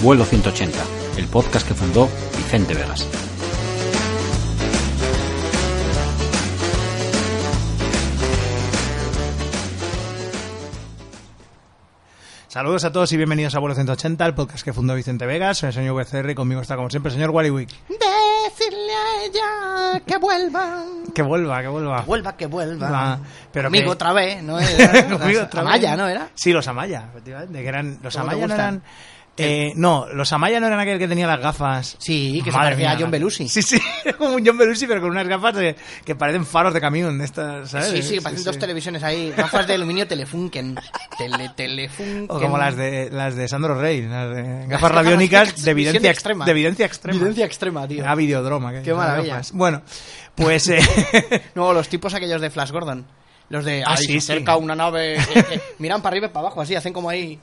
Vuelo 180, el podcast que fundó Vicente Vegas. Saludos a todos y bienvenidos a Vuelo 180, el podcast que fundó Vicente Vegas. Soy el señor VCR y conmigo está como siempre el señor Wallywick. Decirle a ella que vuelva. Que vuelva, que vuelva. Vuelva, que vuelva. Va, Ah, pero Conmigo que- otra vez, ¿no? Era- Conmigo las otra vez. Amaya, ¿no era? Sí, los Amaya, efectivamente. Que eran, los ¿Cómo te Amaya no gustan? eran... eh, no, los Amaya no eran aquel que tenía las gafas. Sí, que se Madre parecía a mía. John Belushi. Sí, sí, era como un John Belushi, pero con unas gafas de- que parecen faros de camión. de Estas, ¿sabes? Sí, sí, parecen dos sí. televisiones ahí, gafas de aluminio Telefunken. Tele, telefunken. O como las de, las de Sandro Rey, las de gafas gafas rabiónicas de de evidencia visión extrema. extrema. De evidencia extrema. Ah. Evidencia extrema, tío. Era videodroma. que- Qué maravilla. gafas. Bueno, pues... eh, No, los tipos aquellos de Flash Gordon. Los de, Ah, ahí sí, sí. se acerca una nave, eh, eh, miran para arriba y para abajo, así, hacen como ahí.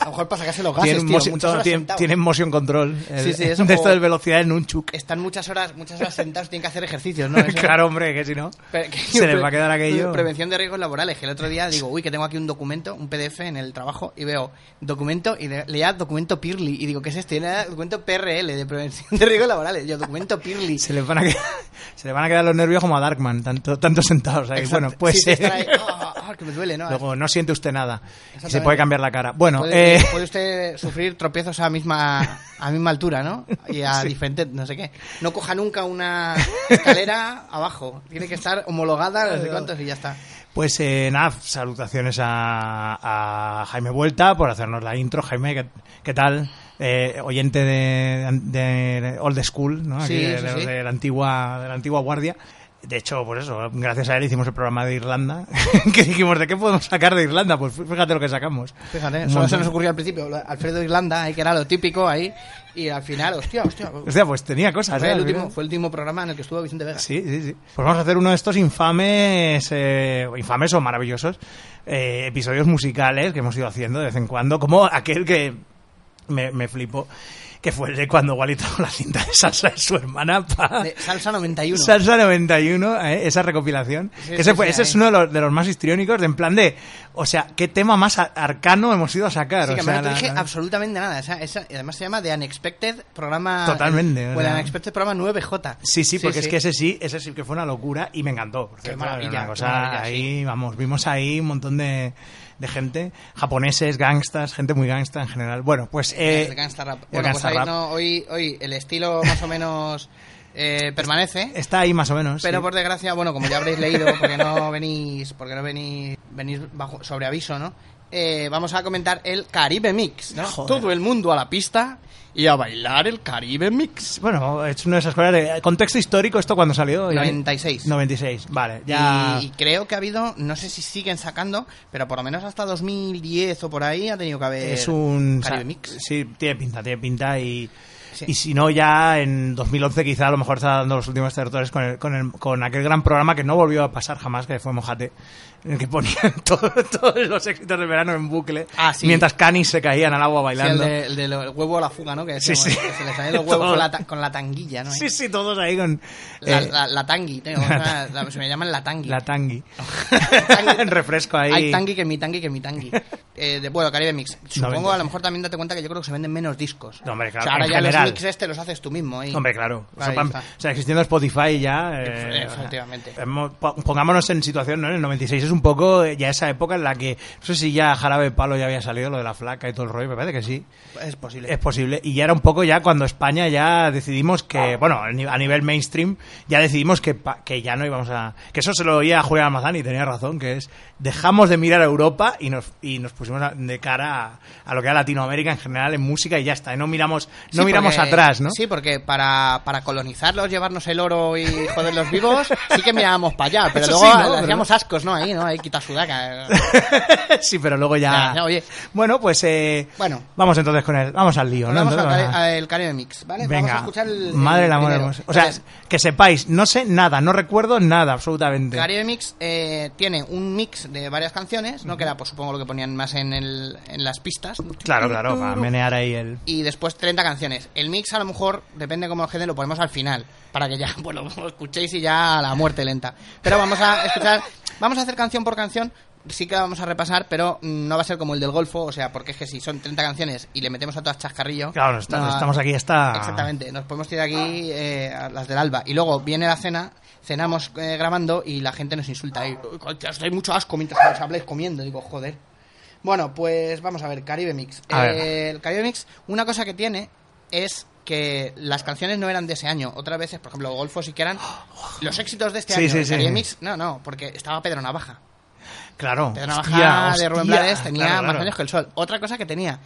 A lo mejor para sacarse los gases, tienen, tío, motion, muchas horas tienen- sentados. tienen motion control. el- Sí, sí, es de un esto poco- de velocidad en un chuk. Están muchas horas, muchas horas sentados, tienen que hacer ejercicios, ¿no? Eso- Claro, hombre, que si no... Pero que- Se les va a quedar aquello. Prevención de riesgos laborales. Que el otro día digo, uy, que tengo aquí un documento, un PDF en el trabajo, y veo documento, y de- leía documento Pirli, y digo, ¿qué es este? Y era documento PRL, de prevención de riesgos laborales. Yo, documento Pirli. Se les, van a quedar, se les van a quedar los nervios como a Darkman, tanto, tanto sentados. ahí. Exacto. Bueno, pues Sí, sí, eh, estar ahí, ah, ah, ah, que me duele, ¿no? luego no siente usted nada. Exactamente. Se puede cambiar la cara. Bueno, puede, eh, puede usted sufrir tropiezos a la misma a misma altura, ¿no? Y a diferentes, no sé qué. No coja nunca una escalera abajo. Tiene que estar homologada, Eh, no sé cuántos, y ya está. pues eh, nada, salutaciones a, a Jaime Vuelta por hacernos la intro. Jaime, ¿qué, qué tal? Eh, oyente de, de Old School, ¿no? Aquí Sí, de, sí, de los sí. de la antigua, de la antigua guardia. De hecho, por eso, gracias a él hicimos el programa de Irlanda, que dijimos, ¿de qué podemos sacar de Irlanda? Pues fíjate lo que sacamos. Fíjate, Un solo se montón. nos ocurrió al principio. lo- Alfredo Irlanda, ahí que era lo típico ahí. Y al final, hostia, hostia. O sea, pues tenía cosas. Fue ¿eh? el, Al último, final. fue el último programa en el que estuvo Vicente Vega. Sí, sí, sí. Pues vamos a hacer uno de estos infames, eh, infames o maravillosos eh, episodios musicales que hemos ido haciendo de vez en cuando, como aquel que me, me flipó, que fue el de cuando Wally trajo la cinta de salsa de su hermana para De Salsa 91. Salsa 91, eh, esa recopilación. Sí, ese sí, fue, sí, ese ahí. es uno de los, de los más histriónicos, de en plan de, o sea, qué tema más a- arcano hemos ido a sacar. Sí, que o además sea, no te la- dije la- absolutamente nada. o sea, esa- y además se llama The Unexpected Programa. Totalmente, el- o o el sea. Unexpected Programa 9J. Sí, sí, porque es que ese sí, ese sí que fue una locura y me encantó. Por cierto, maravilla, era una qué cosa maravilla, ahí, vamos, vimos ahí un montón de, de gente, japoneses, gangstas, gente muy gangsta en general. Bueno, pues eh, el gangsta rap. el Bueno, pues gangsta ahí rap. no, hoy, hoy el estilo más o menos eh, permanece. está ahí más o menos. Pero sí. por desgracia, bueno, como ya habréis leído, porque no venís, porque no venís, venís bajo sobre aviso, ¿no? Eh, vamos a comentar el Caribe Mix, ¿no? Joder. Todo el mundo a la pista y a bailar el Caribe Mix. Bueno, es una de esas cosas de eh, contexto histórico esto cuando salió. ya- 96. 96, vale, ya Y, y creo que ha habido, no sé si siguen sacando, pero por lo menos hasta 2010 o por ahí ha tenido que haber es un Caribe sa- Mix. Sí, tiene pinta, tiene pinta y Sí. Y si no, ya en 2011 quizá a lo mejor está dando los últimos estertores con, el- con, el- con aquel gran programa que no volvió a pasar jamás, que fue Mojate, en el que ponían todo- todos los éxitos del verano en bucle, Ah, sí. mientras canis se caían al agua Sí, bailando. el, de- el de lo- el huevo a la fuga, ¿no? Que, Sí, decíamos, sí. que se le salen los huevos Todo. con la, ta- con la tanguilla, ¿no? Ahí. Sí, sí, todos ahí con La, eh, la- la tangui, tengo una- la- se me llaman la tangui. la tangui. Tangui- En refresco ahí. Hay tangui que mi tangui que mi tangui. Eh, de, bueno, Caribe Mix. Supongo 90. a lo mejor también date cuenta que yo creo que se venden menos discos. No, hombre, claro, O sea, ahora en ya general. los mix este los haces tú mismo. ahí. Hombre, claro. O sea, Ahí pam- está. o sea, existiendo Spotify ya. eh, Efectivamente. hemos- po- pongámonos en situación, ¿no? En el 96 es un poco eh, ya esa época en la que. No sé si ya Jarabe de Palo ya había salido, lo de la flaca y todo el rollo, me parece que sí. Es posible. Es posible. Y ya era un poco ya cuando España ya decidimos que, Ah. bueno, a ni- a nivel mainstream, ya decidimos que, pa- que ya no íbamos a. Que eso se lo oía a Julián Almazán y tenía razón, que es. Dejamos de mirar a Europa y nos, y nos pusimos a- de cara a, a lo que era Latinoamérica en general en música y ya está. Y no miramos, no Sí, miramos porque- atrás, ¿no? Sí, porque para, para colonizarlos, llevarnos el oro y joderlos vivos, sí que mirábamos para allá. Pero Eso luego sí, ¿no? le Pero- hacíamos ascos, ¿no? Ahí, ¿no? Ahí quita sudaca. sí, pero luego ya. Ya, ya, oye. Bueno, pues. eh, Bueno. Vamos entonces con el. Vamos al lío, ¿no? Vamos Entonces al vamos a- Cari- al Caribe Mix, ¿vale? Venga. Vamos a escuchar el. Madre el del amor primero. hermoso. O sea, Entonces, que sepáis, no sé nada, no recuerdo nada absolutamente. Caribe Mix eh, tiene un mix de varias canciones, ¿no? Que era, pues supongo, lo que ponían más en, el, en las pistas. Claro, claro, para menear ahí el. Y después 30 canciones. El mix, a lo mejor, depende cómo lo quede, lo ponemos al final. Para que ya, bueno, lo escuchéis y ya a la muerte lenta. Pero vamos a escuchar, vamos a hacer canción por canción. sí que la vamos a repasar, pero mm, no va a ser como el del Golfo, o sea, porque es que si son 30 canciones y le metemos a todas chascarrillo. Claro, no está- no- estamos aquí hasta. Exactamente, nos podemos tirar aquí eh, a las del alba. Y luego viene la cena, cenamos eh, grabando y la gente nos insulta. Y, "Uy, hostia, hay mucho asco mientras os habláis comiendo. Digo, joder. Bueno, pues vamos a ver, Caribe Mix. A ver. Eh, El Caribe Mix, una cosa que tiene es que las canciones no eran de ese año. Otras veces, por ejemplo, Golfo sí que eran los éxitos de este Sí, año. sí, El sí. Caribe Mix, no, no, porque estaba Pedro Navaja. Claro. Pedro hostia, Navaja de Rubén hostia. Blades tenía Claro, más claro. años que el sol. Otra cosa que tenía,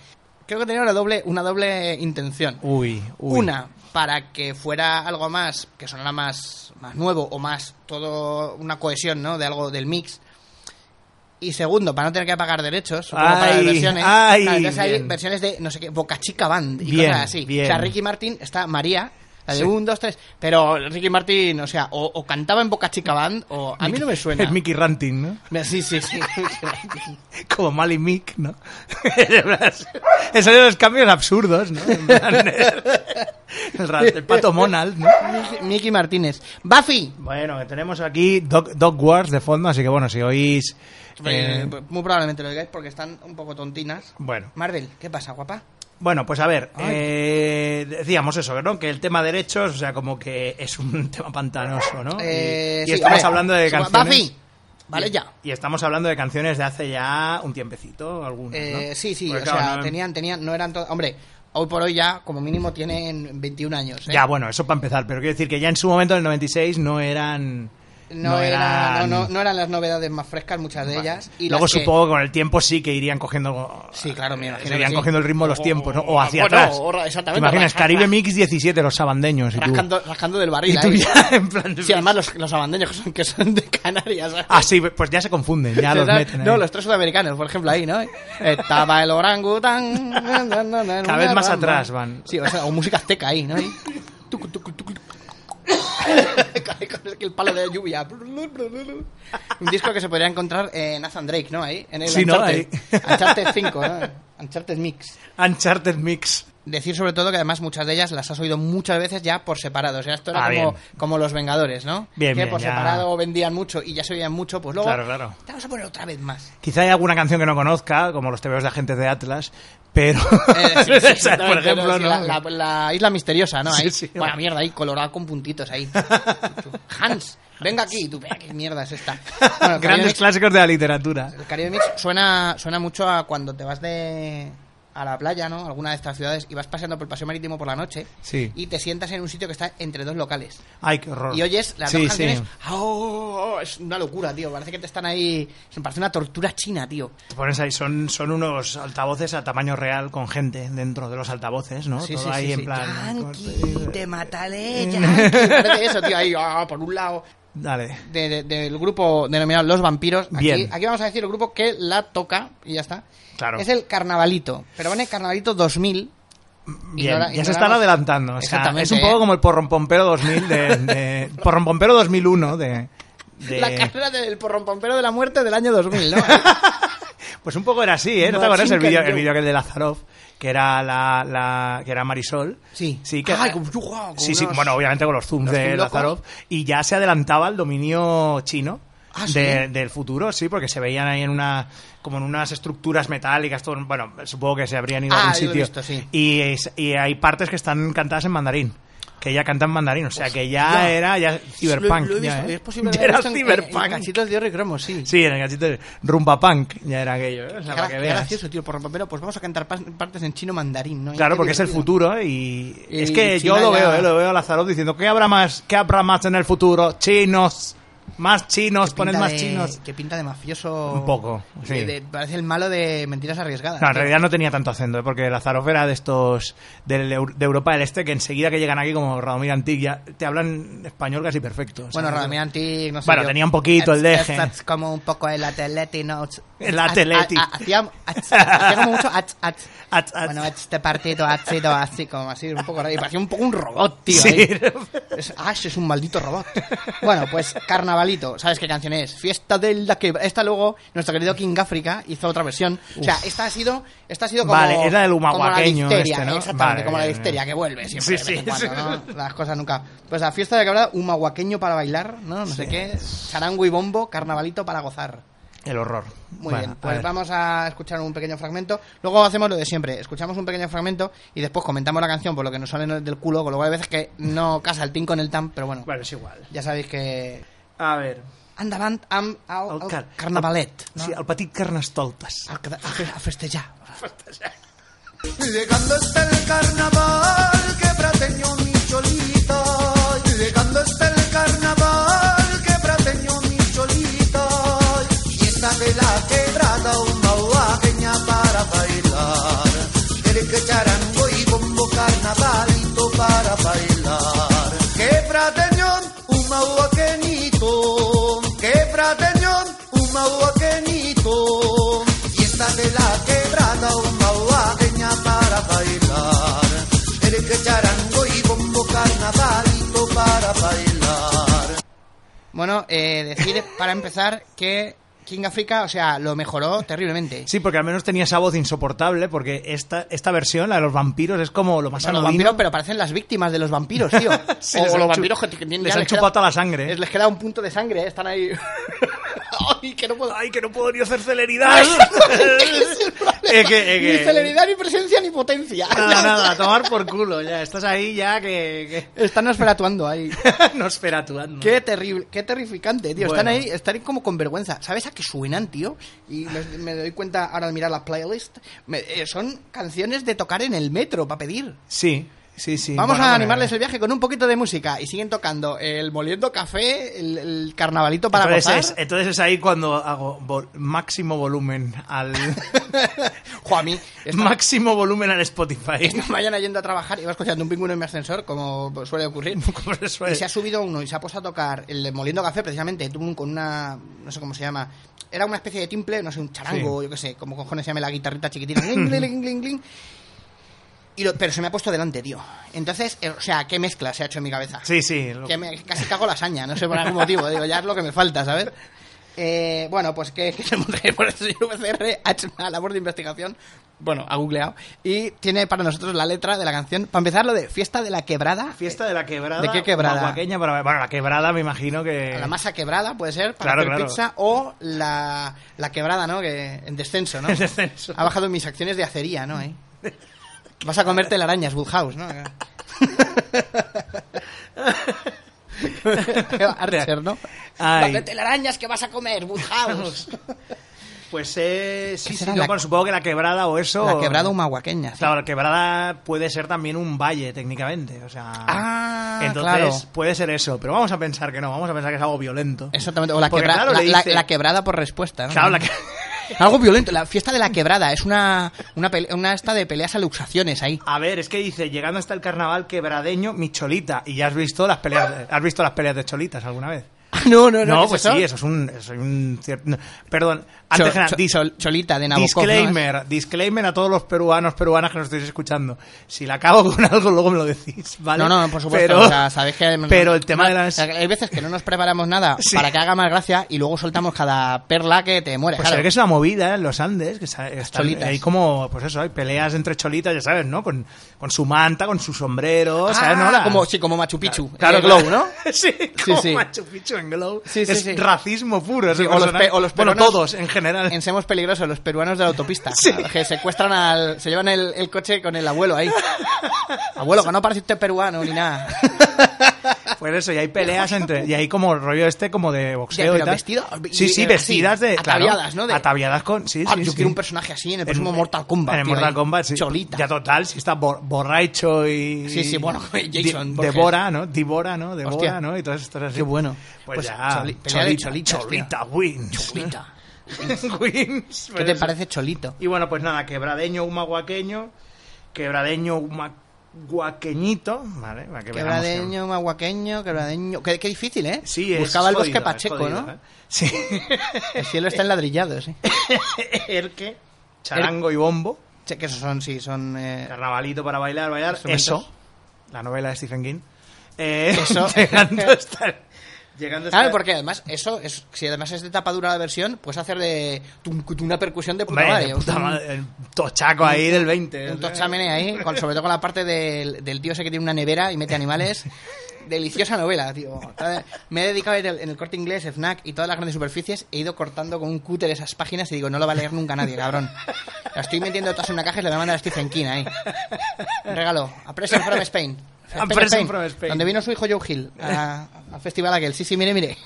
creo que tenía una doble, una doble intención. Uy, uy. Una, para que fuera algo más, que sonara más, más nuevo o más todo una cohesión, ¿no? De algo del mix. Y segundo, para no tener que pagar derechos o como para Ay, las versiones. ay, Claro, entonces hay bien. versiones de, no sé qué, Boca Chica Band y Bien, cosas así. bien. O sea, Ricky Martin está María, la Sí. de 1, 2, 3. Pero Ricky Martin, o sea, o, o cantaba en Boca Chica Band o a mí no me suena. Es Mickey Ranting, ¿no? Sí, sí, sí. Como Mali Mick, ¿no? Esos son los cambios absurdos, ¿no? En plan, El, ra- el pato Monal, ¿no? Miki Martínez. Buffy. Bueno, que tenemos aquí Dog, Dog Wars de fondo, así que bueno, si oís. eh, Eh, muy probablemente lo digáis porque están un poco tontinas. bueno. Marvel, ¿qué pasa, guapa? Bueno, pues a ver, Ay. eh, decíamos eso, ¿no? Que el tema derechos, o sea, como que es un tema pantanoso, ¿no? Y- Eh, y sí, estamos hombre, hablando de su- canciones. Buffy, vale ya. Y estamos hablando de canciones de hace ya un tiempecito, algunas, ¿no? Eh, Sí, sí, Porque, o claro, sea, no- tenían, tenían, no eran todas... Hombre, hoy por hoy ya como mínimo tienen 21 años. ¿eh? Ya, bueno, eso para empezar, pero quiero decir que ya en su momento, en el 96, no eran... no, era- no, no- no eran las novedades más frescas muchas de ellas. Y Luego las que- supongo que con el tiempo sí que irían cogiendo... Sí, claro, me imagino se irían que sí. cogiendo el ritmo de los O- tiempos, ¿no? O o- hacia bueno, atrás. o ra- exactamente, ¿Te imaginas? rasca- Caribe Mix 17, los sabandeños. y tú- Rascando, rascando del barril. Y tú ahí. ya, en plan... Sí, además los, los abandeños que son, que son de Canarias. ¿sabes? Ah, sí, pues ya se confunden, ya los ¿Sabes? meten ahí. No, los tres sudamericanos, por ejemplo, ahí, ¿no? Estaba el orangután. na, na, na, na, Cada vez más na, na, na. atrás van. Sí, o, sea, o música azteca ahí, ¿no? Y- tucu, tucu, tucu, tucu. Cae Con el, el palo de lluvia. Un disco que se podría encontrar en Nathan Drake, ¿no? Ahí, en el Sí, ¿no? Uncharted. Ahí. Uncharted 5, ¿no? Uncharted Mix. Uncharted Mix. Decir sobre todo que además muchas de ellas las has oído muchas veces ya por separado. O sea, esto era Ah, como, bien. como los Vengadores, ¿no? Bien, que bien, por ya. separado vendían mucho y ya se oían mucho, pues luego. Claro, claro. "Te Vamos a poner otra vez más. Quizá hay alguna canción que no conozca, como los tebeos de agentes de Atlas, pero... Eh, sí, o sea, por sí, exactamente, ejemplo, sí, ¿no? la, la- la isla misteriosa, ¿no? Sí, Ahí, sí. buena mierda, ahí colorado con puntitos ahí. Hans, venga aquí, tú, vea qué mierda es esta. Bueno, el Caribe Grandes Mix- clásicos de la literatura. el Caribe Mix suena, suena mucho a cuando te vas de a la playa, ¿no? Alguna de estas ciudades y vas paseando por el paseo marítimo por la noche Sí. y te sientas en un sitio que está entre dos locales Ay, qué horror. y oyes las Sí, dos sí. canciones ah, oh, oh, es una locura tío parece que te están ahí se me parece una tortura china tío Te pones ahí, son, son unos altavoces a tamaño real con gente dentro de los altavoces, ¿no? Sí, Todo sí, ahí sí, en sí. plan. Yankee, te mataré, Yankee. Parece eso, tío. Ahí, ah, por un lado, Dale. de- de- del grupo denominado Los Vampiros. Aquí, Bien. aquí vamos a decir el grupo que la toca y ya está. Claro. Es el Carnavalito. Pero pone Carnavalito 2000. Bien, Ignora- ya ignoramos- se están adelantando. o sea, Exactamente, es un poco ¿eh? como el Porrompompero 2000 de. de Porrompompero 2001 de. de- La carrera del porrompompero de la muerte del año 2000, ¿no? Pues un poco era así, ¿eh? ¿No te Machín acuerdas el vídeo el Cañón. vídeo que de Lazarov? Que era la, la- que era Marisol. Sí. Sí, que Ay, como- guau, como sí, sí, unos- bueno, obviamente con los zooms unos de zoom locos. Lazarov. Y ya se adelantaba al dominio chino. Ah, de- ¿sí? del futuro, sí, porque se veían ahí en una como en unas estructuras metálicas, todo, bueno, supongo que se habrían ido a Ah, algún yo lo he sitio. visto, sí. y, es- y hay partes que están cantadas en mandarín, que ella canta en mandarín, o sea, que ya Hostia. era ya cyberpunk, Lo- lo he ya, visto, ¿eh? Es posible Ya haber era visto en- en- cyberpunk. En, cachitos de oro y cromo, sí. Sí, en el cachito de rumba punk ya era aquello, ¿eh? O sea, Qué para que gra- qué veas. gracioso, tío, porrompompero. Pues vamos a cantar pas- partes en chino mandarín, ¿no? Claro, Qué porque es el divertido. futuro y Y es que China yo lo ya- veo, eh, lo veo a Lazarov diciendo ¿qué habrá más, qué habrá más en el futuro? Chinos, más chinos, poned pinta más de- chinos. Que pinta de mafioso. Un poco, sí. De- de- parece el malo de mentiras arriesgadas. No, en tío. realidad no tenía tanto acento, ¿eh? porque Lazarov era de estos del Eu- de Europa del Este que enseguida que llegan aquí como Radomir Antic ya te hablan español casi perfecto. o sea, Bueno, no te- Radamir Antic, no sé. Bueno, yo. tenía un poquito el Es- es- deje. es como un poco el atleti, ¿no? El atleti. Ha- ha- Hacía hacía como mucho at, at. At- at- Bueno, este partido ha sido así, como así, un poco raro. Y parecía un poco un robot, tío. Sí. ahí. Es- Ash es un maldito robot. Bueno, pues Carnavalito, ¿sabes qué canción es? Fiesta del la que Esta luego, nuestro querido King África hizo otra versión. O sea, esta ha sido, esta ha sido como. Vale, es la del como humahuaqueño difteria, este, ¿no? Exactamente, Vale, como la bien, difteria bien. que vuelve siempre. Sí, de vez sí, en cuando, sí. ¿no? Las cosas nunca. Pues la fiesta de la quebrada, humahuaqueño para bailar, ¿no? No sé qué. Charango y bombo, carnavalito para gozar. El horror. Muy Bueno, bien, a pues ver. vamos a escuchar un pequeño fragmento. Luego hacemos lo de siempre, escuchamos un pequeño fragmento y después comentamos la canción por lo que nos sale del culo, con lo cual hay veces que no casa el pin con el tam, pero bueno, Bueno, es igual. ya sabéis que... A ver. Andaban am, al, El al car- carnavalet, ¿no? Sí, el petit carnestoltes. a, a- a festejar. Llegando está el carnaval que prateñó mi cholita. Llegando está el carnaval que prateñó mi cholita. Fiesta de la quebrada, un bahuaqueña para bailar. El que charango y bombo carnavalito para bailar. Que prateñón, un bahuaqueñito. Que prateñón, un bahuaqueñito. Fiesta de la quebrada, un bahuaqueña para bailar. El que charango y bombo carnavalito para bailar. Bueno, eh, decir para empezar que King Africa, o sea, lo mejoró terriblemente. Sí, porque al menos tenía esa voz insoportable, porque esta, esta versión, la de los vampiros, es como lo más Bueno, los anodino. vampiros, pero parecen las víctimas de los vampiros, tío. Sí, o les han los chu- vampiros que tienen les ya han chupado queda- toda la sangre. ¿eh? les- Les queda un punto de sangre, eh, están ahí. Ay, que no puedo. ¡Ay, que no puedo ni hacer celeridad! Es el problema. Es que- es Ni que- celeridad, ni presencia, ni potencia. Nada, nada, a tomar por culo, ya. Estás ahí ya que... Están esferatuando ahí. que- no espera tú, anda. Qué terrible, qué terrificante, tío. Bueno. Están ahí, están ahí como con vergüenza. ¿Sabes a qué suenan, tío? Y me, me doy cuenta ahora al mirar la playlist. Me- eh, son canciones de tocar en el metro para pedir. Sí, sí, sí. Vamos Bueno, a bueno, animarles el viaje con un poquito de música. Y siguen tocando el moliendo café, el, el carnavalito para entonces gozar. es, entonces es ahí cuando hago vol- máximo volumen al... Jo, a mí, esta- máximo volumen al Spotify. esta mañana yendo a trabajar, iba escuchando un pingüino en mi ascensor, como suele ocurrir. Como se suele- Y se ha subido uno y se ha puesto a tocar el de Moliendo Café, precisamente, tuvo un- con una. No sé cómo se llama. Era una especie de timple, no sé, un charango, yo qué sé, como cojones se llama la guitarrita chiquitina. Gling, gling, gling, gling, gling. Y lo- pero se me ha puesto delante, tío. Entonces, eh, o sea, qué mezcla se ha hecho en mi cabeza. Sí, sí. lo- Que me, casi cago la saña, no sé por algún motivo. Digo, ya es lo que me falta, ¿sabes? Eh, bueno, pues que queremos que por el señor VCR ha hecho una labor de investigación. Bueno, ha googleado. Y tiene para nosotros la letra de la canción. Para empezar, lo de Fiesta de la Quebrada. Fiesta de la quebrada. ¿De qué quebrada? guaguaqueña para- Bueno, la quebrada me imagino que... A la masa quebrada puede ser para Claro, hacer claro. pizza o la, la quebrada, ¿no? Que en descenso, ¿no? En descenso. Ha bajado mis acciones de acería, ¿no? Ahí. Vas a comerte la araña, Woodhouse, ¿no? Archer, ¿no? Ay. Las telarañas que vas a comer, Woodhouse. Pues eh, sí, será sí, no, la- bueno, supongo que la quebrada o eso. La quebrada humahuaqueña. sí. Claro, la quebrada puede ser también un valle técnicamente, o sea. Ah, entonces claro. puede ser eso, pero vamos a pensar que no, vamos a pensar que es algo violento. Exactamente. O la, Porque, quebra- claro, la, le la- dice- la quebrada por respuesta, ¿no? Claro, la que- Algo violento. La fiesta de la quebrada. Es una, una, pele- una esta de peleas a luxaciones ahí. A ver, es que dice, llegando hasta el carnaval quebradeño, mi cholita. Y ya has visto las peleas, de- has visto las peleas de cholitas alguna vez. No, no, No, ¿qué es pues eso? sí, eso es un, eso es un cierto. no, Perdón, Cho- antes que nada, cho- dis- chol- cholita de Nabokov. ¿no? disclaimer, disclaimer a todos los peruanos, peruanas que nos estéis escuchando. Si la cago con algo, luego me lo decís, ¿vale? No, no, por supuesto. Pero, o sea, sabéis que- pero el tema de las... Hay veces que no nos preparamos nada Sí. para que haga más gracia y luego soltamos cada perla que te muere. Pues se ve que es una movida en los Andes, que sa- están- cholitas. hay como, pues eso, hay peleas entre cholitas, ya sabes, ¿no? Con, con su manta, con su sombrero, ¿sabes? ¿No? La- Ah, como, sí, como Machu Picchu. Claro, eh, claro. Glow, ¿no? sí, como sí. Machu Picchu en Glow. Sí, sí, es sí. racismo puro. ese Sí, o los personaje. pe- o los bueno, peruanos- todos, en general. En Semos Peligrosos, los peruanos de la autopista. Sí. Que secuestran al... Se llevan el, el coche con el abuelo ahí. abuelo, que no pareciste peruano ni nada. Pues eso, y hay peleas entre. Y hay como rollo este, como de boxeo pero y tal. vestido- sí, sí, y- vestidas sí, de. claro, ataviadas, ¿no? De- Ataviadas con. Sí, Ah, sí, yo sí. quiero un personaje así en el próximo Mortal Kombat. En el tío, Mortal ahí. Kombat, sí. Cholita. Ya total, si está bor- borracho y. Sí, sí, bueno, Jason Di- Borges. Devora, ¿no? Divora, ¿no? Devora, Hostia. ¿no? Y todas estas así. Qué bueno. Pues, Pues ya. choli- pelea de cholitas, Cholita wins. Cholita. wins. pues ¿Qué te parece cholito? Y bueno, pues nada, quebradeño humaguaqueño, quebradeño humaguaqueñito, ¿vale? Para que veamos que- Quebradeño, maguaqueño, quebradeño. Qué, qué difícil, ¿eh? Sí, es Buscaba el bosque jodido, es Pacheco, jodido, ¿no? ¿eh? Sí. El cielo está enladrillado, sí. Erque, charango y bombo, Che, que esos son, sí, son. eh, carnavalito para bailar, bailar. Instrumentos. Eso, la novela de Stephen King. Eh, Eso. llegando hasta... el- Llegando hasta Claro, porque además, eso, es, si además es de tapa dura la versión, puedes hacer de tum, cutum, una percusión de puta Hombre, madre. de o puta un- madre, el tochaco ahí del ¿eh? 20. Un o sea. tochamene ahí, con- sobre todo con la parte del, del tío ese que tiene una nevera y mete animales. Deliciosa novela, tío. Me he dedicado a ir en el corte inglés, Fnac y todas las grandes superficies. He ido cortando con un cúter esas páginas y digo, no la va a leer nunca nadie, cabrón. La estoy metiendo todas en una caja y le voy a mandar a Stephen King ahí. Regalo. A Present from Spain. A Present from Spain. Donde vino su hijo Joe Hill a- al festival aquel. Sí, sí, mire, mire.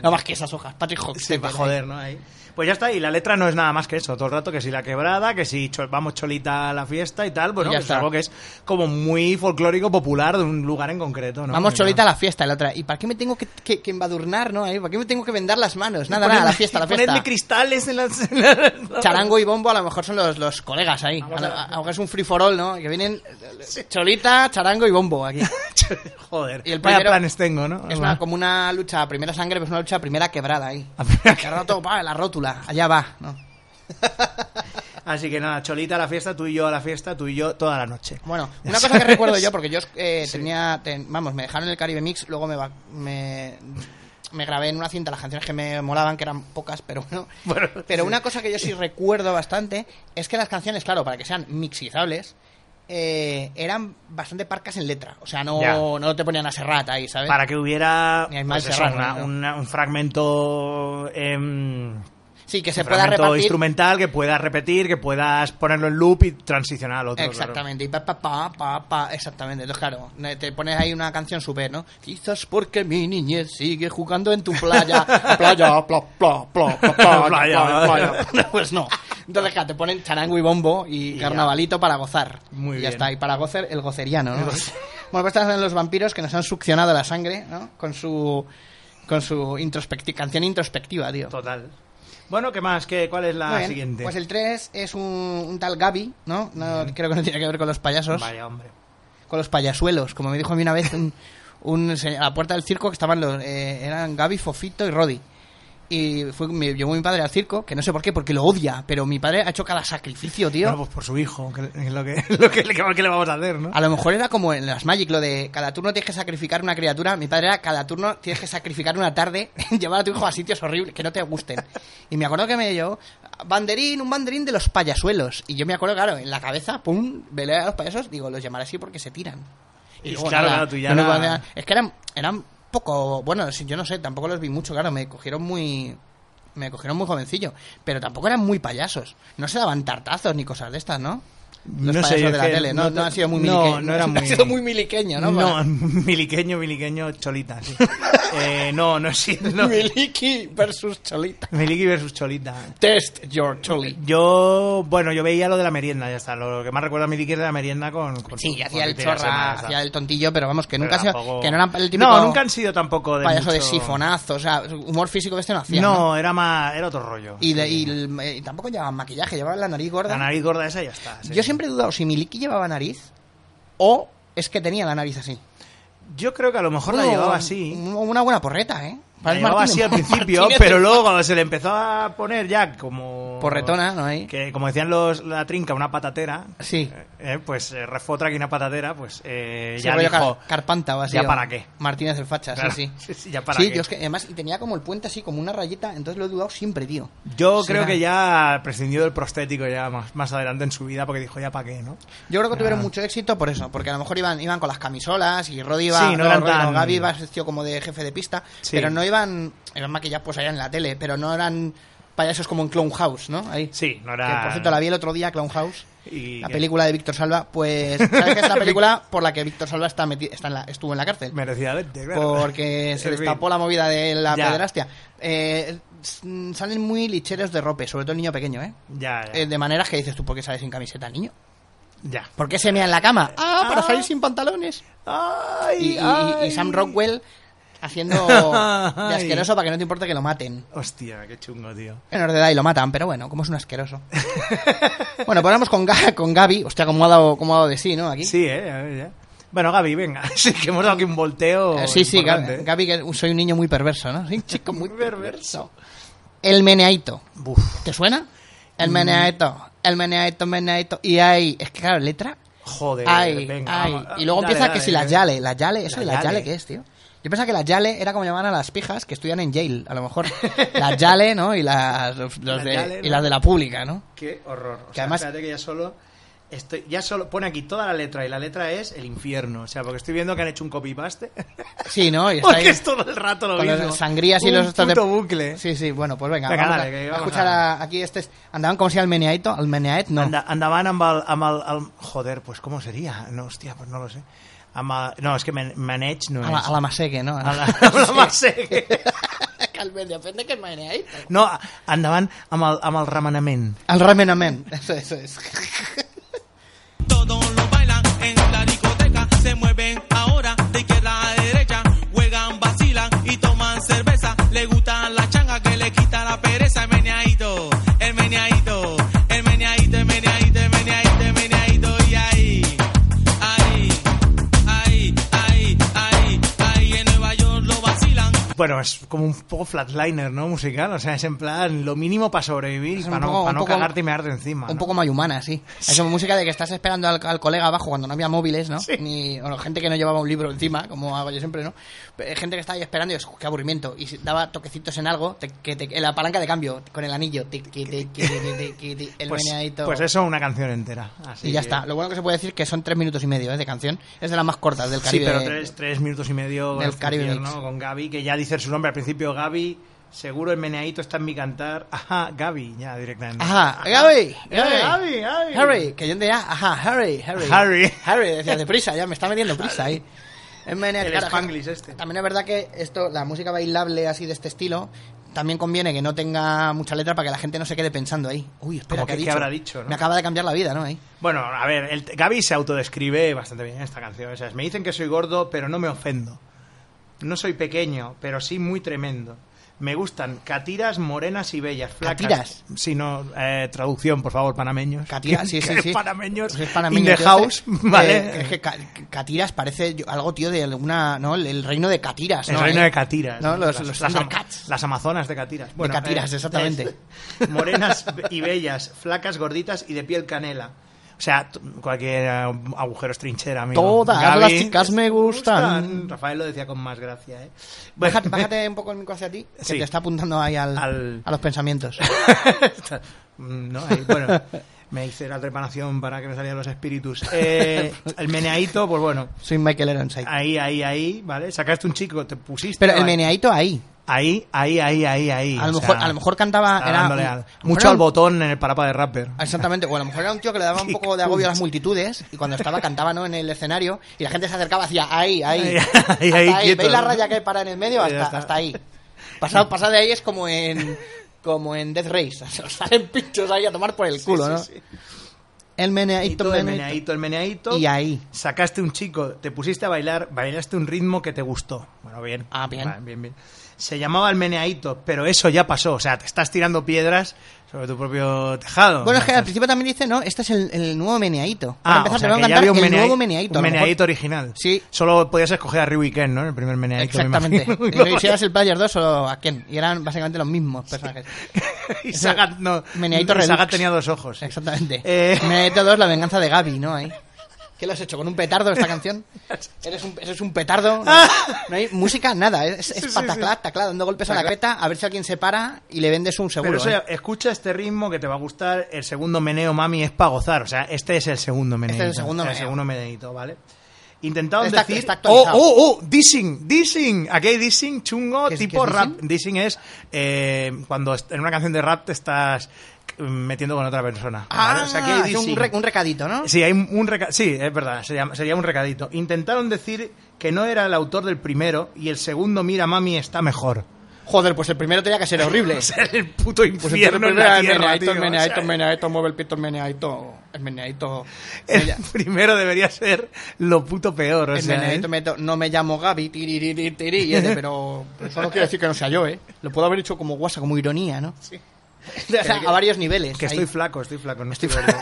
no más que esas hojas. Patrick Hawkins. Sí, para joder, ¿no? Ahí. Pues ya está, y la letra no es nada más que eso, todo el rato que si la quebrada, que si cho- vamos cholita a la fiesta y tal, bueno, Y ya es está. algo que es como muy folclórico, popular de un lugar en concreto, ¿no? Vamos Pero- cholita a la fiesta, la otra. ¿Y para qué me tengo que, que, que embadurnar, no? Ahí, ¿Para qué me tengo que vendar las manos? Nada, nada, a la fiesta, a la fiesta. Ponedle cristales en las... en las- Charango y bombo a lo mejor son los, los colegas ahí. A lo- a- Aunque es un free for all, ¿no? Que vienen cholita, charango y bombo aquí. Joder, Y el vaya primero- planes tengo, ¿no? Es una, como una lucha a primera sangre, pero es una lucha a primera quebrada ahí. Que ha roto, pa, la rótula, allá va, ¿no? Así que nada, cholita a la fiesta, tú y yo a la fiesta, tú y yo toda la noche. Bueno, Ya una cosa que sabes. recuerdo yo, porque yo eh, tenía. ten- vamos, me dejaron el Caribe Mix, luego me, va- me, me grabé en una cinta las canciones que me molaban, que eran pocas, pero bueno. Bueno, pero sí. una cosa que yo sí recuerdo bastante es que las canciones, claro, para que sean mixizables, eh, eran bastante parcas en letra. O sea, no, Ya. no te ponían a Serrat ahí, ¿sabes? Para que hubiera Ni hay más pues eso, cerrado, una- ¿no? una- un fragmento... em, sí, que se un pueda fragmento repartir. instrumental que puedas repetir, que puedas ponerlo en loop y transicionar al otro. Exactamente, y pa, pa, pa, pa, pa, exactamente. Entonces, claro, ne- te pones ahí una canción super, ¿no? Quizás porque mi niñez sigue jugando en tu playa. playa, pla, pla, pla, pla, playa, Playa. playa, playa. No, pues no. Entonces, claro, te ponen charango y bombo y, carnavalito para gozar. Muy y bien. ya está, y para gocer, el goceriano, ¿no? bueno, pues estas son los vampiros que nos han succionado la sangre, ¿no? Con su. Con su introspecti- canción introspectiva, tío. claro. Total. Bueno, ¿qué más? ¿Qué, ¿Cuál es Muy la bien. siguiente? Pues el 3 es un, un tal Gaby, ¿no? no creo que no tiene que ver con los payasos Vaya, hombre. con los payasuelos, como me dijo a mí una vez un, un se- a la puerta del circo que estaban los eh, eran Gaby, Fofito y Rodi. Y fue, me llevó mi padre al circo, que no sé por qué, porque lo odia, pero mi padre ha hecho cada sacrificio, tío. Bueno, pues por su hijo, que es lo que, lo que, lo que le vamos a hacer, ¿no? A lo mejor era como en las Magic, lo de cada turno tienes que sacrificar una criatura. Mi padre era cada turno tienes que sacrificar una tarde, llevar a tu hijo a sitios horribles que no te gusten. Y me acuerdo que me llevó banderín, un banderín de los payasuelos. Y yo me acuerdo, claro, en la cabeza, pum, velé a los payasos, digo, los llamaré así porque se tiran. Y claro, claro, tú ya la- no me podía- Es que eran, eran poco, bueno, si- yo no sé, tampoco los vi mucho, claro, me cogieron muy... Me cogieron muy jovencillo, pero tampoco eran muy payasos. No se daban tartazos ni cosas de estas, ¿no? Los No sé, payasos yo de la es que tele, no, no no, te- han sido muy no, miliqueños. no eran muy- han sido muy miliqueños, ¿no? No, miliqueño, miliqueño, cholita, sí. Eh, no, no sí, no. Miliki versus Cholita. Miliqui versus cholita. Test your Choli. Yo, bueno, yo veía lo de la merienda, ya está. Lo, que más recuerdo a Miliqui es de la merienda con... con Sí, con hacía el tirarse chorra, más, hacía el tontillo, pero vamos, que pero nunca ha sido- tampoco- que no eran el típico No, nunca han sido tampoco de payaso de mucho- sifonazo, o sea, humor físico de este no hacía. No, era más... Era otro rollo. Y, de- y el- eh, tampoco llevaban maquillaje, llevaban la nariz gorda. La nariz gorda esa y ya está. sí. Yo siempre he dudado si Miliki llevaba nariz o es que tenía la nariz así. Yo creo que a lo mejor la Bueno, llevaba así. un- Una buena porreta, ¿eh? La Parece llevaba Martínez- así al principio, Martínez pero luego cuando se le empezó a poner ya como... Porretona, ¿no? Ahí. Que como decían los la trinca, una patatera, Sí. eh, pues eh, refotra aquí una patatera, pues eh, Sí, ya rollo dijo... Car- Carpanta o así. ¿ya o para qué? Martínez el facha, Claro, sí, sí, sí. sí, ¿ya para Sí, qué? yo es que además y tenía como el puente así, como una rayita, entonces lo he dudado siempre, tío. Yo Será. creo que ya prescindió del prostético ya más, más adelante en su vida porque dijo ya para qué, ¿no? Yo creo que tuvieron mucho éxito por eso, porque a lo mejor iban, iban con las camisolas y Rodi iba, Sí, no eran Rodi tan- Gaby iba vestido como de jefe de pista, Sí. pero no iban, eran maquillados pues allá en la tele, pero no eran payasos como en Clown House, ¿no? Ahí. Sí, no Que era... por cierto la vi el otro día, Clown House. Y La que película de Víctor Salva, pues. ¿Sabes que es la película por la que Víctor Salva está meti- está en la- estuvo en la cárcel? Merecidamente, claro. porque se En fin. destapó la movida de la Ya. pederastia. Eh, s- salen muy licheros de rope, sobre todo el niño pequeño, ¿eh? Ya, ya, Eh, de maneras que dices tú, ¿por qué sales sin camiseta el niño? ya. ¿Por qué se mea en la cama? Ah, para Ah. salir sin pantalones. Ay, Y, y- ay. y Sam Rockwell haciendo Ay. de asqueroso para que no te importe que lo maten. Hostia, qué chungo, tío. Menor de edad y lo matan, pero bueno, como es un asqueroso. bueno, pues vamos con, Ga- con Gaby. Hostia, como ha, dado, cómo ha dado de sí, ¿no? Aquí. Sí, eh, a ver, ya. Bueno, Gaby, venga. Sí, que hemos dado aquí un volteo. Eh, sí, sí, importante, Ga- eh. Gaby, que soy un niño muy perverso, ¿no? Soy un chico muy perverso. perverso. El meneaito. Buf. ¿Te suena? El Mm. meneaito, el meneaito, meneaito. Y ahí, es que claro, letra. Joder, Ay, venga. ay. vamos. Y luego Dale, empieza que dale, si la dale. yale, la yale, eso La de la yale. yale, ¿qué es, tío? Yo pensaba que la yale era como llamaban a las pijas que estudian en Yale, a lo mejor. La yale, ¿no? Y las, los- los La de, yale, y ¿no? las de la pública, ¿no? Qué horror. O Que sea, además- espérate que ya solo Estoy, ya solo pone aquí toda la letra y la letra es el infierno. O sea, porque estoy viendo que han hecho un copy-paste. Sí, ¿no? Y está ahí Porque es todo el rato lo con mismo. las sangrías y Un los estos puto bucle. Sí, sí, bueno, pues venga. Venga, vamos dale, a, que a vamos escuchar a- a- aquí este. es- Andaban como si al meneaito, al meneait, no. Anda- andaban amb el, amb el- el- Joder, pues ¿cómo sería? No, hostia, pues no lo sé. Amb el- no, es que man- manage no a, la, es. a la maseque, ¿no? A la- a la Maseque. que al medio, depende que el meneait. No, andaban amb el, amb el remenament. ¿eh? Al ramenamen. Eso, eso es. Todos lo bailan en la discoteca, se mueven ahora de izquierda a derecha, juegan, vacilan y toman cerveza. Le gusta la changa que le quita la pereza. El meneadito, el meneadito, el meneadito, el meneadito, el meneadito, el meneadito. Y ahí, ahí, ahí, ahí, ahí, ahí en Nueva York lo vacilan. Bueno, es como un poco flatliner, ¿no? Musical. O sea, es en plan lo mínimo para sobrevivir y Es un para no, poco- pa un no poco- cagarte y mearte encima. Un ¿no? poco mayumana, sí. Es como música de que estás esperando al, al colega abajo cuando no había móviles, ¿no? Sí. Ni, o gente que no llevaba un libro encima, como hago yo siempre, ¿no? Eh, Gente que estaba ahí esperando y es qué aburrimiento. Y si daba toquecitos en algo, te- que te- en la palanca de cambio, con el anillo, tiqui, tiqui, tiqui, tiqui, el pues, meneadito. pues eh. eso, una canción entera. Así y ya que- está. Lo bueno que se puede decir que son tres minutos y medio ¿eh? de canción. Es de las más cortas del Sí, Caribe. pero tres, tres minutos y medio Del con Caribe Frontier, Mix. ¿no? con Gaby, que ya dice su nombre al principio, Gaby, seguro el meneadito está en mi cantar. Ajá, Gaby, ya directamente. Ajá, Gaby, Gaby, Gaby, Gaby. Harry, que yo entendía, ajá, Harry, Harry. Harry. Harry, decía, deprisa, ya me está metiendo prisa ahí. Es manera- El claro, Spanglish este. También es verdad que esto, la música bailable así de este estilo, también conviene que no tenga mucha letra para que la gente no se quede pensando ahí. Uy, espera, Como ¿qué, ha que qué habrá dicho, ¿no? Me acaba de cambiar la vida, ¿no? Ahí. Bueno, a ver, el, Gaby se autodescribe bastante bien en esta canción. O sea, me dicen que soy gordo, pero no me ofendo. No soy pequeño, pero sí muy tremendo. Me gustan catiras, morenas y bellas, flacas. ¿Catiras? Sí, no, eh, traducción, por favor, panameños. Catiras, sí, Que- sí, que sí. Panameños. Sí, es panameño, in the tío, house, este. ¿vale? Eh, es que Ca- Catiras parece yo- algo, tío, de alguna, ¿no? El, el reino de Catiras, El ¿no? reino Eh, de Catiras. No, los, Las- los las, ama- Thundercats. las amazonas de Catiras. eh, De Catiras, exactamente. es- morenas y bellas, flacas, gorditas y de piel canela. O sea, t- cualquier eh, agujero es trinchera, amigo. Todas Gaby, las chicas me me gustan. Rafael lo decía con más gracia, ¿eh? Bueno, Bájate, bájate un poco el micro hacia ti, que Sí. te está apuntando ahí al- Al- a los pensamientos. Mm, no, ahí, bueno, me hice la trepanación para que me salieran los espíritus. Eh, el meneadito, pues bueno, Soy Michael Ironside. ahí, ahí, ahí, ¿vale? Sacaste un chico, te pusiste... Pero el ahí. meneadito ahí. Ahí, ahí, ahí, ahí, ahí. A lo, o mejor, sea, a lo mejor cantaba. está Ah, Era, Ah, dándole un- al- a lo mejor mucho era al un- botón en el parapa de rapper. Exactamente, o a lo mejor era un tío que le daba un poco de agobio a las multitudes y cuando estaba cantaba ¿no? en el escenario y la gente se acercaba hacía ahí, ahí. Ahí, hasta ahí, ahí, ahí. quieto, ¿Veis la ¿no? raya que hay para en el medio? Ya Hasta, está. hasta ahí. Pasado, pasado de ahí es como en como en Death Race. Se os salen pinchos ahí a tomar por el culo, ¿no? sí, sí. El Y meneadito, todo el meneadito, el meneadito. Y ahí. Sacaste un chico, te pusiste a bailar, bailaste un ritmo que te gustó. Bueno, bien. Ah, bien. Vale, bien, bien. Se llamaba el meneadito, pero eso ya pasó. O sea, te estás tirando piedras sobre tu propio tejado. Bueno, es que al Entonces- principio también dice, no, este es el, el nuevo meneadito. Para Ah, empezar, o sea, te van a que ya cantar había un el menea- nuevo meneadito. un a lo mejor- meneadito original. Sí. Solo podías escoger a Ryu y Ken, ¿no? En el primer meneadito. me Exactamente. imagino. Y luego Si eras el Player 2 o a Ken. Y eran básicamente los mismos personajes. y Sagat, no. Meneadito y Sagat Redux. tenía dos ojos. sí. Exactamente. Eh. Meneadito 2, la venganza de Gaby, ¿no? Ahí. ¿Qué lo has hecho? ¿Con un petardo esta canción? ¿Eres un, eres un petardo? No, no hay música, nada. Es, es Sí, sí, pataclá, sí. taclá, dando golpes a la peta, a ver si alguien se para y le vendes un seguro. Pero eso, ¿eh? escucha este ritmo que te va a gustar. El segundo meneo, mami, es para gozar. O sea, este es el segundo meneo. el segundo meneo. meneito, ¿vale? Intentaban Está- decir. está oh, actualizado. oh, oh, dissing, dissing. Aquí hay dissing chungo, ¿Qué es- tipo qué es rap. dissing? Dissing es eh, cuando est- en una canción de rap te estás mm, metiendo con otra persona. Ah, ¿vale? O sea, aquí hay es un, dissing. re- un recadito, ¿no? Sí, hay un reca- sí, es verdad, sería, sería un recadito. Intentaron decir que no era el autor del primero y el segundo, mira, mami, está mejor. Joder, pues el primero tenía que ser horrible. O sea, el puto Pues el infierno en primero la era el tierra, meneadito, tío. el O meneadito, sea, eh. el meneadito, mueve el pito, el meneadito, el meneadito. El Mella- primero debería ser lo puto peor, o el sea, meneadito, ¿eh? meneadito, no me llamo Gaby, tiririri, tiri, y es de, pero eso no quiere decir que no sea yo, ¿eh? Lo puedo haber hecho como guasa, como ironía, ¿no? Sí. a varios niveles. que ahí. estoy Eh. flaco, estoy flaco, no estoy gordo.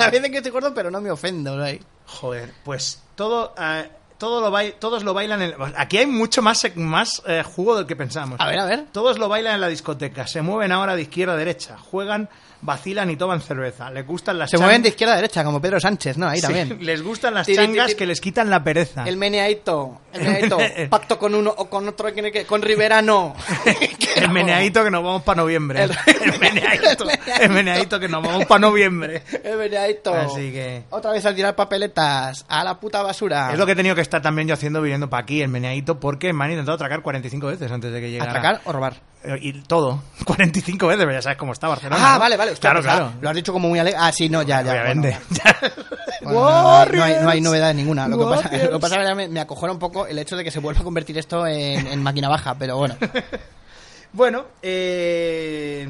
a veces que estoy gordo, pero no me ofendo, ¿no? Ahí. Joder, pues todo, eh, todo lo bail- todos lo bailan. En, aquí hay mucho más, sec- más eh, jugo del que pensamos. A ver, a ver. Todos lo bailan en la discoteca, se mueven ahora de izquierda a derecha, juegan, vacilan y toman cerveza. Les gustan las Se chan- mueven de izquierda a derecha, como Pedro Sánchez, ¿no? Ahí Sí, también. Les gustan las Tiri, tiri, changas tiri. que les quitan la pereza. El meneadito, el meneadito, pacto con uno o con otro, que- que- con Rivera no. El meneadito que nos vamos para noviembre. El, meneadito. El meneadito que nos vamos para noviembre. El meneadito. Así que- Otra vez a tirar papeletas. A la puta basura. Es lo que he tenido que estar también yo haciendo viniendo para aquí, el meneadito, porque me han intentado atracar 45 veces antes de que llegara. ¿Atracar o robar? Eh, Y todo. 45 veces, pero ya sabes cómo está Barcelona. Ah, ¿no? vale, vale. hostia, Claro, pues, ah, claro. Lo has dicho como muy alegre. Ah, sí, no, ya, ya. Obviamente. bueno, bueno, no, hay- no, hay, no hay Warriors. novedades ninguna. Lo que pasa, Warriors. lo que pasa es que me, me acojona un poco el hecho de que se vuelva a convertir esto en, en máquina baja, pero bueno. Bueno, eh...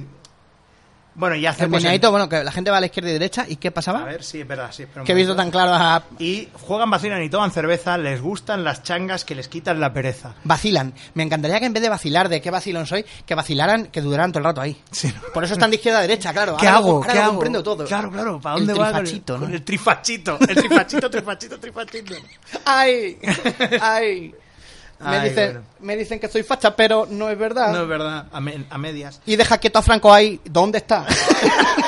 Bueno, ya El hacemos... el- meneadito, bueno, que la gente va a la izquierda y derecha. ¿Y qué A pasaba? ver, sí, es verdad, sí. espera un Que he visto tan momento. claro a... Y juegan, vacilan y toman cerveza, les gustan las changas que les quitan la pereza. Vacilan. Me encantaría que en vez de vacilar de qué vacilón soy, que vacilaran, que duraran todo el rato ahí. Sí, ¿no? Por eso están de izquierda a derecha, claro. ¿Qué Ahora lo- hago? ahora ¿Qué lo hago? comprendo todo. Claro, claro. ¿Para El dónde va? con el- trifachito, con ¿no? el trifachito. El trifachito, trifachito, trifachito. ¡Ay! ¡Ay! Me, Ay, dicen, bueno. me dicen que soy facha, pero no es verdad. No es verdad, a, me- a medias. Y deja quieto a Franco ahí. ¿Dónde está?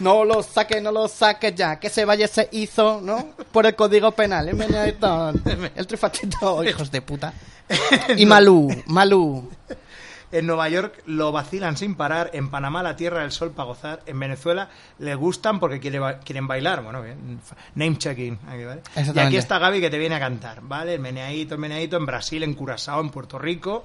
no lo saque, no lo saque ya. Que se vaya se hizo, ¿no? Por el código penal. ¿eh? El meneadito, El trifachito, hijos de puta. Y Malú, Malú. En Nueva York lo vacilan sin parar, en Panamá la tierra del sol para gozar, en Venezuela le gustan porque quiere ba- quieren bailar, bueno, bien, fa- name checking, aquí, ¿vale? Y Exactamente. aquí está Gaby que te viene a cantar, ¿vale? El meneadito, el meneadito, en Brasil, en Curazao, en Puerto Rico.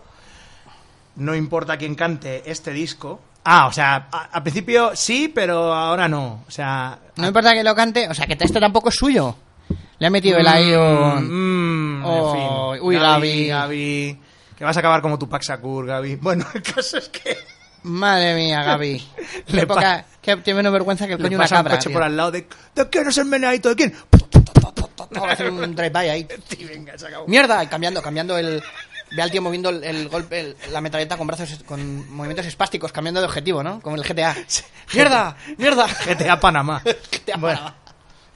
No importa quién cante este disco. Ah, o sea, a- al principio sí, pero ahora no. O sea, No importa que lo cante. O sea, que este tampoco es suyo. Le ha metido el ahí un... Mm, Oh, en fin. uy, Gaby. Gaby, Gaby, que vas a acabar como Tupac Shakur, Gaby. Bueno, el caso es que Madre mía, Gaby. Qué Le poca- pa- que tiene menos vergüenza que el le coño una pasa cabra. un coche tío. por al lado de ¿de quién es el meneadito? ¿De quién? Vamos a hacer un drive-by ahí. Y venga, se acabó. Mierda, y cambiando, cambiando el. Ve al tío moviendo el, el golpe, el- la metralleta con brazos, con movimientos espásticos, cambiando de objetivo, ¿no? Como el GTA. ¡Mierda! ¡Mierda! GTA Panamá. GTA Bueno, Panamá.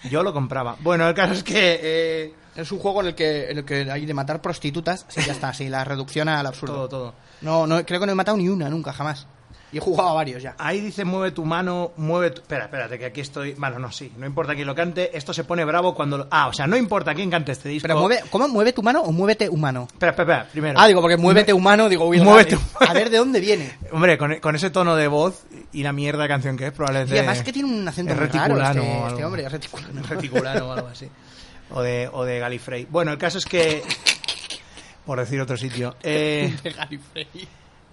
yo lo compraba. Bueno, el caso es que eh, Es un juego en el que, en el que hay de matar prostitutas. Sí, ya está, sí, la reducción al absurdo. todo, todo. No, no, creo que no he matado ni una nunca, jamás. Y he jugado a varios ya. Ahí dice mueve tu mano, mueve tu... Espera, espérate, que aquí estoy... Bueno, no, sí, no importa quién lo cante, esto se pone bravo cuando... lo- Ah, o sea, no importa quién cante este disco. Pero mueve, ¿cómo mueve tu mano o muévete humano? Espera, espera, espera, primero. Ah, digo, porque muévete humano, digo, uy, Muévete A ver de dónde viene. Hombre, con, e-, con ese tono de voz y la mierda de canción que es, Y probablemente. además que tiene un acento es muy raro reticulano este- o algo. este hombre, es reticulano. Reticulano o algo así. O de, o de Galifrey. Bueno, el caso es que. Por decir otro sitio. Eh,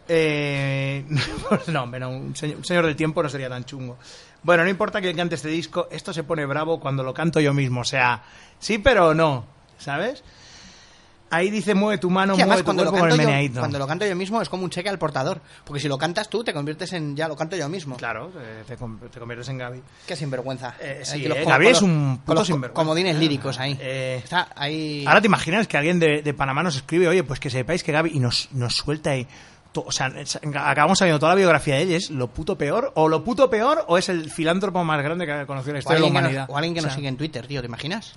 eh, no, hombre, no, un, señor, un señor del tiempo no sería tan chungo. Bueno, no importa que cante este disco, esto se pone bravo cuando lo canto yo mismo. O sea, sí, pero no, ¿sabes? Ahí dice mueve tu mano, Y además mueve tu cuando lo, cuerpo con canto el yo, meneadito. cuando lo canto yo mismo es como un cheque al portador. Porque si lo cantas tú, te conviertes en ya lo canto yo mismo. Claro, eh, te, com- te conviertes en Gaby. Qué sinvergüenza. Eh, Aquí sí, los eh, co- Gabriel con es los- un puto con los co- sinvergüenza. Comodines líricos ahí. Eh, Está ahí. Ahora te imaginas que alguien de, de Panamá nos escribe, oye, pues que sepáis que Gaby y nos, nos suelta ahí. to- O sea, es- acabamos sabiendo toda la biografía de ella, es lo puto peor, o lo puto peor, o es el filántropo más grande que ha conocido la o, historia de la alguien que humanidad. nos, o alguien que O nos sea, sigue en Twitter, tío, ¿te imaginas?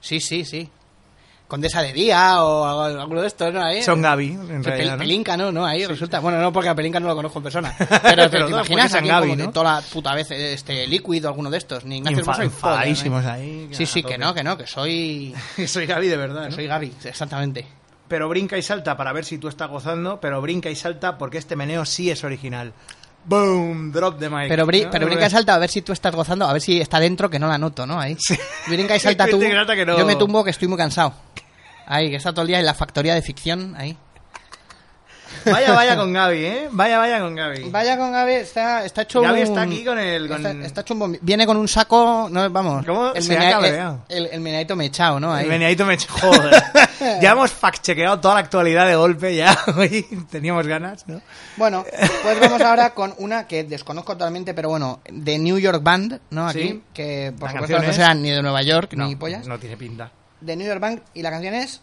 sí, sí, sí. Condesa de Día o algo- alguno de estos, ¿no? Ahí. eh, Son Gaby, en Que realidad, Pel- ¿no? Pelinca, ¿no? ¿no? Ahí resulta. Bueno, no, porque a Pelinca no lo conozco en persona. Pero te, Pero te no, imaginas porque es aquí Gaby, como ¿no? toda la puta vez eh, este líquido alguno de estos. Ni Y Ignacio enfa- Hermoso ¿eh? ni Foda, ¿no? enfadadísimos ahí. Sí, sí, a que tope. no, que no, que soy. Que soy Gaby de verdad, que ¿no? soy Gaby, exactamente. Pero brinca y salta para ver si tú estás gozando, pero brinca y salta porque este meneo sí es original. Boom, drop de mic. Pero, bri- ¿no? pero brinca y salta a ver si tú estás gozando, a ver si está dentro que no la noto, ¿no? Ahí. Brinca y salta tú. Brinca y salta que no. Yo me tumbo que estoy muy cansado. Ahí, que está todo el día en la factoría de ficción, ahí. Vaya, vaya con Gaby, ¿eh? Vaya, vaya con Gaby. Vaya con Gaby, está, está hecho Gaby un- está aquí con el- con- Está, está hecho un bombi- Viene con un saco... No, vamos. ¿Cómo El, se ha menea- cabreado? el, el meneadito mechao, ¿no? Ahí. El meneadito me echa- Joder. ya hemos fact-chequeado toda la actualidad de golpe, ya. Hoy teníamos ganas, ¿no? Bueno, pues vamos ahora con una que desconozco totalmente, pero bueno, de New York Band, ¿no? Aquí, Sí. que por La supuesto canción no es- serán ni de Nueva York No, ni pollas. No tiene pinta. De New York Band y la canción es...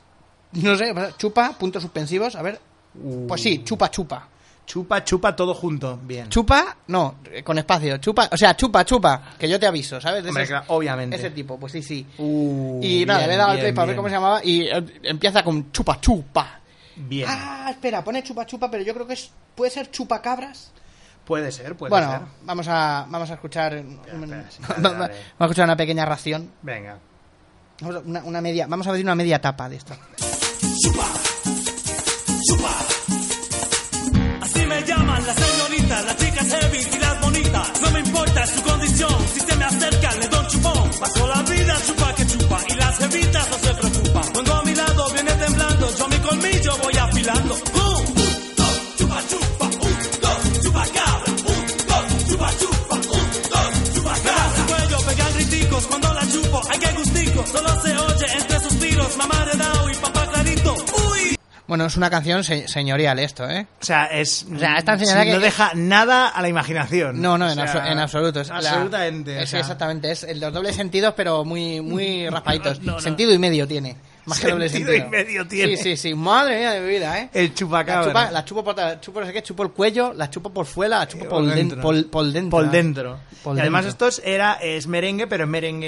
No sé, chupa, puntos suspensivos, a ver. Uh. Pues sí, chupa, chupa. Chupa, chupa todo junto. Bien. Chupa, no, eh, con espacio. Chupa, o sea, chupa, chupa, que yo te aviso, ¿sabes? De Hombre, claro, obviamente. Ese tipo, pues sí, sí. Uh, y nada, bien, le he dado al bien, play para ver bien. cómo se llamaba y eh, empieza con chupa, chupa. Bien. Ah, espera, pone chupa, chupa, pero yo creo que es, puede ser chupacabras. Puede ser, puede bueno, ser. vamos a vamos a escuchar un- espera, sí, vamos dale, a- dale. vamos a escuchar una pequeña ración. Venga. Vamos a- Una, una media, vamos a pedir una media tapa de esto. chupa. Así me llaman las señoritas, las chicas heavy y las bonitas. No me importa su condición, si se me acercan le doy un chupón. Pasó la vida chupa que chupa y las jevitas no se preocupan. Cuando a mi lado viene temblando, yo mi colmillo voy afilando. Un, dos, chupa chupa, un, dos, chupa cabra, un, dos, chupa chupa, un, dos, chupa cabra. Su cuello pegan griticos, cuando la chupo hay que gustico. Solo se oye entre suspiros, mamá de Dao y papá clarito. Uy. Bueno, es una canción se- señorial esto, ¿eh? O sea, es. O sea, esta señora sí, no que- deja nada a la imaginación. No, no, O en, sea, abso- en absoluto. Es la- absolutamente. o es sea, exactamente, es el- los dobles sentidos, pero muy, muy raspaditos. No, no. Sentido y medio tiene. Más que doble Sentido sentido. y medio tiene. Sí, sí, sí. Madre mía de mi vida, ¿eh? El La, chupacabra. chupa- la chupo por la chupo no sé qué, chupo el cuello, la chupo por fuera, la chupo Eh, por, por den- dentro. por- por dentro. Por dentro. Por y además dentro. esto es, era, es merengue, pero es merengue...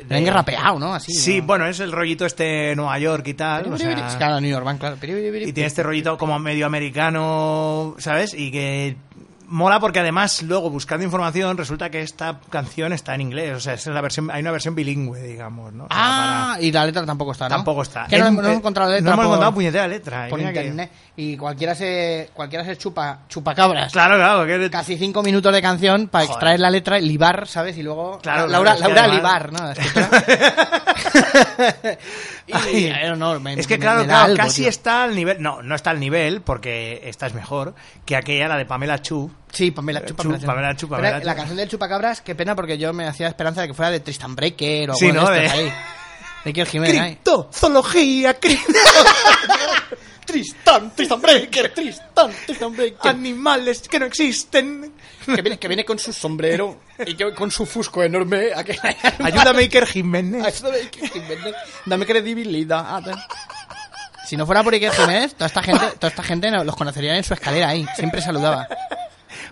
de- Merengue rapeado, ¿no? Así. Sí, ¿no? bueno, es el rollito este Nueva York y tal. o sea, Sí, claro, New York Bank, claro. y tiene este rollito como medio americano, ¿sabes? Y que mola porque además luego buscando información resulta que esta canción está en inglés. O sea, esta es la versión, hay una versión bilingüe, digamos, ¿no? O sea, Ah, y la letra tampoco está, para- ¿no? Tampoco está. Que no, En- no hemos encontrado letra No hemos por- encontrado puñetera letra. y por mira que- internet. Y cualquiera se, cualquiera se chupa, chupacabras. Claro, claro. que- Casi cinco minutos de canción para Joder. extraer la letra, y libar, ¿sabes? Y luego. Claro, Laura, claro, es que Laura además- Libar, ¿no? La escritora. Y- Ay. eh, no, me- es que me- claro, me da claro, algo, casi tío. está al nivel, no, no está al nivel porque esta es mejor que aquella la de Pamela Chu. Sí, Pamela Chu, Chu, Pamela Chu. Pamela Chu, Pero Pamela Chu. La canción del Chupacabras, qué pena porque yo me hacía esperanza de que fuera de Tristan Breaker o Sí, alguno de ¿no? estos De- ahí. De Kiel Jiménez. ahí. Criptozoología, cripto, Tristan, Tristan Breaker, Tristan, Tristan Breaker. animales que no existen. que, viene, que viene con su sombrero y que, con su fusco enorme. a que- Ayúdame Iker Jiménez. Ayúdame, Iker Jiménez. Dame credibilidad. Ah, tal. Si no fuera por Iker Jiménez, toda esta gente, toda esta gente no- los conocerían en su escalera ahí. Siempre saludaba.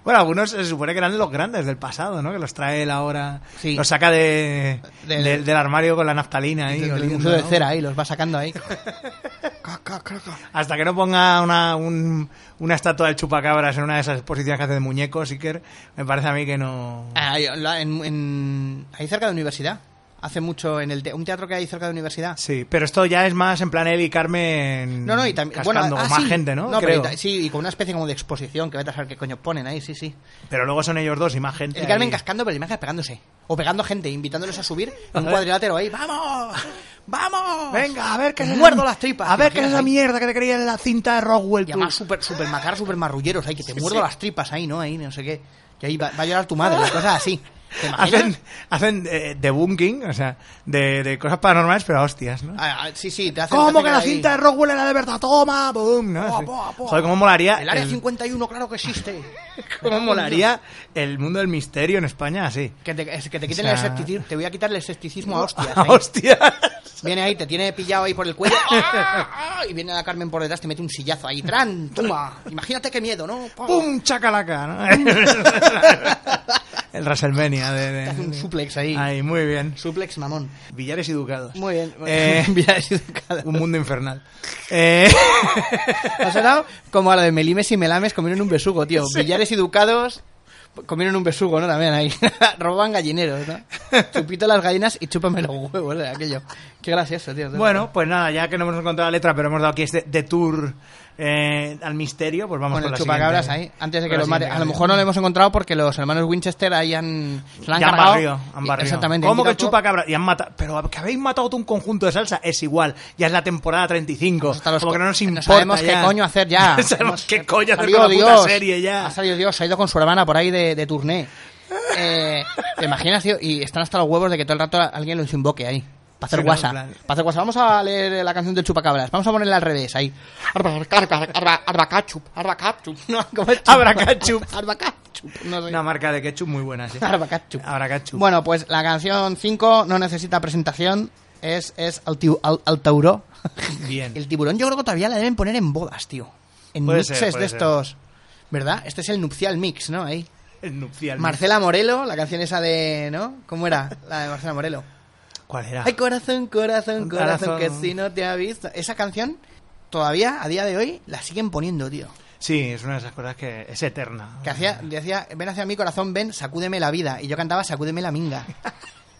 Bueno, algunos se supone que eran los grandes del pasado, ¿no? Que los trae él ahora, Sí. los saca de, Del- del- del armario con la naftalina ahí, Del oliendo, museo de ¿no? cera ahí, los va sacando ahí. Ca, ca, ca, ca. Hasta que no ponga una, un- una estatua del chupacabras en una de esas exposiciones que hace de muñecos, Iker, me parece a mí que no... Ah, yo- la- en- en- ahí cerca de universidad. Hace mucho en el te- un teatro que hay cerca de universidad. Sí, pero esto ya es más en plan él y Carmen. No, no, y también. Bueno, cascando, ah, o más sí. gente, ¿no? pero Creo. y ta- sí, y con una especie como de exposición que vete a saber qué coño ponen ahí, sí, sí. Pero luego son ellos dos y más gente. El Carmen ahí. cascando, pero el Carmen pegándose. O pegando a gente, invitándolos a subir en un cuadrilátero ahí. ¡Vamos! ¡Vamos! Venga, a ver qué es esa- Muerdo las tripas. A ver qué es Imagínate esa ahí. mierda que te creía en la cinta de Roswell. Y tú. además super, super macar, super marrulleros ahí, que te muerdo las tripas ahí, ¿no? Ahí, no sé qué. Y ahí va, va a llorar tu madre, y cosas así. ¿Te imaginas? Hacen, hacen eh, debunking, o sea, de, de cosas paranormales, pero a hostias, ¿no? Ah, ah, sí, sí, te hacen. te ¿Cómo hacen que la ahí- cinta de Rockwell era de verdad? ¡Toma! ¡Bum! ¿no? Poa, Sí. poa, poa. Joder, ¿cómo molaría? El área el- 51, claro que existe. ¿Cómo molaría el mundo del misterio en España así? Que te, es que te quiten O sea- el escepticismo. Te voy a quitar el escepticismo a hostias. ¡Ah, ¿eh? ¡Hostias! Viene ahí, te tiene pillado ahí por el cuello. ¡Ah! Y viene la Carmen por detrás, te mete un sillazo ahí. ¡Tran! ¡Tuma! Imagínate qué miedo, ¿no? ¡Pum! ¡Pum! ¡Chacalaca! ¿no? el WrestleMania. De, de- Te hace un suplex ahí. Ahí, muy bien. Suplex mamón. Villares y Ducados. Muy bien. Eh, Mira, es educada. un mundo infernal. Eh, Ha sonado como a la de Melimes y Melames comieron un besugo, tío. Villares y Ducados comieron un besugo, ¿no? También ahí. Roban gallineros, ¿no? Chupito a las gallinas y chúpame los huevos de aquello. Qué gracioso, tío. bueno, pues nada, ya que no hemos encontrado la letra, pero hemos dado aquí este de tour eh, al misterio, pues vamos con por el la chupacabras ahí. siguiente. Antes de por que la los mare- siguiente A lo canción. mejor no lo hemos encontrado porque los hermanos Winchester ahí han. se lo han Ya han cargado. barrido, han barrido. Exactamente. ¿Cómo han que el quitado todo. chupacabra? Y han matado. Pero que habéis matado todo un conjunto de salsa es igual. Ya es la temporada 35. Hasta los Como que no nos co- importa. sabemos ya. qué coño hacer ya. No sabemos qué coño hacer Salió con la puta Dios. serie ya. Ha salido Dios, se ha ido con su hermana por ahí de, de turné. Eh, ¿Te imaginas, tío? Y están hasta los huevos de que todo el rato alguien los invoque ahí. Para hacer Sí, no, guasa. en plan- Para hacer guasa. Vamos a leer la canción del chupacabras. Vamos a ponerla al revés ahí. Arbacachup. Arbacachup. No, ¿cómo es? Abracachup. Arbacachup. No sé. Una marca de ketchup muy buena, sí. Arbacachup. Abracachup. Bueno, pues la canción 5 no necesita presentación. Es, es al, tiu- al- al Tauro. Bien. El tiburón yo creo que todavía la deben poner en bodas, tío. En Puede mixes ser, puede de ser. estos. ¿Verdad? Este es el nupcial mix, ¿no? Ahí. El nupcial. Marcela Morelo, la canción esa de. ¿No? ¿Cómo era? La de Marcela Morelo. ¿Cuál era? Ay, corazón, corazón, Ah. Un corazón, corazón. que si no te ha visto. Esa canción todavía, a día de hoy, la siguen poniendo, tío. Sí, es una de esas cosas que es eterna. Que hacía, decía, ven hacia mi corazón, ven, sacúdeme la vida. Y yo cantaba, sacúdeme la minga.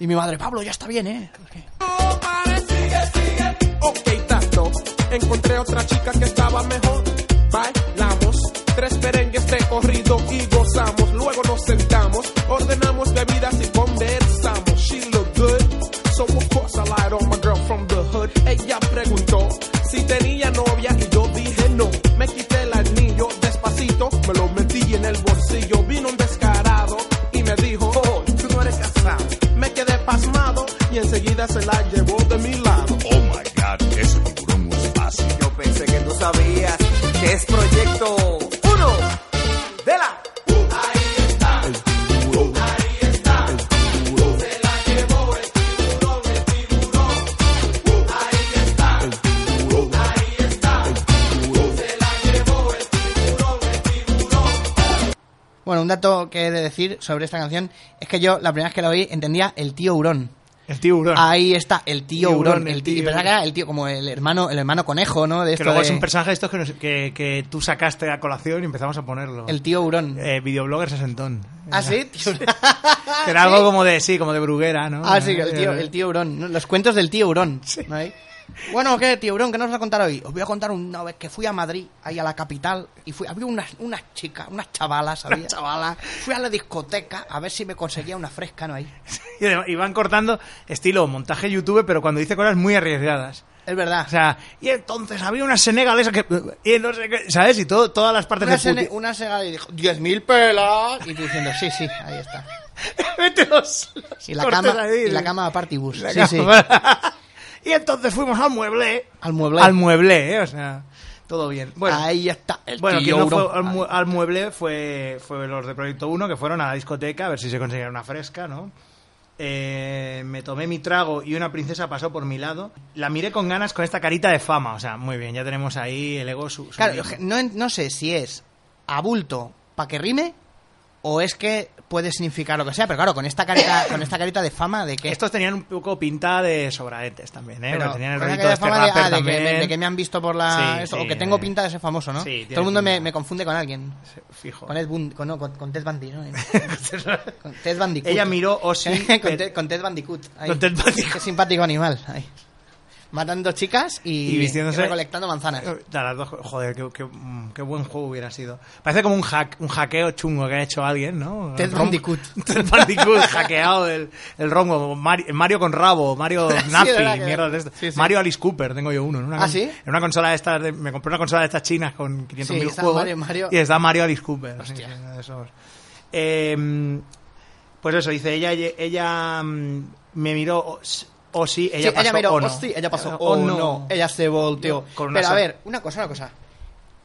Y mi madre, Pablo, ya está bien, ¿eh? No pare, sigue, sigue. Ok, tanto. encontré otra chica que estaba mejor. Bailamos tres perengues de corrido y gozamos. Luego nos sentamos, ordenamos bebidas y conversamos. She looked good, so of course I lied on my girl from the hood. Ella preguntó si tenía novia y yo dije no. Me quité el anillo despacito, me lo metí en el bolsillo. Vino un descarado y me dijo, oh, tú no eres casado. Me quedé pasmado y enseguida se la llevó de mi lado. Oh my god, ese tiburón no es fácil. Yo pensé que tú sabías que es proyecto 1 de la Bueno, un dato que he de decir sobre esta canción es que yo la primera vez que la oí entendía el tío Hurón. El tiburón. Ahí está, el tío Tiburón, Hurón. El el tío, y tío. pensaba que era el tío, como el hermano, el hermano conejo, ¿no? De que esto luego de- es un personaje de estos que, nos- que, que tú sacaste a colación y empezamos a ponerlo. El tío Hurón. Eh, videoblogger sesentón. ¿Ah, sí? Tío- Que Era algo como de, sí, como de bruguera, ¿no? Eh, Ah, sí, el tío, el tío Hurón. ¿no? Los cuentos del tío Hurón. ¿no hay? Bueno, ¿qué, tío Hurón? ¿Qué nos vas a contar hoy? Os voy a contar una vez que fui a Madrid, ahí a la capital, y fui, había unas, unas chicas, unas chavalas, había. chavalas. Fui a la discoteca a ver si me conseguía una fresca, ¿no? Ahí. Y además- y van cortando estilo montaje YouTube, pero cuando dice cosas muy arriesgadas. Es verdad. O sea, y entonces había una senegalesa que... Y no sé qué, ¿Sabes? Y todo, todas las partes una, de sene- una segada y dijo, 10.000 pelas. Y tú diciendo, sí, sí, ahí está. Mete los- los Y la cortes cama, ahí. y la cama a partibus. La sí, sí. cama. y entonces fuimos al mueble. Al mueble. Al mueble, ¿eh? O sea, todo bien. Bueno, ahí está. El bueno tío quien no Hurón. fue al, mu- al mueble fue, fue los de Proyecto 1 que fueron a la discoteca a ver si se conseguía una fresca, ¿no? Eh, me tomé mi trago y una princesa pasó por mi lado. La miré con ganas con esta carita de fama. O sea, muy bien, ya tenemos ahí el ego. Su, Claro, subido. no, no sé si es abulto para que rime o es que puede significar lo que sea, pero claro, con esta carita, con esta carita de fama de que Estos tenían un poco pinta de sobradetes también, ¿eh? pero Porque tenían el con la rollito de carita de este fama de, rapper ah, de que, me, también. de que me han visto por la Sí, eso, sí, o que tengo eh. pinta de ser famoso, ¿no? Sí, tiene Todo el mundo me, pinta. me confunde con alguien. Fijo. Con Ed Bund- con, no, con, con Ted Bundy, ¿no? Con Ted Bandicoot. Ella miró, oh, sí, con, pero- Ted, con Ted Bandicoot. ahí. Con Ted Bandicoot. Qué simpático animal. ahí. Matando chicas y, Y vistiéndose- y recolectando manzanas. Da Eh, las dos- joder, qué, qué- mm, qué buen juego hubiera sido. Parece como un hack, un hackeo chungo que ha hecho alguien, ¿no? Ted Rom- Bandicoot. Ted Bandicoot, hackeado el, el rongo. Mari- Mario, con rabo, Mario nazi, verdad que- mierda de esto. sí, sí. Mario Alice Cooper, tengo yo uno. En una, ¿Ah, con- sí? En una consola de estas, de- me compré una consola de estas chinas con 500.000 Sí, está juegos. Mario- Mario- Y está Mario Alice Cooper. sí, Hostia. sí, uno de esos. Eh, pues eso, dice, ella, ella mm, me miró, o, s- o sí, ella Sí, pasó, ella miró, o no. "Hostia, ella pasó, o no. Ella se volteó. Con una Pero a sor- ver, una cosa, una cosa.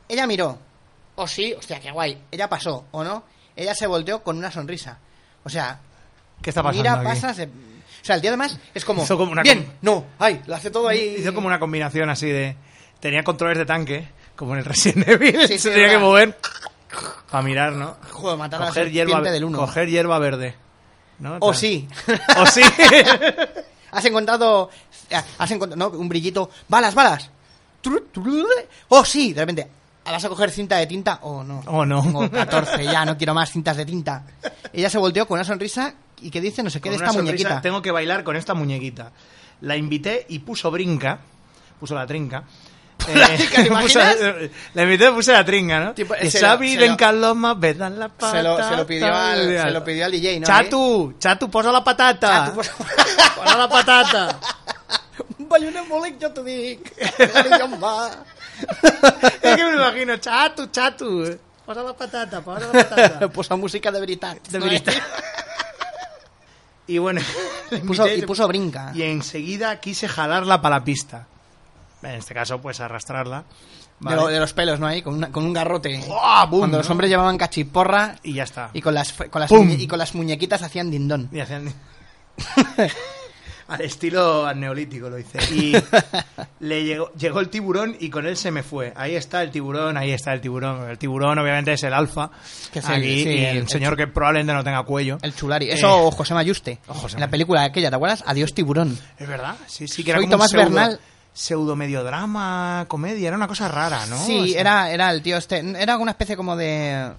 Ella miró, o sí, hostia, qué guay. Ella pasó, o no. Ella se volteó con una sonrisa. O sea, ¿Qué está pasando mira, aquí? pasa, se- O sea, el día además es como. Hizo como una bien, com- no, ay, lo hace todo ahí. Hizo como una combinación así de. Tenía controles de tanque, como en el Resident Evil. Sí, sí, se es tenía que verdad. mover. Para mirar, ¿no? Joder, matar a la Coger serpiente hierba, del uno. coger hierba verde. ¿no? O Tal. sí. O sí. Has encontrado. eh, Has encontrado. No, un brillito. ¡Balas, balas! Tru- tru- ¡Oh, sí! De repente. ¿Vas a coger cinta de tinta o no? O Oh, no. Tengo 14 ya, no quiero más cintas de tinta. Ella se volteó con una sonrisa y que dice no sé qué Con de una esta sonrisa, muñequita. Tengo que bailar con esta muñequita. La invité y puso brinca. Puso la trinca. ¿La trinca, te puso- imaginas? la invité y puse la trinca, ¿no? Tipo, Y se lo- Xavi se ven lo- Caloma, vedan la Se lo- patata, se lo pidió al- tal. se lo pidió al DJ, ¿no? Chatu, Chatu, posa la patata. Chatu, posa- posa la patata. Bayona Molek, yo te digo. Es que me lo imagino, chatu, chatu. Pasa la patata, pasa la patata. Pues a música de Britán. De Britán. Y bueno, le Puso- invité y puso brinca. y enseguida quise jalarla para la pista. En este caso, pues arrastrarla. De, lo- Vale. de los pelos, ¿no? Ahí, con, una- con un garrote. ¡Guau! ¡Bum! Cuando los ¿no? hombres llevaban cachiporra Y ya está. y con las, con las, ¡Pum! muñe- y con las muñequitas hacían dindón. Y hacían- Al estilo al neolítico lo hice. Y le llegó, llegó el tiburón y con él se me fue. Ahí está el tiburón, ahí está el tiburón. El tiburón obviamente es el alfa. Que es el- aquí, sí, y el- el, el señor que probablemente no tenga cuello. El chulari. Eh, Eso o José Mayuste. o José en la Mayuste. película aquella, ¿te acuerdas? Adiós, tiburón. Es verdad, sí, sí, que era Soy como un Tomás pseudo, Bernal. pseudo mediodrama, comedia, era una cosa rara, ¿no? sí, O sea, era, era el tío este. Era una especie como de.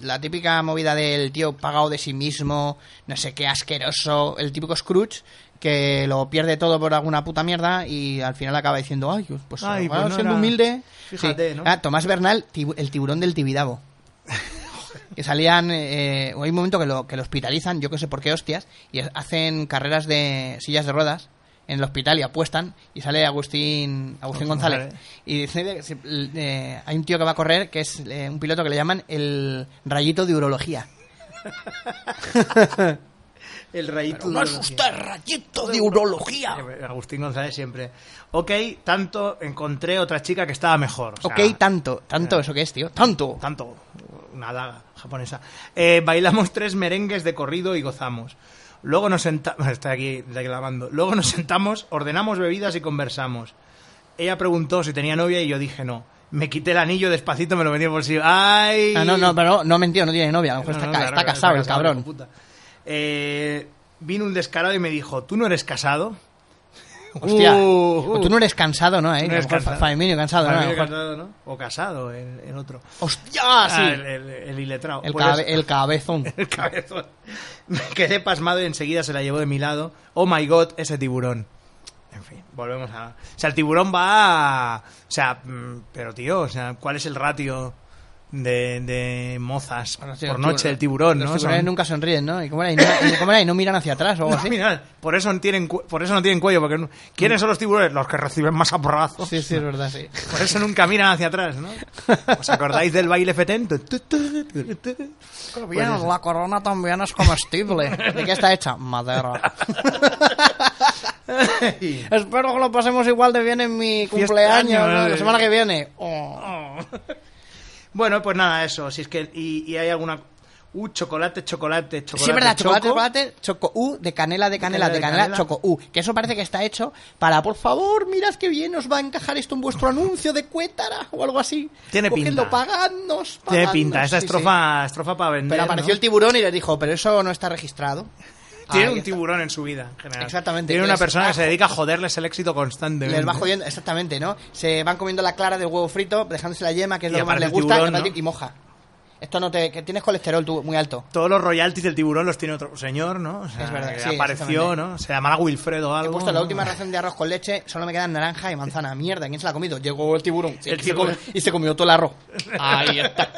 La típica movida del tío pagado de sí mismo, no sé qué asqueroso, el típico Scrooge que lo pierde todo por alguna puta mierda y al final acaba diciendo, ay, pues, Ay, igual pues no siendo era- humilde. Fíjate, ¿no? Ah, Tomás Bernal, tibu- el tiburón del Tibidabo. que salían, eh, hay un momento que lo, que lo hospitalizan, yo que sé por qué hostias, y hacen carreras de sillas de ruedas en el hospital y apuestan, y sale Agustín, Agustín Agustín González. González. Y dice que se- eh, hay un tío que va a correr, que es eh, un piloto que le llaman el rayito de urología. El rayito Eh, No es usted rayito de urología. Agustín González siempre. Ok, tanto encontré otra chica que estaba mejor. o sea, Ok, tanto, tanto eso que es, tío, tanto. tanto, una daga japonesa. Eh, bailamos tres merengues de corrido y gozamos. Luego nos sentamos, estoy aquí reclamando. Luego nos sentamos, ordenamos bebidas y conversamos. Ella preguntó si tenía novia y yo dije no. Me quité el anillo despacito, me lo metí en el bolsillo. ¡Ay! Ah, no, no, pero no, no mentió, no tiene novia, a lo mejor No, está, no, ca- claro, está claro, casado el está cabrón. hijo puta. Eh, vino un descarado y me dijo, ¿tú no eres casado? Hostia, Uh, o tú no eres cansado, ¿no? Eh? No eres A lo mejor casado. fa- Faiminio cansado, ¿no? A lo Familia mejor- casado, ¿no? O casado, el, el otro. Hostia, sí. Ah, el, el, el- el iletrado. Pues cabe- el cabezón. el cabezón. Me quedé pasmado y enseguida se la llevó de mi lado. Oh my god, ese tiburón. En fin, volvemos a. O sea, el tiburón va. a- O sea, mm, pero tío, o sea, ¿cuál es el ratio de, de mozas Bueno, Ah, sí, por el noche el tiburón, Los no? tiburones Son- nunca sonríen, ¿no? ¿Y cómo era? Y no, y cómo era? ¿Y no miran hacia atrás o algo No, así? Mm. mira, por eso no tienen cu- por eso no tienen cuello, porque no- ¿quiénes son los tiburones? Los que reciben más aporrazos. Sí, sí, es verdad, sí. Por eso nunca miran hacia atrás, ¿no? ¿Os acordáis del baile fetento? Tu, tu, tu, tu. Pues eso. la corona también es comestible. ¿De qué está hecha? Madera. Espero que lo pasemos igual de bien en mi cumpleaños, ¿no? la semana que viene. Oh. Bueno, pues nada, eso. Si es que y, y hay alguna uh, chocolate, chocolate, chocolate. Sí, es verdad, chocolate, choco. chocolate, choco U, de canela, de canela, de de canela, canela. choco U. Que eso parece que está hecho para, por favor, mirad qué bien os va a encajar esto en vuestro anuncio de Cuétara o algo así. Tiene Cogedlo, pinta. pagadnos, Tiene pagadnos. pinta, esa Sí, estrofa, estrofa para sí. vender. Pero apareció ¿no? el tiburón y les dijo, pero eso no está registrado. Tiene Ahí un está. tiburón en su vida, en general. Exactamente, Tiene que una les persona que bajo. se dedica a joderles el éxito constantemente. Les va jodiendo, exactamente, ¿no? Se van comiendo la clara del huevo frito, dejándose la yema, que es Y lo que más aparece el les gusta, tiburón, y- ¿no? y moja. Esto no te... que tienes colesterol tú, muy alto. Todos los royalties del tiburón los tiene otro señor, ¿no? O sea, Es verdad, que sí, apareció, exactamente. ¿no? Se llamará Wilfredo o He algo. puesto la ¿no? última ración de arroz con leche, solo me quedan naranja y manzana. Mierda, ¿quién se la ha comido? Llegó el tiburón. Sí, El que se tiburón. comió- y se comió todo el arroz. Ahí está.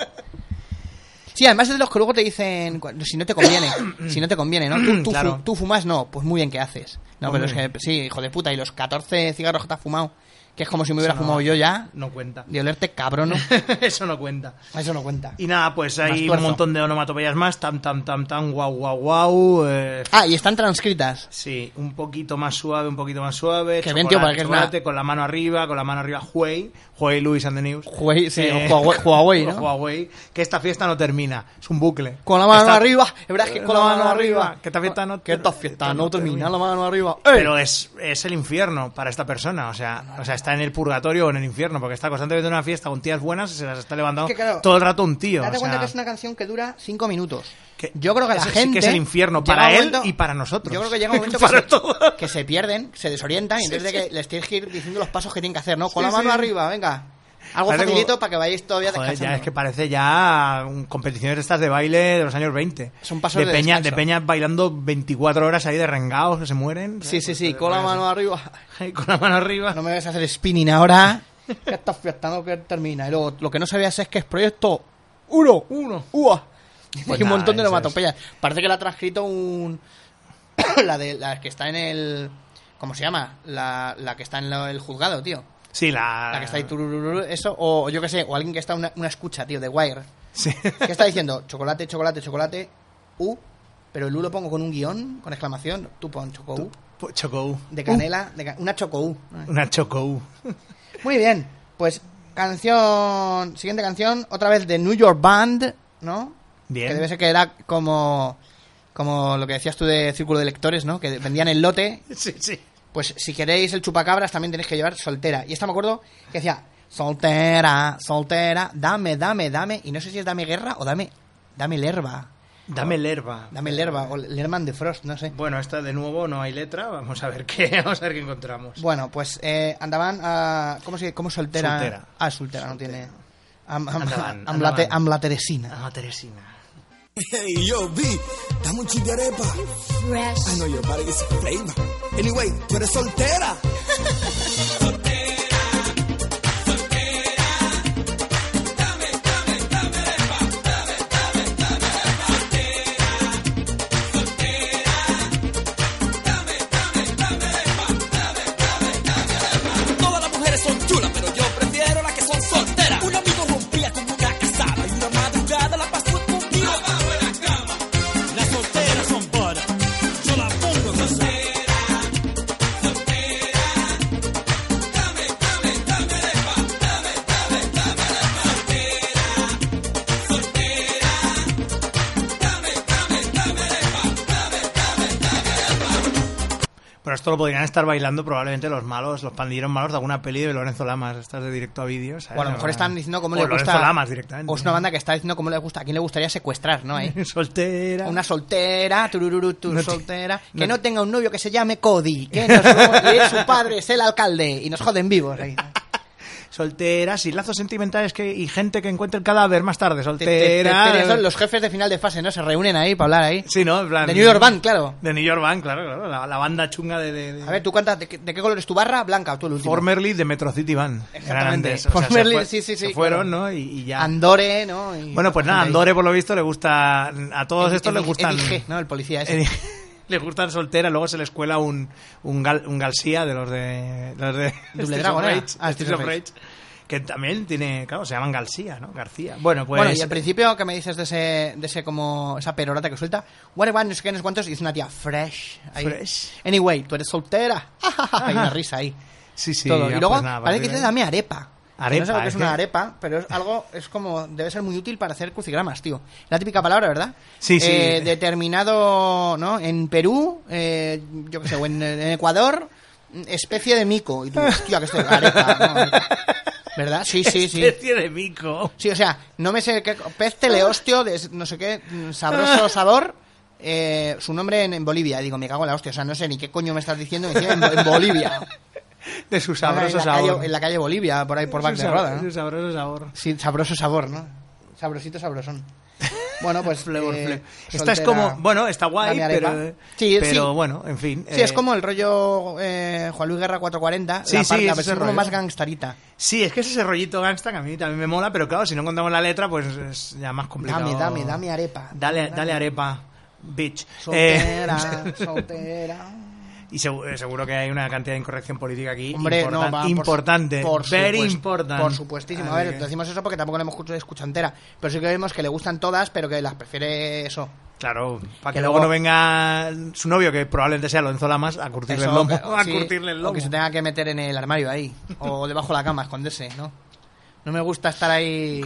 Sí, además es de los que luego te dicen cu- si no te conviene, si no te conviene, ¿no? Tú, tú fu- Claro. tú fumas, no, pues muy bien que haces. No, pero es que sí, hijo de puta, y los 14 cigarros que te has fumado, que es como si me hubiera Eso no- fumado yo ya, No cuenta. de olerte cabrón, ¿no? Eso no cuenta. Eso no cuenta. Y nada, pues Más hay un tuerzo. montón de onomatopeyas más. Tam, tam, tam, tam, guau, guau, guau. eh, Ah, y están transcritas. sí, un poquito más suave, un poquito más suave. Que bien, tío, para que es chocolate, una- con la mano arriba, con la mano arriba, Huey. Huey Luis and the News. Huawei, sí, Eh, o Huawei- Huawei, ¿no? Huawei, que esta fiesta no termina. Es un bucle. Con la mano Esta- arriba, es verdad que con la mano arriba. Que esta fiesta no Que esta fiesta no termina, la mano arriba. ¡Ey! Pero es, es el infierno para esta persona. O sea, o sea, está en el purgatorio o en el infierno, porque está constantemente en una fiesta con tías buenas y se las está levantando Es que, claro, todo el rato un tío. Date o cuenta sea, que es una canción que dura 5 minutos. Que- yo creo que la ese sí que gente. es el infierno llega para un él momento- y para nosotros. Yo creo que llega un momento que, Para se, todos. que se pierden, se desorientan y entonces de que les tienes que ir diciendo los pasos que tienen que hacer, ¿no? Con Sí, la mano sí. arriba, venga. Algo Parece facilito como- para que vayáis todavía Joder, descansando. ya es que parece ya un- competiciones estas de baile de los años 20. Son pasos de de peña, descanso. de peña bailando 24 horas ahí de rengados que se mueren. Sí, sí, sí, con la mano arriba. Ay, Con la mano arriba. No me ves hacer spinning ahora. Que esta fiesta no que termina. Y luego, lo que no sabías es que es proyecto uno, uno, ua. Pues Hay un nada, montón de eso onomatopeyas. Parece que la ha transcrito un. la de la que está en el. ¿Cómo se llama? La, la que está en lo- el juzgado, tío. Sí, la. La que está ahí, tururururu, eso, o, o yo qué sé, o alguien que está en una, una escucha, tío, de Wire. Sí. ¿Qué está diciendo? Chocolate, chocolate, chocolate, U. Pero el U lo pongo con un guión, con exclamación. Tú pon choco U. Pues Chocou. De canela, de ca- una choco U. Una chocou. Muy bien, pues canción, siguiente canción, otra vez de New York Band, ¿no? Bien. Que debe ser que era como, como lo que decías tú de Círculo de Lectores, ¿no? Que vendían el lote. Sí, sí. Pues si queréis el chupacabras también tenéis que llevar soltera. Y esta me acuerdo que decía, soltera, soltera, dame, dame, dame. Y no sé si es dame guerra o dame, dame lerva. Dame el herba. Dame lerva o Lerman de Frost, no sé. Bueno, esta de nuevo no hay letra. Vamos a ver qué, vamos a ver qué encontramos. Bueno, pues eh, andaban a... ah, ¿Cómo se ¿Cómo soltera? Soltera. Ah, soltera, no tiene... Am, am- Andaban, am la, te- andaban. am la Teresina. Ah, Teresina. Hey, yo, B, dame un chip de arepa. I know your body is flavor. Anyway, tú eres soltera. Todas las mujeres son chulas, pero yo prefiero las que son solteras. Un amigo rompía con una casada y una madrugada la pasó conmigo abajo en la cama. Las solteras son buenas, yo las pongo en soltera. Pero esto lo podrían estar bailando probablemente los malos, los pandilleros malos de alguna peli de Lorenzo Lamas, estas de directo a vídeo. ¿sabes? O a lo mejor No, están no. diciendo cómo Ah, O le Lorenzo gusta. Lamas directamente. O es una banda que está diciendo cómo le gusta. ¿A quién le gustaría secuestrar, no? eh? Soltera. Una soltera, turururu, tu- No te- soltera, no que te- no tenga un novio que se llame Cody, que nos jode, y su padre es el alcalde y nos joden vivos. ahí. Soltera, sin lazos sentimentales que, y gente que encuentre el cadáver más tarde. Te- te- Soltera. te- son los jefes de final de fase, ¿no? Se reúnen ahí para hablar ahí. Sí, ¿no? En plan- De New York Band, claro. De New York Band, claro, claro. La, la banda chunga de. de, de- A ver, ¿tú cuántas, de, qué- de qué color es tu barra? Blanca o tú el último. Formerly de Metro City Band. Eran Exactamente. antes. O sea, se Formerly, fue- sí, sí, sí, se fueron, claro. ¿no? Y, y ya. Andore, ¿no? Y- bueno, pues nada, gente ahí. Andore, por lo visto, le gusta. A todos Edi- estos les Edi- gustan. Edige, ¿no? El policía ese. Eh, Le gustan solteras, luego se les cuela un, un, gal- un Galsía de los de. Los de Streets of Dragon, ¿eh? Rage, Ah, Streets of Rage, Que también tiene. Claro, se llaman Galsía, ¿no? García. Bueno, pues. bueno, y al principio que me dices de ese, de ese como, esa perorata que suelta, what one, no sé qué, no sé cuántos, y es una tía fresh. ahí. Fresh. Anyway, tú eres soltera. Hay una risa ahí. sí, sí. Todo. ya, Y luego pues nada, a parece partir que te de- da mi arepa. Que Arepa, ¿eh? no sé lo que es es una que- arepa, pero es algo, es como, debe ser muy útil para hacer crucigramas, tío. La típica palabra, ¿verdad? Sí, sí. Eh, determinado, ¿no? En Perú, eh, yo qué sé, o en, en Ecuador, especie de mico. Y tú, hostia, que esto es arepa, ¿no? ¿Verdad? Sí, sí, sí. Especie de mico. Sí, o sea, no me sé qué. Pez teleostio, de no sé qué, sabroso sabor. eh, su nombre en, en Bolivia. Y digo, me cago en la hostia. O sea, no sé ni qué coño me estás diciendo. encima en, en Bolivia. De su en, sabroso la calle, sabor. en la calle Bolivia, por ahí, por Back Su de sab- Roda. ¿no? Eh, su sabroso sabor. Sí, sabroso sabor, ¿no? Sabrosito, sabrosón. Bueno, pues. Flavor, eh, flavor. Esta es soltera- como. Bueno, está guay, Dame arepa. pero. eh, Sí, pero sí. bueno, en fin. Sí, es eh, como el rollo eh, Juan Luis Guerra 440. Sí, la sí, parte- la es versión ese como rollo. más gangstarita. Sí, es que es ese rollito gangsta que a mí también me mola, pero claro, si no contamos la letra, pues es ya más complicado. Dame, dame, dame arepa. Dale, dale arepa, bitch. Soltera, Eh, soltera. y segu- eh, seguro que hay una cantidad de incorrección política aquí. Hombre, importan- no, va, por su- importante. very supuest- important. Por supuestísimo. A Así ver, que, decimos eso porque tampoco la hemos escuchado- escuchado entera. Pero sí que vemos que le gustan todas, pero que las prefiere eso. Claro, para que, que luego luego- no venga su novio, que probablemente sea Lorenzo Lamas, a curtirle Eso, el lomo. que- a sí, curtirle el o lomo. que se tenga que meter en el armario ahí. O debajo de la cama, esconderse, ¿no? No me gusta estar ahí.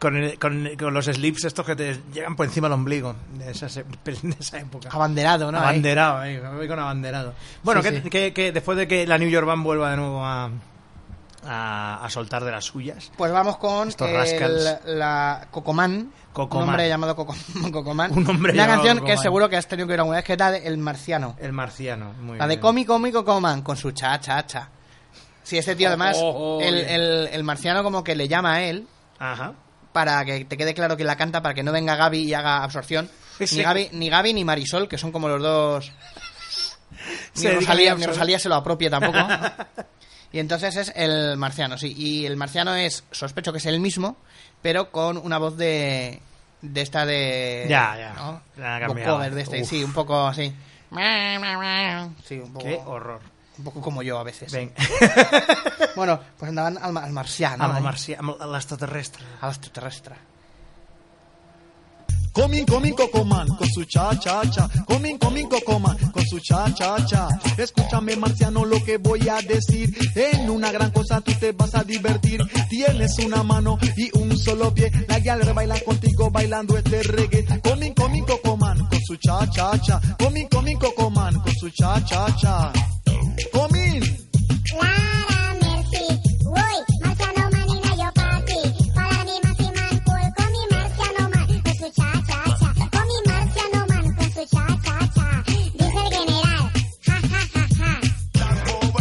Con, el- con- con los slips estos que te llegan por encima del ombligo de esa, se- de esa época. Abanderado, ¿no? Ahí. abanderado, ahí, me voy con abanderado. Bueno, Ah, Sí, que, sí. que- que después de que la New York Band vuelva de nuevo a, a, a soltar de las suyas, Pues vamos con Estos el- rascals. la Cocomán. Cocomán. Un hombre llamado Coco- Cocomán. Un hombre Una llamado canción que Cocomán. seguro que has tenido que oír alguna vez, que es la de El Marciano. el marciano. Muy La de bien. cómico, cómico, coman, con su cha, cha, cha. Sí, este tío además, Oh, oh, oh, el, bien. el- el marciano como que le llama a él Ajá. para que te quede claro que la canta, para que no venga Gaby y haga absorción. Sí, sí. Ni, Gaby, ni Gaby ni Marisol, que son como los dos... Se Ni dedican a Rosalía, ni absorber. Rosalía se lo apropia tampoco. Y entonces es el marciano, sí. Y el marciano es, sospecho que es el mismo, pero con una voz de... De esta de... Ya, ya. ¿no? La ha Vocoder cambiado. de este, Uf. sí, un poco así. Sí, un poco... Qué horror. Un poco como yo a veces. Ven. Bueno, pues andaban al, ma- al marciano. Amo ahí, marciano, al extraterrestre. al extraterrestre. Comin, comin, cocoman, con su cha, cha, cha. Comin, comin, cocoman, con su cha, cha, cha. Escúchame, marciano, lo que voy a decir. En una gran cosa tú te vas a divertir. Tienes una mano y un solo pie. La galera baila contigo bailando este reggae. Comin, comin, cocoman, con su cha, cha, cha. Comin, comin, cocoman, con su cha, cha, cha. Comin. Clara Mercy, uy, Marciano Man y Nayo Pati, para mi Maximan Cool, con mi Marciano Man, con su cha-cha-cha, con mi Marciano Man, con su cha-cha-cha, dice el general, ja, ja, ja, ja. Dice Nando Boom,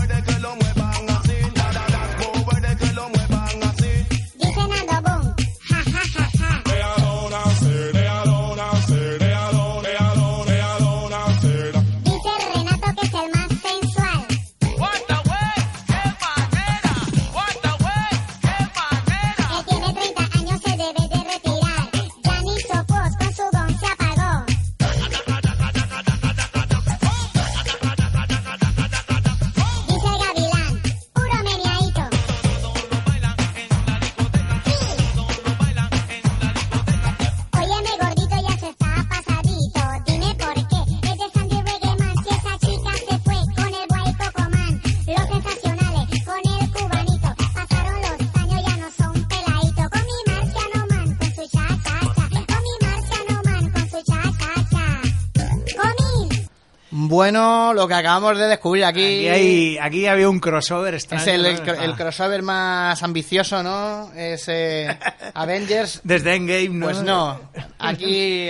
Bueno, lo que acabamos de descubrir Aquí, aquí. hay, aquí había un crossover extraño. Es el, ¿no? el cro- el Ah. crossover más ambicioso, ¿no? Es eh, Avengers. Desde Endgame, ¿no? Pues no. Aquí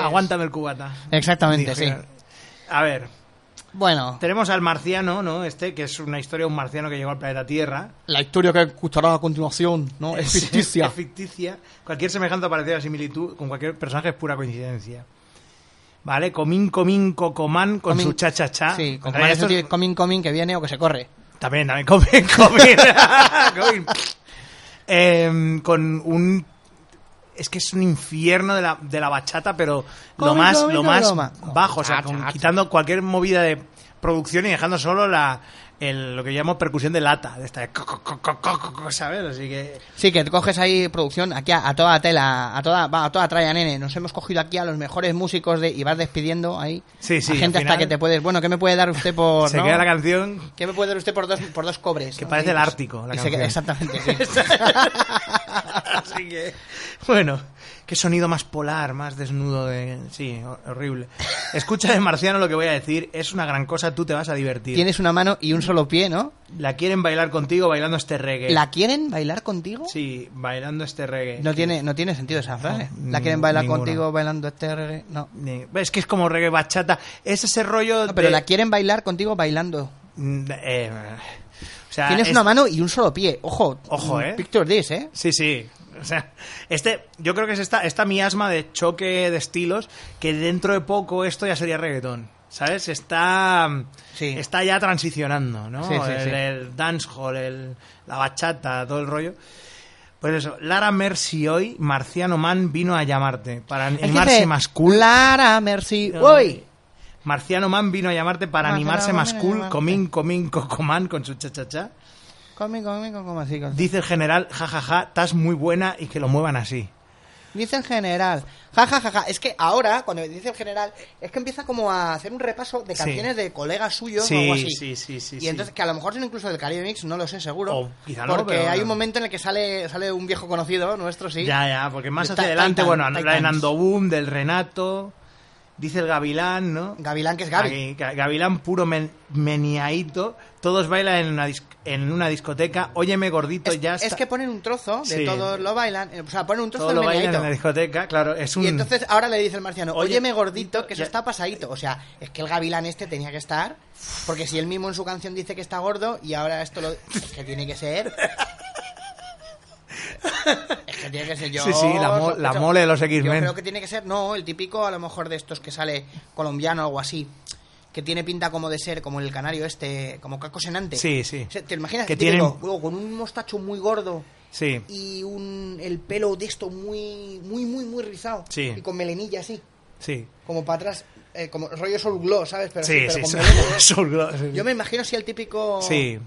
Aguántame el cubata. Exactamente, sí. Dijeron. A ver, Bueno, tenemos al marciano, ¿no? Este, que es una historia de un marciano que llegó al planeta Tierra. la historia que escucharás a continuación, ¿no? Es ficticia. es ficticia. Cualquier semejanza parecida a similitud con cualquier personaje es pura coincidencia. ¿Vale? Comín, comín, cocomán con Comín. su cha cha cha. Sí, con En realidad esto es- coming, coming que viene o que se corre. También, también, comín, comín. Comín. Em, con un... Es que es un infierno de la, de la bachata, pero lo Comín, más, comín, lo no más broma. bajo. O sea, Bachata, con- bachata. quitando cualquier movida de producción y dejando solo la... el- lo que llamamos percusión de lata, de esta de co- co- co- co- co- co- co- ¿sabes? Así que Sí, que te coges ahí producción aquí a, a toda tela, a toda, va, a toda tralla, nene. Nos hemos cogido aquí a los mejores músicos de, y vas despidiendo ahí Sí, sí, a gente al hasta final- que te puedes. Bueno, ¿qué me puede dar usted por.? se no? queda la canción ¿Qué me puede dar usted por dos, por dos cobres? Que ¿no? parece Y el pues- Ártico, la y se queda- canción. exactamente, sí. Así que, bueno, qué sonido más polar, más desnudo de... Sí, hor- horrible. Escucha de Marciano lo que voy a decir, es una gran cosa, tú te vas a divertir. Tienes una mano y un solo pie, ¿no? La quieren bailar contigo bailando este reggae. ¿La quieren bailar contigo? Sí, bailando este reggae. No tiene, no tiene sentido esa frase. No, ¿La quieren ni- bailar ninguna. contigo bailando este reggae? No. Ni- Es que es como reggae bachata. Es ese rollo No, pero de- la quieren bailar contigo bailando. Mm, eh, o sea, Tienes es- una mano y un solo pie. Ojo. Ojo, mm, ¿eh? Picture this, ¿eh? Sí, sí. O sea, este, yo creo que es esta, esta miasma de choque de estilos que dentro de poco esto ya sería reggaetón. ¿Sabes? Está, Sí. está ya transicionando, ¿no? Sí, sí, el, sí. el dancehall, el, la bachata, todo el rollo. Pues eso, Lara Mercy hoy, Marciano Man, vino a llamarte para Es que animarse dice, más cool. Lara, merci. No, Uy. Marciano Man vino a llamarte para Marciano animarse Man más vino a cool, llamarte. comín, comín, cocomán con su cha cha cha. Conmigo, conmigo, como así. como así. Dice el general, jajaja, estás muy buena y que lo muevan así. Dice el general. Ja, ja, ja, ja. Es que ahora, cuando dice el general, es que empieza como a hacer un repaso de Sí. canciones de colegas suyos Sí, o algo así. sí, sí, sí, Y sí. entonces, que a lo mejor son incluso del Caribe Mix, no lo sé seguro. O quizá no, porque pero- hay un momento en el que sale, sale un viejo conocido nuestro, sí. Ya, ya, porque más De hacia Ta- adelante, Titan, bueno, la de Titans. Nando Boom, del Renato, dice el Gavilán, ¿no? Gavilán, que es Gaby. Aquí, Ga- Gavilán puro men- meniaíto, todos bailan en una, dis- en una discoteca, óyeme gordito, Es, ya es está. que ponen un trozo de Sí. todos lo bailan. eh, O sea, ponen un trozo todo del lo bailan en meneadito. la discoteca, claro, es un... Y entonces ahora le dice el marciano, Oye, óyeme gordito, que eso ya- está pasadito. O sea, es que el gavilán este tenía que estar, porque si él mismo en su canción dice que está gordo y ahora esto lo... Es que tiene que ser... Es que tiene que ser yo... Sí, sí, la mo- la mole de los X-Men. Yo creo que tiene que ser, no, el típico a lo mejor de estos que sale colombiano o algo así. Que tiene pinta como de ser como el canario este, como Caco Senante. Sí, sí. O sea, ¿Te imaginas? Que El típico, tienen- luego, con un mostacho muy gordo Sí, y un, el pelo de esto muy, muy, muy, muy rizado. Sí. Y con melenilla así, sí. como para atrás, eh, como rollo Soul Glow, ¿sabes? Pero, Sí, pero sí, con sí. melena. Soul Glow, sí. Yo me imagino si el típico... Sí,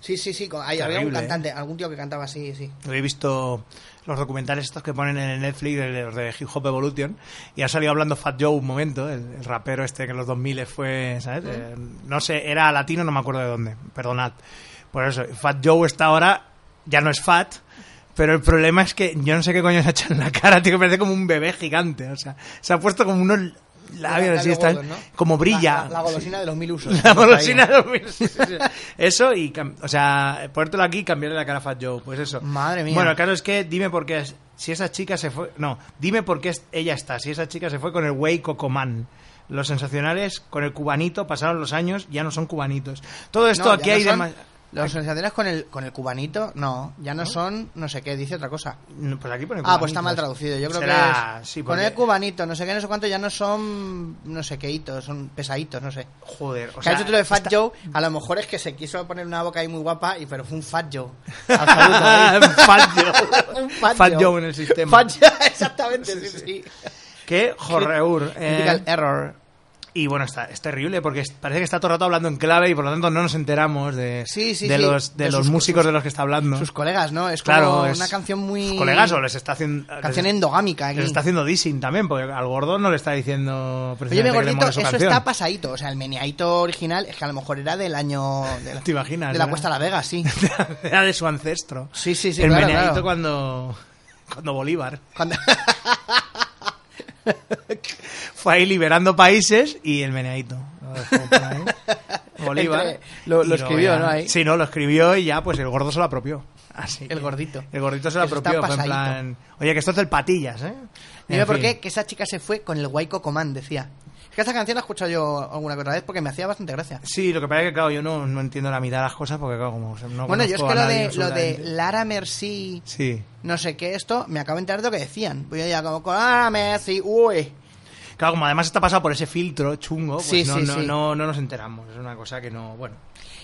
Sí, sí, sí, con- hay- había un Terrible, ¿eh? cantante, algún tío que cantaba así, sí. Yo he visto los documentales estos que ponen en el Netflix, de- los de Hip Hop Evolution, y ha salido hablando Fat Joe un momento, el, el rapero este que en los 2000 fue, ¿sabes? Eh, no sé, era latino, no me acuerdo de dónde, perdonad. Por eso, Fat Joe está ahora, ya no es Fat, pero el problema es que yo no sé qué coño se ha hecho en la cara, tío, que parece como un bebé gigante, o sea, se ha puesto como unos labios así, está, gordos, ¿no? como La- brilla. La, la golosina de los mil usos. La golosina de los mil- sí, sí, sí. Eso y, cam- o sea, ponértelo aquí y cambiarle la cara a Fat Joe. Pues eso. Madre mía. Bueno, el caso es que dime por qué. es- Si esa chica se fue. No, dime por qué es- ella está. Si esa chica se fue con el güey Cocomán. Los sensacionales con el cubanito pasaron los años, ya no son cubanitos. Todo esto No, ya aquí no hay son- demás. Los sensacionales con el, con el cubanito, no, ya no, son, no sé qué, dice otra cosa. No, Pues aquí pone Ah, pues está cubanitos. mal traducido. Yo creo Será- que es- sí, con porque- el cubanito, no sé qué, no sé cuánto, ya no son, no sé qué hitos, son pesaditos, no sé. Joder. O que ha sea, hecho tú lo de Fat Joe, a lo mejor es que se quiso poner una boca ahí muy guapa, y pero fue un Fat Joe. Absoluto, ¿eh? Fat Joe. un Fat, Fat Joe en el sistema. Fat Joe, exactamente, sí, sí. Qué horreur. eh. Critical error. Y bueno, está, es terrible porque es- parece que está todo el rato hablando en clave y por lo tanto no nos enteramos de, Sí, sí, de sí. los, de De los sus- músicos sus- de los que está hablando. Sus colegas, ¿no? Es como claro, es- una canción muy... sus colegas o les está haciendo. Canción les- endogámica aquí. les está haciendo dissing también, porque al gordo no le está diciendo. Oye, mi precisamente que le gordito, mole su eso canción. está pasadito. O sea, el meneadito original es que a lo mejor era del año... De la, ¿Te imaginas, De la no? Cuesta a la Vega, sí. Era de su ancestro. Sí, sí, sí, El claro, meneadito claro. cuando. Cuando Bolívar Cuando- fue ahí liberando países y el meneadito. lo dejó por ahí. Bolívar. Entre- lo- lo Y luego escribió, ya- ¿no? Ahí. Sí, no, lo escribió y ya, pues el gordo se lo apropió. Así El que- gordito. El gordito se lo Eso está apropió. fue en pasadito. plan, oye, que esto es del patillas, ¿eh? Mira En por fin. qué, que esa chica se fue con el Guayco Command, decía. Es que esta canción la he escuchado yo alguna que otra vez porque me hacía bastante gracia. Sí, lo que pasa es que, claro, yo no, no entiendo la mitad de las cosas porque, claro, como no bueno, yo es conozco que a lo nadie de, lo de absolutamente. Lara Merci, Sí. no sé qué, esto, me acabo de enterar de lo que decían. Voy a ir como con Lara Merci, uy. Claro, como además está pasado por ese filtro chungo, pues Sí, no, sí, no, sí. No, no nos enteramos. Es una cosa que no. Bueno.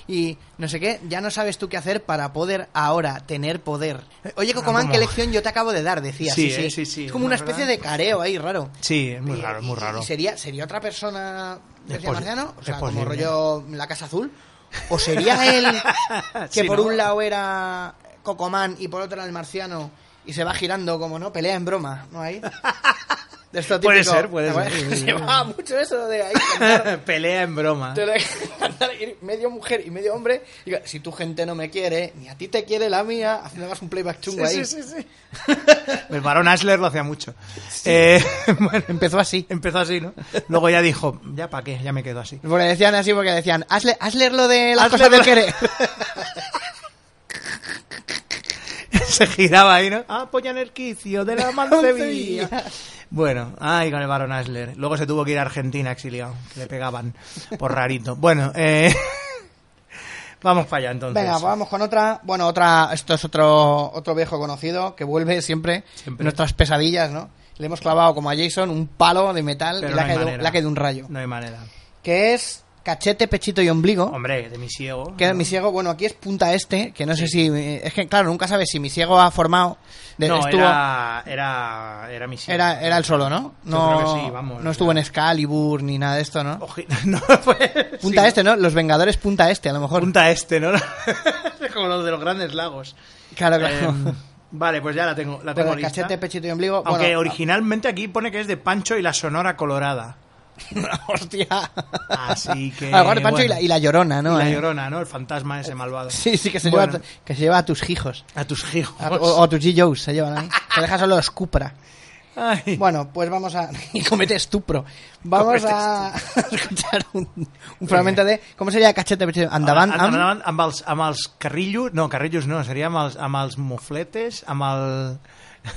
Y no sé qué, ya no sabes tú qué hacer para poder ahora tener poder. Oye, Cocomán, como- qué lección yo te acabo de dar, decía. Ah, Sí, Sí, sí, eh, sí, sí, Es como una ¿verdad? especie de careo ahí, raro. Sí, es muy Y- raro, es muy y- raro. y sería, ¿Sería otra persona, Es decía posi- Marciano? O es sea, como posible. rollo La Casa Azul. ¿O sería él que Sí, por ¿no? un lado era Cocomán y por otro era el Marciano y se va girando como, ¿no? Pelea en broma, ¿no? Ahí. De esto Puede típico. ser, puede ¿Te acuerdas? ser, sí, sí, Se sí. va mucho eso de ahí. cantar Pelea en broma. te da- andar ir medio mujer y medio hombre. Y digo, si tu gente no me quiere, ni a ti te quiere la mía, haciendo más un playback chungo ahí. El varón Asler lo hacía mucho. Eh, bueno, Empezó así. empezó así, ¿no? Luego ya dijo, ya para qué, ya me quedo así. Porque decían así, porque decían, hazle, hazle lo de las Hazle cosas lo- del querer. Se giraba ahí, ¿no? Apoyan el quicio de la Mancebilla. mancebilla. Bueno, ay, con el varón Asler. Luego se tuvo que ir a Argentina exiliado, que le pegaban por rarito. Bueno, eh, vamos para allá entonces. Venga, vamos con otra. Bueno, otra, esto es otro, otro viejo conocido que vuelve siempre, Siempre. en nuestras pesadillas, ¿no? Le hemos clavado como a Jason un palo de metal Pero y le no ha hay caído- manera. le ha caído un rayo. No hay manera. Que es cachete, pechito y ombligo. Hombre, de mi ciego. Que mi ciego, bueno, aquí es punta este, que no sé si. eh, Es que, claro, nunca sabes si mi ciego ha formado. de- No, estuvo- era, era, era mi ciego. Era, era el solo, ¿no? No, creo que sí, vamos, no estuvo en Excalibur ni nada de esto, ¿no? Oji- No, fue... Punta sí, este, ¿no? Los Vengadores punta este, a lo mejor. Punta este, ¿no? Como los de los grandes lagos. Claro, claro. Eh, vale, pues ya la tengo, la Bueno, tengo el lista. cachete, pechito y ombligo. Aunque bueno, originalmente aquí pone que es de Pancho y la Sonora Colorada. Hostia. Así que, A lo mejor Ah, Pancho y, bueno. la, y la llorona, ¿no? y la Eh. Llorona, ¿no? El fantasma ese malvado. Sí, sí, que se, Bueno, Pues- lleva, a tu- que se lleva a tus hijos. a tus hijos. A- o, o a tus G-Joes se llevan ahí. Te dejas solo los Cupra. Ay. Bueno, pues vamos a. Y comete estupro. Vamos Comete a escuchar un, un fragmento de. ¿Cómo sería cachete? pechito? Andaban. Amb- am? amb- amb els, amb els carrillos, no, carrillos no, seria amb els, amb els mofletes, amb el,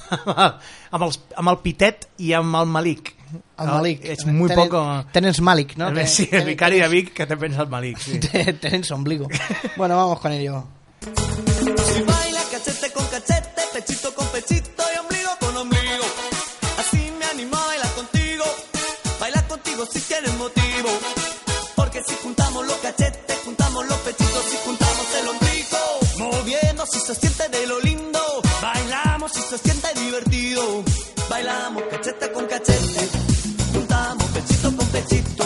amb, els, amb el pitet i amb el malic. Al Malik. És Ah, muy Tenen- poco... Tenens Malik, ¿no? Te- sí, el ten- vicari de Vic que te pensa el malic, sí. ten- Tenens ombligo. Bueno, vamos con ello. Si baila cachete con cachete, pechito con pechito y ombligo con ombligo. Así me animo a bailar contigo. Bailar contigo si tienes motivo. Porque si juntamos los cachetes, juntamos los pechitos y juntamos el ombligo. Moviendo si se siente de lo lindo. Bailamos si se siente divertido. Bailamos cachete con cachete. Juntamos pechito con pechito.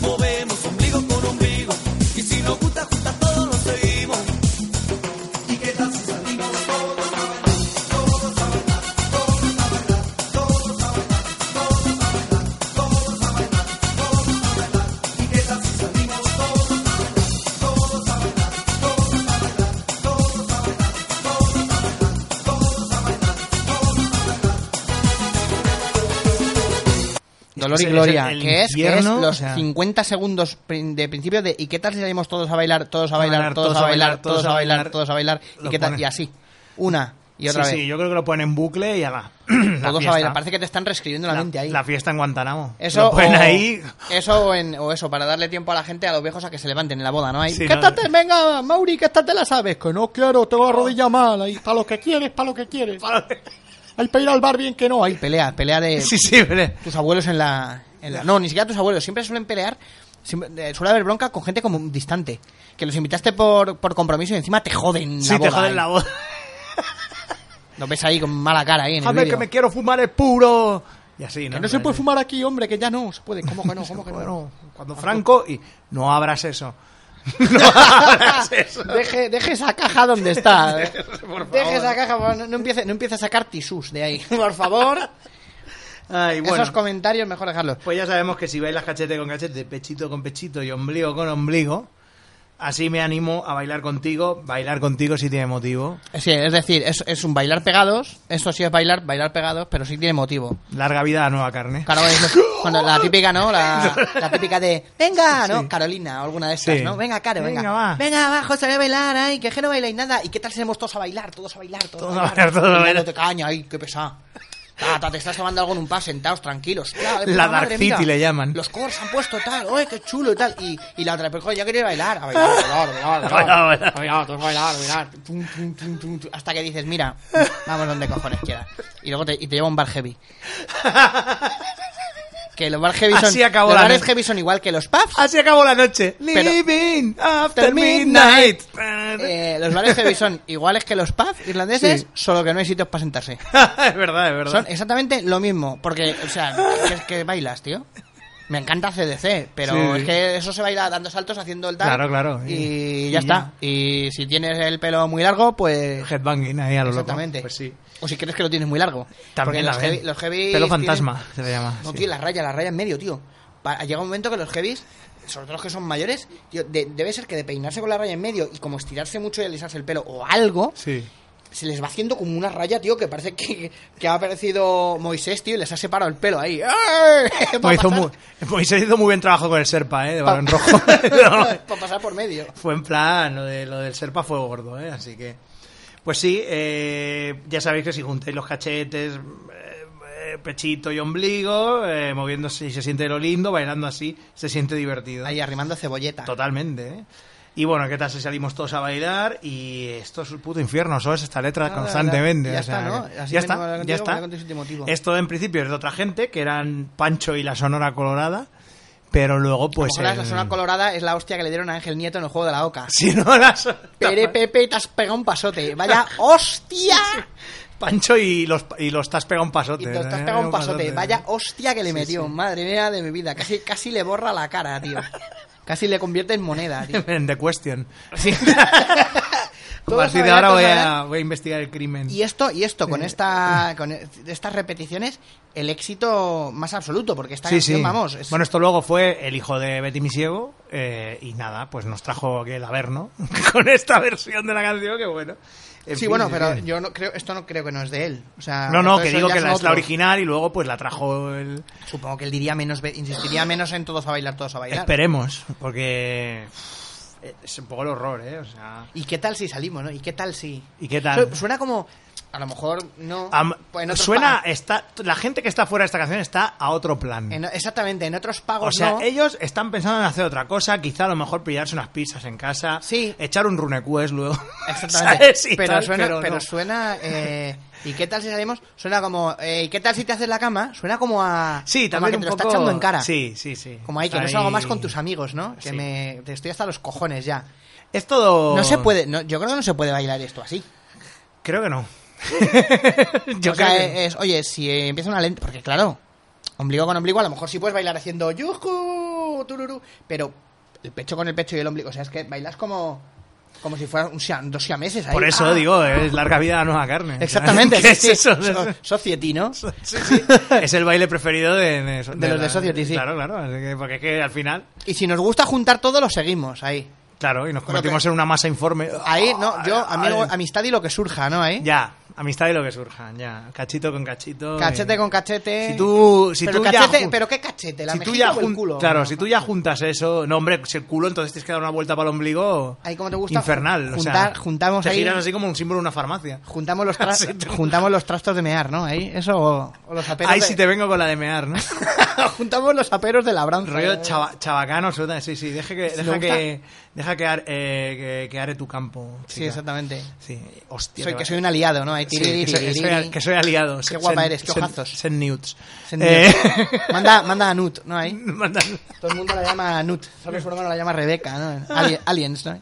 Movemos ombligo con ombligo. Y si nos gusta, juntas todos nos seguimos. ¿Y qué tal si salimos todos a bailar? Todos a bailar, todos a bailar, todos a bailar, todos a bailar, todos a bailar, todos a bailar. ¿Y qué tal si salimos todos a bailar? Todos a bailar, todos a bailar, todos a bailar, todos a bailar, todos a bailar, todos a bailar. Dolor y Es- es Gloria, el- el que es, que es infierno, los o sea. 50 segundos prin- de principio de ¿y qué tal si salimos todos a bailar, todos a bailar, todos a bailar, todos a bailar, todos a bailar? ¿Y Lo qué tal? pone. Y así. Una y otra sí, vez. sí, yo creo que lo ponen en bucle y a la, la todos fiesta. a bailar. Parece que te están reescribiendo la, la, mente ahí. la fiesta en Guantánamo. Eso, lo ponen o, ahí... eso o, en- o eso, para darle tiempo a la gente, a los viejos a que se levanten en la boda, ¿no? Ahí, Sí, ¿Qué no, tal no. te- Venga, Mauri, que esta te la sabes. Que no quiero, tengo la rodilla mal. Ahí, para lo que quieres, para lo que quieres. Hay para ir al bar bien que no. Ahí, pelea, pelea de Sí, sí, pero- tus abuelos en la, en la- No, ni siquiera tus abuelos. Siempre suelen pelear. siempre- eh, suele haber bronca con gente como distante. Que los invitaste por, por compromiso y encima te joden. Sí, te la boda, ¿eh? joden ahí. la voz. Los ves ahí con mala cara ahí en el Déjame que vídeo. me quiero fumar el puro. Y así, ¿no? Que no se puede fumar aquí, hombre, que ya no se puede. ¿Cómo que no? ¿Cómo que no? Bueno, cuando Franco y no abras eso. No abras eso. Deje, deje esa caja donde está. eh. Deje esa caja, por favor, no, no empiece, no empiece a sacar tisús de ahí. Por favor, Ay, bueno. esos comentarios mejor dejarlos. Pues ya sabemos que si bailas cachete con cachete, pechito con pechito y ombligo con ombligo, Así me animo a bailar contigo. Bailar contigo sí tiene motivo. Sí, es decir, es, es un bailar pegados. Esto sí es bailar, bailar pegados, pero sí tiene motivo. Larga vida a la nueva carne. Claro, es lo- cuando la típica, ¿no? La, la típica de, venga, ¿no? Carolina o alguna de esas, Sí. ¿no? Venga, Caro, venga. Venga, va. Venga, va, José, voy a bailar, ay, que je no bailáis nada. ¿Y qué tal si tenemos todos a bailar, todos a bailar, todos, Todos a bailar, todos a Bailando bailar. te caña, ay, qué pesado. Tata, te estás tomando algo en un par, sentados, tranquilos. Hostia, de puta La Dark madre, City mira. le llaman. Los covers han puesto tal, oye, qué chulo y tal. Y, y la otra, pero joder, ya quería bailar, a bailar, a bailar, a bailar, a bailar, a bailar, todos a bailar, a bailar, tum, tum, tum, tum, tum, hasta que dices, mira, vamos donde cojones quieras. Y luego te, y te lleva un bar heavy. Que los bar heavy son, Así acabó los la Ah, bares noche. heavy son igual que los pubs. Así acabó la noche. Pero- Living after After midnight. midnight. Eh, los bares heavy son iguales que los pubs irlandeses, Sí. solo que no hay sitios para sentarse. es verdad, es verdad. Son exactamente lo mismo, porque, o sea, que es que bailas, tío. Me encanta CDC, pero Sí. es que eso se baila dando saltos, haciendo el tal. Claro, claro. Y, Y ya. ya está. Y si tienes el pelo muy largo, pues. Headbanging ahí a lo loco. Exactamente. Pues sí. O si crees que lo tienes muy largo. Porque También la los, ven. heavy, los heavy. Pelo tienen- fantasma se le llama. No, sí. tío, la raya, la raya en medio, tío. Pa- Llega un momento que los heavies, sobre todo los que son mayores, tío, de- debe ser que de peinarse con la raya en medio y como estirarse mucho y alisarse el pelo o algo, Sí. se les va haciendo como una raya, tío, que parece que, que ha aparecido Moisés, tío, y les ha separado el pelo ahí. Para Moisés hizo, pasar- muy, Moisés hizo muy buen trabajo con el Serpa, ¿eh? De pa- balón rojo. pa pasar por medio. Fue en plan, lo, de, lo del Serpa fue gordo, ¿eh? Así que. Pues sí, eh, ya sabéis que si juntáis los cachetes, eh, eh, pechito y ombligo, eh, moviéndose y se siente lo lindo, bailando así, se siente divertido. Ahí arrimando cebolleta. Totalmente, ¿eh? Y bueno, ¿qué tal si salimos todos a bailar? Y esto es un puto infierno, ¿sabes? Esta letra Ah, constantemente. ya o sea, está, ¿no? que- Así ya venimos a hablar está, contigo, ya voy a está. contar este motivo. Esto en principio es de otra gente, que eran Pancho y la Sonora Colorada, pero luego pues... Ojalá la el- zona colorada es la hostia que le dieron a Ángel Nieto en el juego de la oca. Si no, la Sonora- Pere, Pepe, te has pegado un pasote. Vaya hostia. Pancho y los, y los te has pegado eh, un pasote. Y te, te has ¿no? pegado un pasote. Vaya hostia que le Sí, metió. sí. Madre mía de mi vida. Casi, casi le borra la cara, tío. Casi le convierte en moneda, tío. En The Question. a Todos partir de bailar, ahora todos voy a, bailar. voy a investigar el crimen. ¿eh? Y esto, y esto, con esta con e- estas repeticiones, el éxito más absoluto, porque esta canción, vamos, es- Bueno, esto luego fue el hijo de Betty Misiego eh, y nada, pues nos trajo aquí el Averno con esta versión de la canción que bueno. en sí, fin, bueno, en pero fin. yo no creo, esto no creo que no es de él. O sea, No, no, entonces que eso digo ya que son la, es la otros. original y luego pues la trajo el... Supongo que él diría menos, ve- insistiría menos en todos a bailar, todos a bailar. Esperemos, porque uff, es un poco el horror, ¿eh? O sea... ¿Y qué tal si salimos, no? ¿Y qué tal si? ¿Y qué tal? Su- Suena como, a lo mejor no. Am- pues en otros suena, pa- está, la gente que está fuera de esta canción está a otro plan. en- exactamente, en otros pagos O sea, no. ellos están pensando en hacer otra cosa, quizá a lo mejor pillarse unas pizzas en casa, Sí. echar un runequest luego. Exactamente. ¿sabes? Y pero, tal, suena, pero pero, no. suena. eh, ¿Y qué tal si salimos? Suena como. eh, ¿Y qué tal si te haces la cama? Suena como a. Sí, como a también un que te lo poco... está echando en cara. Sí, sí, sí. Como hay que Está no salgo más ahí. con tus amigos, ¿no? Que Sí. me. Te estoy hasta los cojones ya. Es todo... No se puede. No, yo creo que no se puede bailar esto así. Creo que no. o sea, es, oye, si eh, empieza una lenta. Porque claro, ombligo con ombligo, a lo mejor sí puedes bailar haciendo yuju, tururú. Pero el pecho con el pecho y el ombligo. O sea, es que bailas como. Como si fueran un sia- dos siameses ahí. Por eso Ah. digo, es larga vida a nueva carne. Exactamente, ¿Qué sí, es sí. eso? So- Society, ¿no? Sí, sí. Es el baile preferido de, de los la- de Society, sí. Claro, claro. así que- Porque es que al final, Y si nos gusta juntar todo, lo seguimos ahí. claro, y nos Bueno, convertimos que- en una masa informe. Ahí, no, yo, a mí Ay. algo- amistad y lo que surja, ¿no? Ahí. Oh, Ya, amistad y lo que surja, ya. Cachito con cachito. Cachete y- con cachete. Si tú, si Eh, pero, tú ya cachete, jun- pero qué cachete, la si tú mejilla ya o el jun- culo. Claro, si tú ya juntas eso, no hombre, si el culo entonces tienes que dar una vuelta para el ombligo. Ahí como te gusta, Infernal, o sea, juntar- juntamos te ahí- giras así como un símbolo de una farmacia. Juntamos los, tra- Sí, tú. juntamos los trastos de mear, ¿no? Ahí, eso, o, o los aperos. Ahí de- sí te vengo con la de mear, ¿no? juntamos los aperos de labranza. Rollo ¿eh? chava- chabacano, absolutamente. Sí, sí, deja que, Si deja me gusta. que, deja que, ar- eh, que- que are tu campo. Sí, chica. exactamente. Sí, hostia. Soy, te que va- soy un aliado, ¿no? Ahí, Sí, tiriri, que soy- que soy- tiriri. que soy aliado. Qué Sen- guapa eres, qué sen- ojazos. Sen nudes. Sen Eh, Mm. manda, manda a Nut, ¿no? Ahí. manda- Todo el mundo la llama Nut, Mm. solo su hermano la llama Rebeca, ¿no? Ali- aliens, ¿no?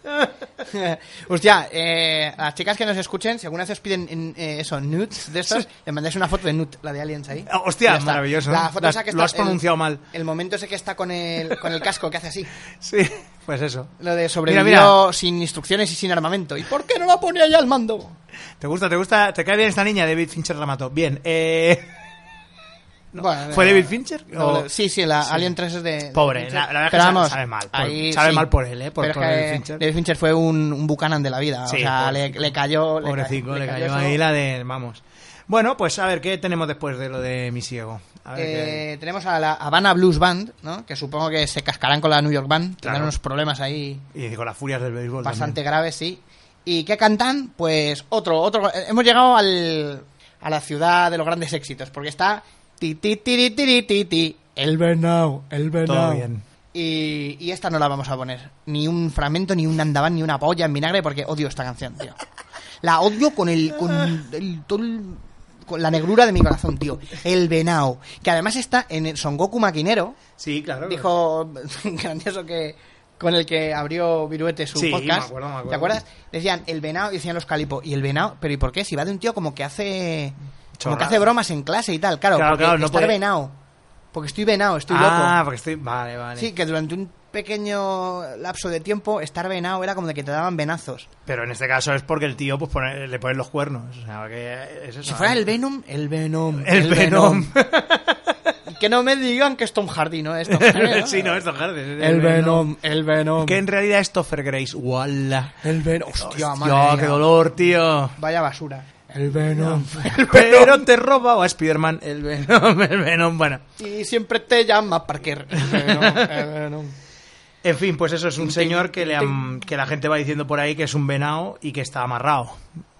Hostia, eh, a las chicas que nos escuchen, si alguna vez os piden en, eh, eso, Nuts de estos, le mandáis una foto de Nut, la de aliens ahí. Ah, hostia, Y ya está. maravilloso. La foto La- esa que lo está- has pronunciado el- mal. El momento ese que está con el, con el casco, que hace así. Sí, pues eso. Lo de sobrevivió mira. sin instrucciones y sin armamento. ¿Y por qué no la ponía ya al mando? ¿Te gusta, te gusta? ¿Te cae bien esta niña, David Fincher Ramato? Bien, eh... ¿no? Bueno, ¿Fue eh, David Fincher? no, ¿O- sí, sí, la Alien 3 es de. de Pobre, Fincher. la- la verdad es que Pero sabe- vamos, sabe mal por- ahí sabe sí. mal por él, eh, por- Pero es por que David Fincher. David Fincher fue un, un Buchanan de la vida. Sí, o sea, pobre. le, le cayó. le Pobrecito, ca- le cayó, eso. ahí la de. Vamos. Bueno, pues a ver, ¿qué tenemos después de lo de mi ciego? A ver, Eh, tenemos a la Habana Blues Band, ¿no? Que supongo que se cascarán con la New York Band. Claro. Tendrán unos problemas ahí qué- Y con las furias del béisbol. bastante también. graves, sí. ¿Y qué cantan? Pues otro, otro. Hemos llegado al, a la ciudad de los grandes éxitos, porque está. Ti, ti, tiri, tiri, ti, ti. El Bernau, el Bernau. Todo bien. Y, y esta no la vamos a poner. Ni un fragmento, ni un andabán, ni una polla en vinagre, porque odio esta canción, tío. La odio con el. con el- todo el- con la negrura de mi corazón, tío. El venao. Que además está en el Son Goku Maquinero. Sí, claro. Dijo grandioso que. Con el que abrió Viruete su Sí, podcast. me acuerdo, me acuerdo. ¿Te acuerdas? Decían el venao y decían los calipos. ¿Y el venao? ¿Pero y por qué? Si va de un tío como que hace. Como que Chorradas. hace bromas en clase y tal. Claro, Claro, porque claro, no estar puede- venao. Porque estoy venao, estoy loco. ah, porque estoy. Vale, vale. Sí, que durante un pequeño lapso de tiempo estar venado era como de que te daban venazos. Pero en este caso es porque el tío pues pone- le ponen los cuernos. O sea, que es eso. Si fuera el Venom, el Venom. El Venom. que no me digan que es Tom Hardy, ¿no? Es Tom Hardy, sí, no, esto es Hardy, es El Venom, el Venom. Que en realidad es Topher Grace. ¡Wala! El Venom. Hostia, madre Tío, mía. qué dolor, tío. Vaya basura. El Venom. Pero te roba o a Spider-Man el Venom, el Venom, bueno. Y siempre te llama Parker. El Venom, el Venom. En fin, pues eso es un señor que, le han- que la gente va diciendo por ahí que es un venado y que está amarrado.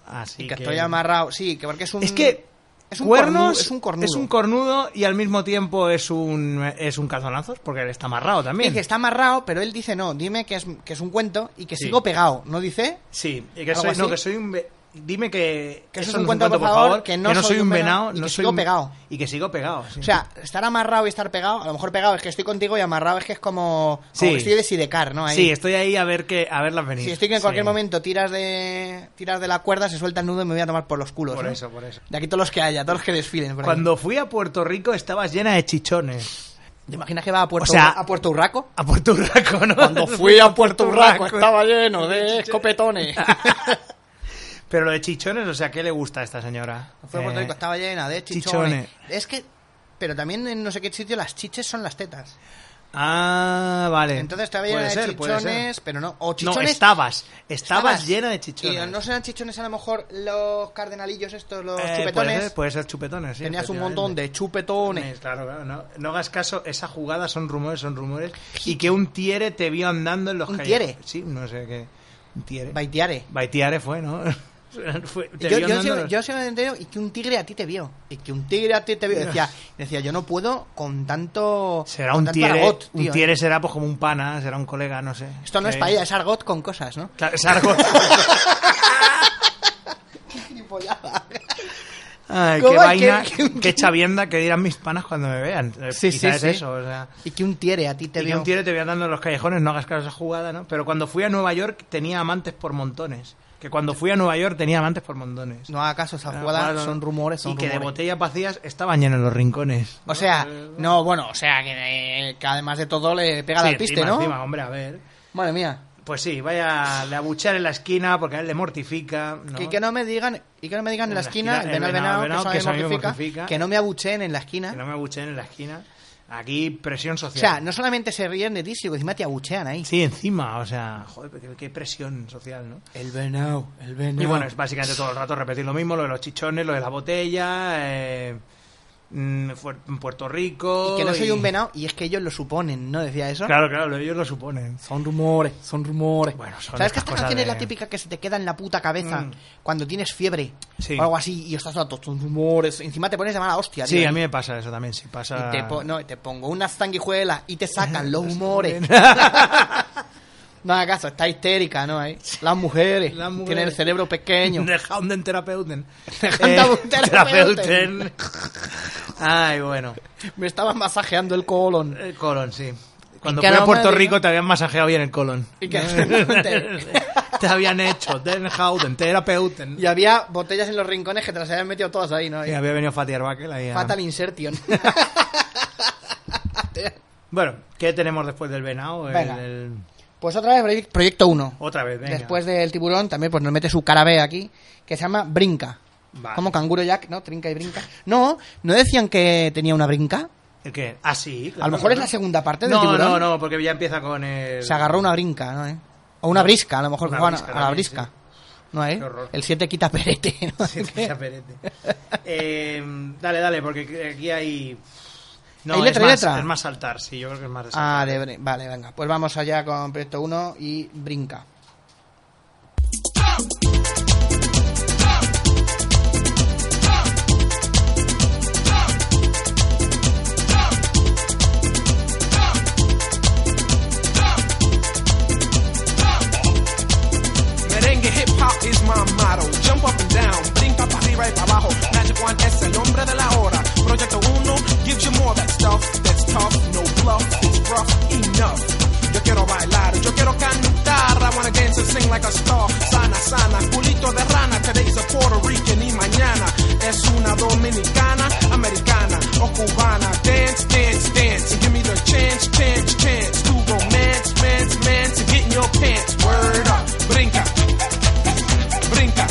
Así Y que estoy amarrado. Sí, que porque es un. Es que Es un cuernos cornu- es un cornudo. es un cornudo y al mismo tiempo es un es un calzonazos porque él está amarrado Y también. que está amarrado, pero él dice no, dime que es, que es un cuento y que Sí. sigo pegado. ¿No dice? Sí, y que ¿Algo soy, no, así? que soy un... ve- Dime que... Que eso eso es un no cuento, por favor, que no soy un venao, venao, y no que soy sigo un- pegado. Y que sigo pegado. sí. O sea, estar amarrado y estar pegado, a lo mejor pegado es que estoy contigo y amarrado es que es como, como Sí. que estoy de sidecar, ¿no? Ahí. sí, estoy ahí a ver, que, a ver las venidas. si estoy que en Sí. cualquier momento tiras de tiras de la cuerda, se suelta el nudo y me voy a tomar por los culos. Por ¿no? eso, por eso. De aquí todos los que haya, todos los que desfilen. por ahí. Cuando fui a Puerto Rico estabas llena de chichones. ¿Te imaginas que va a Puerto, O sea- a Puerto Urraco? A eh. Puerto Rico, ¿no? lleno de escopetones. Pero lo de chichones, o sea, ¿qué le gusta a esta señora? Fue a Puerto Eh, Rico, estaba llena de chichones. chichones. Es que, pero también en no sé qué sitio las chiches son las tetas. Ah, vale. Entonces estaba Puede llena de ser, puede ser. chichones, pero no. O No, chichones estabas. Estabas Estabas- llena de chichones. Y no serán chichones a lo mejor los cardenalillos estos, los Eh, Puede chupetones. ser, puede ser chupetones, sí, Tenías un montón de efectivamente. chupetones. Claro, claro, no, no hagas caso, esa jugada son rumores, son rumores. Y que un tiere te vio andando en los ¿Un calles- tiere? Sí, no sé qué. Un tiere. Baiteare. Baitiare fue, ¿no? Fue- te vio Yo, yo, andando en se- los- yo se me entero y que un tigre a ti te vio. Y que un tigre a ti te vio. Decía, decía yo no puedo con tanto. será con un tanto tiere. argot, un tío". ¿eh? tiere será pues como un pana, será un colega, no sé. Esto no es Eh, paella, es argot con cosas, ¿no? claro, es algo- Gilipollada. Ay, ¿Cómo? qué ¿Qué- vaina, qué- qué chavienda que dirán mis panas cuando me vean. Eh, Sí, Quizá sí, es sí. eso, o sea. Y que un tigre a ti te y que vio. un tío te voy andando en los callejones, no hagas caso a esa jugada, ¿no? Pero cuando fui a Nueva York tenía amantes por montones. Que cuando fui a Nueva York tenía amantes por montones. No haga caso, esa Ah, jugada claro. son rumores, son Y que de Ah, rumores. botellas vacías estaban llenos los rincones. O sea, no, bueno, o sea, que, eh, que además de todo le pega al Sí, piste, encima, ¿no? encima, hombre, a ver. Madre mía. Pues sí, vaya le abuchar en la esquina porque a él le mortifica. ¿no? Y que no me digan, y que no me digan en la esquina, el venado, el venado, que, eso a mí me mortifica, que no me abucheen en la esquina. Que no me abucheen en la esquina. Aquí presión ¿eh? O social. sea, no solamente se ríen de ti, sino que encima te abuchean ahí. Sí, encima, o sea, Ah, joder, qué, qué presión social, ¿no? El venado, el venado. Y bueno, es básicamente todo el rato repetir lo mismo, lo de los chichones, lo de la botella, eh, mm, Fuer- Puerto Rico... Y que no soy un venado, y es que ellos lo suponen, ¿no? Decía eso. Claro, claro, ellos lo suponen. Son rumores, son rumores. Bueno, son ¿Sabes que estas esta cosas canción es de- la típica que se te queda en la puta cabeza Mm. cuando tienes fiebre Sí. o algo así y estás todo son rumores? Encima te pones de mala hostia, Sí, tío. a mí me pasa eso también, sí pasa... Y te, po- no, te pongo unas zanguijuelas y te sacan los humores. no hagas caso, está histérica, ¿no? Ahí. Las, mujeres, Las mujeres. tienen el cerebro pequeño. Dejaun den terapeuten. Dejaun den terapeuten. terapeuten. Ay, bueno. Me estaban masajeando el colon. El colon, sí. Cuando que fui no a me Puerto diga- Rico te habían masajeado bien el colon. Y que- Exactamente. te habían hecho den Hauden, terapeuten. Y había botellas en los rincones que te las habían metido todas ahí, ¿no? Y había venido Fatih Arbakel ahí. a- Fatal insertion. Bueno, ¿qué tenemos después del venado? El- Venga. el- pues otra vez proye- Proyecto 1. Otra vez, venga. Después del tiburón también pues nos mete su cara B aquí, que se llama Brinca. Como Canguro Jack, ¿no? Trinca y brinca. No, ¿no decían que tenía una brinca? ¿El qué? Ah, sí. A lo mejor es la segunda parte del no, tiburón. No, no, porque ya empieza con el... Se agarró una brinca, ¿no? eh? O una brisca, a lo mejor Una jugaban brisca a la también, brisca. ¿No, eh? Qué horror. El 7 quita perete, ¿no? Sí, que se aperete. Eh, dale, dale, porque aquí hay... No, ¿Hay es letra y más- letra? Es más saltar, sí, yo creo que es más de saltar. Ah, de brin- vale, venga. Pues vamos allá con proyecto 1 y brinca. Merengue hip hop is my motto. Jump up and down, brinca para arriba y para abajo. Magic One es el hombre de la hora. Proyecto 1 gives you more that stuff that's tough, no bluff, it's rough enough. Yo quiero bailar, yo quiero cantar. I wanna dance and sing like a star. Sana, sana, culito de rana. Today's a Puerto Rican y mañana es una dominicana, americana o cubana. Dance, dance, dance and give me the chance, chance, chance to romance, mance, mance and get in your pants. Word up, brinca, brinca,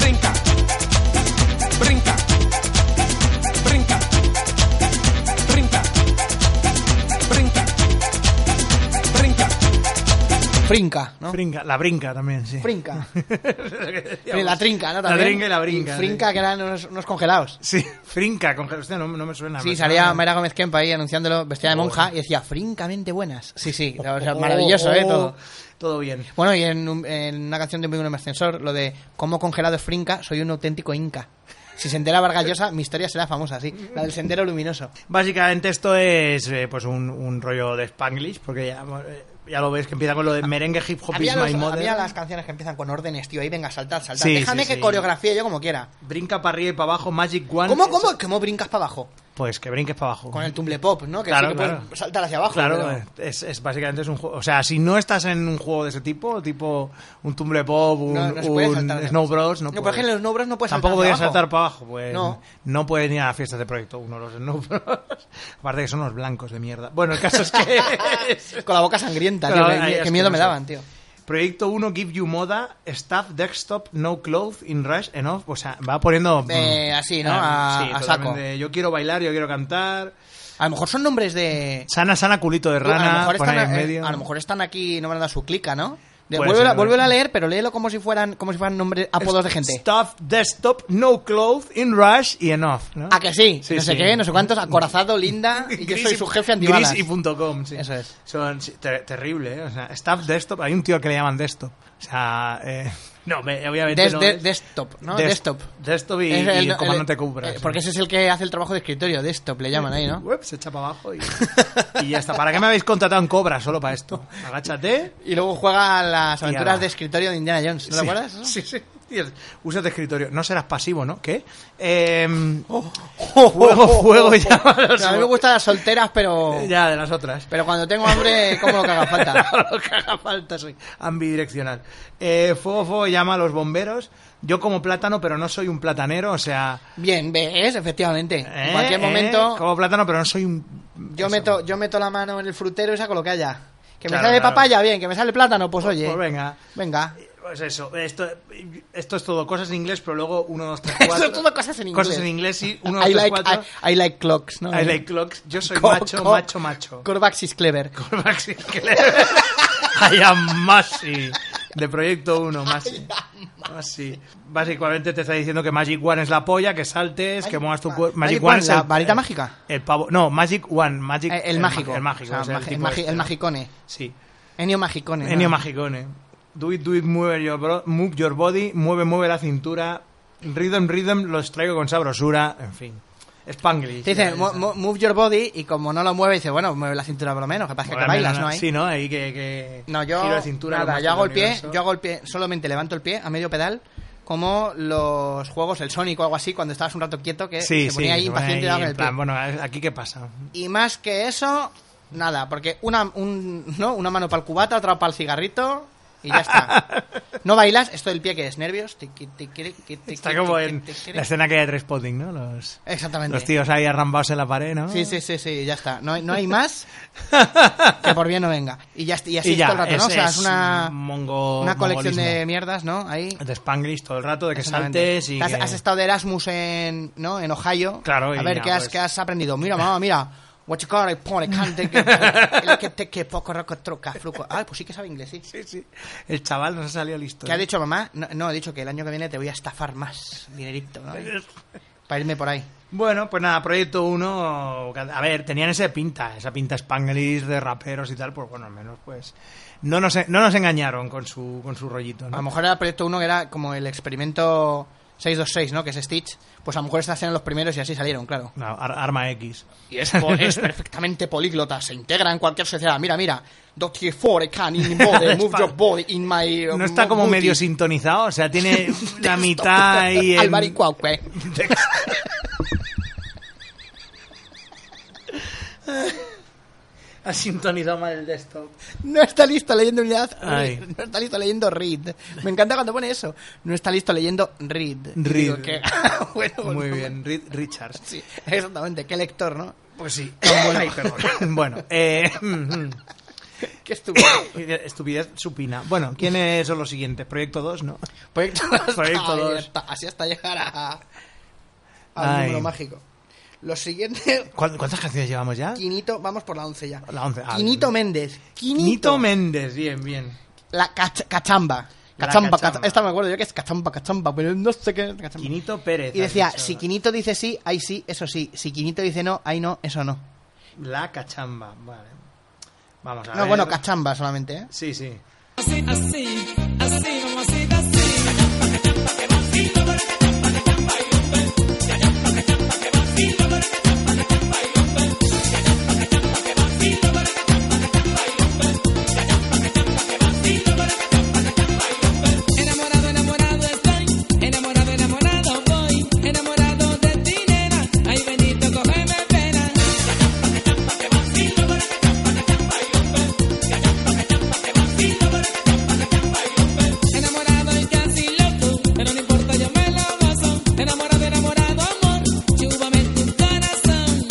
brinca, brinca, brinca, brinca, brinca, brinca. Brinca, ¿no? Brinca, la brinca también, sí. Brinca. la trinca, ¿no? La También. trinca y la brinca, Y Frinca, que eran unos, unos congelados. Sí, frinca, con hostia, no, no me suena. Ah, Sí, me salía suena- Mayra Gómez Kemp ahí anunciándolo, vestida de monja, y decía, frincamente buenas. Sí, sí, o sea, maravilloso, ¿eh? Todo. Oh, Todo bien. Bueno, y en, un- en una canción de Un Pingüino en mi ascensor, lo de como congelado es frinca, soy un auténtico inca. Si se entera Vargas Llosa, mi historia será famosa, sí. La del sendero luminoso. Básicamente esto es eh, pues un, un rollo de Spanglish, porque ya, eh, ya lo ves que empieza con lo de merengue, hip hop, Había, is my los- mother. había las canciones que empiezan con órdenes, tío. Ahí venga, saltad, saltad. Sí, Déjame sí, que sí. coreografía yo como quiera. Brinca para arriba y para abajo, Magic One. ¿Cómo, cómo? ¿Cómo brincas para abajo? Pues que brinques para abajo. Con el tumble pop, ¿no? Que Claro, sí que puedes claro. saltar hacia abajo. Claro, eh, pero- es, es básicamente es un juego. O sea, si no estás en un juego de ese tipo, tipo un Tumble Pop, un, No, no se puede un saltar hacia Snow abajo. Bros, no, No, por puedes. ejemplo, los Snow Bros no puedes Tampoco saltar hacia podías abajo. saltar para abajo, pues. No. No. puedes ir a las fiestas de Proyecto 1, los Snow Bros. Aparte que son unos blancos de mierda. Bueno, el caso es que. Con la boca sangrienta, Claro, tío. ahí Qué, es qué que miedo no me sé. daban, tío. Proyecto 1, Give You Moda, Staff, Desktop, No Clothes, In Rush, Enough. O sea, va poniendo. mm, Eh, así, ¿no? eh, A- sí, a saco. totalmente. Yo quiero bailar, yo quiero cantar. A lo mejor son nombres de. Sana, sana, culito de a, lo rana. mejor pon están, ahí en eh, medio. a lo mejor están aquí no me han dado su clica, ¿no? De, Puede vuélvela- ser, puede vuélvela a ser. leer, pero léelo como si fueran, como si fueran nombres, apodos de gente. Stuff, desktop, no clothes, in rush y enough. ¿no? ¿A Ah, que sí? Sí, no sé sí. qué, no sé cuántos, acorazado, linda, y yo Gris soy y- su jefe antibalas. Gris y punto com, sí. Eso es. Son sí, ter- terrible, ¿eh? O sea, staff desktop, hay un tío que le llaman desktop. O sea, eh, no, me- obviamente Des- no de- es- desktop, ¿no? Des- desktop. Desktop y, Es y el, el- comandante el- Cobra, eh, sí. Porque ese es el que hace el trabajo de escritorio, desktop le llaman ahí, ¿no? Uep, se echa para abajo y, y ya está. ¿Para qué me habéis contratado en Cobra solo para esto? Agáchate. Y luego juega a las Y ala. aventuras de escritorio de Indiana Jones, ¿no te acuerdas? Sí, sí. Tío, Úsate escritorio. No serás pasivo, ¿no? ¿Qué? Eh, oh, fuego, oh, fuego ya. O sea, a mí me gustan las solteras, pero... Ya, de las otras. Pero cuando tengo hambre, Oh. como lo que haga falta. lo que haga falta, sí. Ambidireccional. Eh, fuego, fuego, llama a los bomberos. Yo como plátano, pero no soy un platanero, o sea... Bien, ves, efectivamente. eh, En cualquier eh, momento... como plátano, pero no soy un... Yo meto, yo meto la mano en el frutero y saco lo que haya. Que me Claro, sale claro. papaya, bien, que me sale plátano, pues oye. Pues venga. Venga. Pues eso, esto, esto es todo cosas en inglés, pero luego 1, 2, 3, 4... Eso es todo cosas en inglés. Cosas en inglés, sí. 1, 2, I 3, like, 4... I, I like clocks, ¿no? I like clocks. Yo soy Co- macho, co- macho, macho. Corvax is clever. Corvax y Clever. I am Masi. De Proyecto 1, Masi. Masi. Básicamente te está diciendo que Magic One es la polla, que saltes, que muevas tu cuerpo. Magic Magic One, One es el- la varita el- mágica. El pavo. No, Magic One. Magic, Eh, el, ma- mágico. El mágico. O sea, es el magi- el, tipo magi- este, el ¿no? magicone. Sí. Enio magicone. ¿no? Ennio Magicone. Do it, do it, move your, bro- move your body, mueve, mueve la cintura. Rhythm, rhythm, los traigo con sabrosura. En fin. Spanglish. Te Ya, ya dice, "Mo- mo- move your body, y como no lo mueve, dice, bueno, mueve la cintura por lo menos, que pasa que te Bueno, bailas, no, ¿no? no, hay? Sí, ¿no? Ahí que... que No, yo. giro de cintura, lo nada, más yo hago el pie, universo. yo hago el pie, solamente levanto el pie a medio pedal, como los juegos, el Sonic o algo así, cuando estabas un rato quieto, que Sí, eh, se ponía sí, ahí se pone impaciente ahí y daba con en el pie. plan, Bueno, aquí qué pasa. Y más que eso, nada, porque una, un- ¿no? una mano para el cubata, otra para el cigarrito, y ya está. No bailas, esto del pie que es nervios. tiqui, tiqui, tiqui, Está tiqui, como tiqui, en tiqui. la escena que hay de Trainspotting, ¿no? Los, Exactamente. los tíos ahí arrambados en la pared, ¿no? Sí, sí, sí, sí, ya está. No hay, no hay más que por bien no venga. Y ya, est- y así Y ya, todo el rato, ¿no? O ese sea, es es una, mongo- una colección de mongolismo. mierdas, ¿no? Ahí. De Spanglish todo el rato, de que Exactamente. saltes y has, que- has estado de Erasmus en, ¿no? en Ohio. Claro, y A ver, ya, ¿qué, has, pues. qué has aprendido? Mira, mamá, mira. Guachicora y pone cante que- el que te que poco roco troca fluco. Ah, pues sí que sabe inglés, sí. Sí, sí. El chaval no se salió listo. ¿eh? ¿Qué ha dicho mamá? No, no, he dicho que el año que viene te voy a estafar más dinerito, ¿no? Para irme por ahí. Bueno, pues nada, Proyecto 1. A ver, tenían esa pinta, esa pinta spanglish de raperos y tal, pues bueno, al menos pues. No nos, no nos engañaron con su, con su rollito, A ¿no? lo mejor era el proyecto 1 que era como el experimento 626, ¿no? Que es Stitch. Pues a lo mejor estas eran los primeros y así salieron, claro. No, Ar- arma X. Y es, po- es perfectamente políglota, se integra en cualquier sociedad. Mira, mira. Dot here for I can in body, move your body in my. uh, No está como booty. medio sintonizado, o sea, tiene la mitad y. en- Albaricuauque. Ha sintonizado mal el desktop. No está listo leyendo unidad. Ay. No está listo leyendo read. Me encanta cuando pone eso. No está listo leyendo read. Y Read. digo que- bueno, bueno, Muy bueno. bien, Ri- Richards. Sí, exactamente. Qué lector, ¿no? Pues sí. Ay, perdón. bueno, eh, Qué estúpido. estupidez supina. Bueno, ¿quiénes son los siguientes? Proyecto 2, ¿no? Proyecto Proyecto dos. hasta- Así hasta llegar a, al Ay. número mágico. Lo siguiente, ¿Cuán- ¿Cuántas canciones llevamos ya? Quinito, vamos por la 11 ya. La 11, ah, Quinito bien. Méndez. Quinito, Nito Méndez, bien, bien. La cach- cachamba. La Cachamba, cachamba. cacha- esta me acuerdo yo que es cachamba, cachamba, pero no sé qué es cachamba. Quinito Pérez. Y decía, has dicho, si Quinito dice sí, ahí sí, eso sí. Si Quinito dice no, ahí no, eso no. La cachamba, vale. Vamos a no, ver. bueno, cachamba solamente, ¿eh? Sí, sí. Así, así, así, mamacita, así. Enamorado, enamorado estoy, enamorado, enamorado voy, enamorado de ti, nena, ay Benito, cógeme pena. Enamorado y casi loco, pero no importa, yo me lo gozo. Enamorado, enamorado, amor, chúpame tu corazón.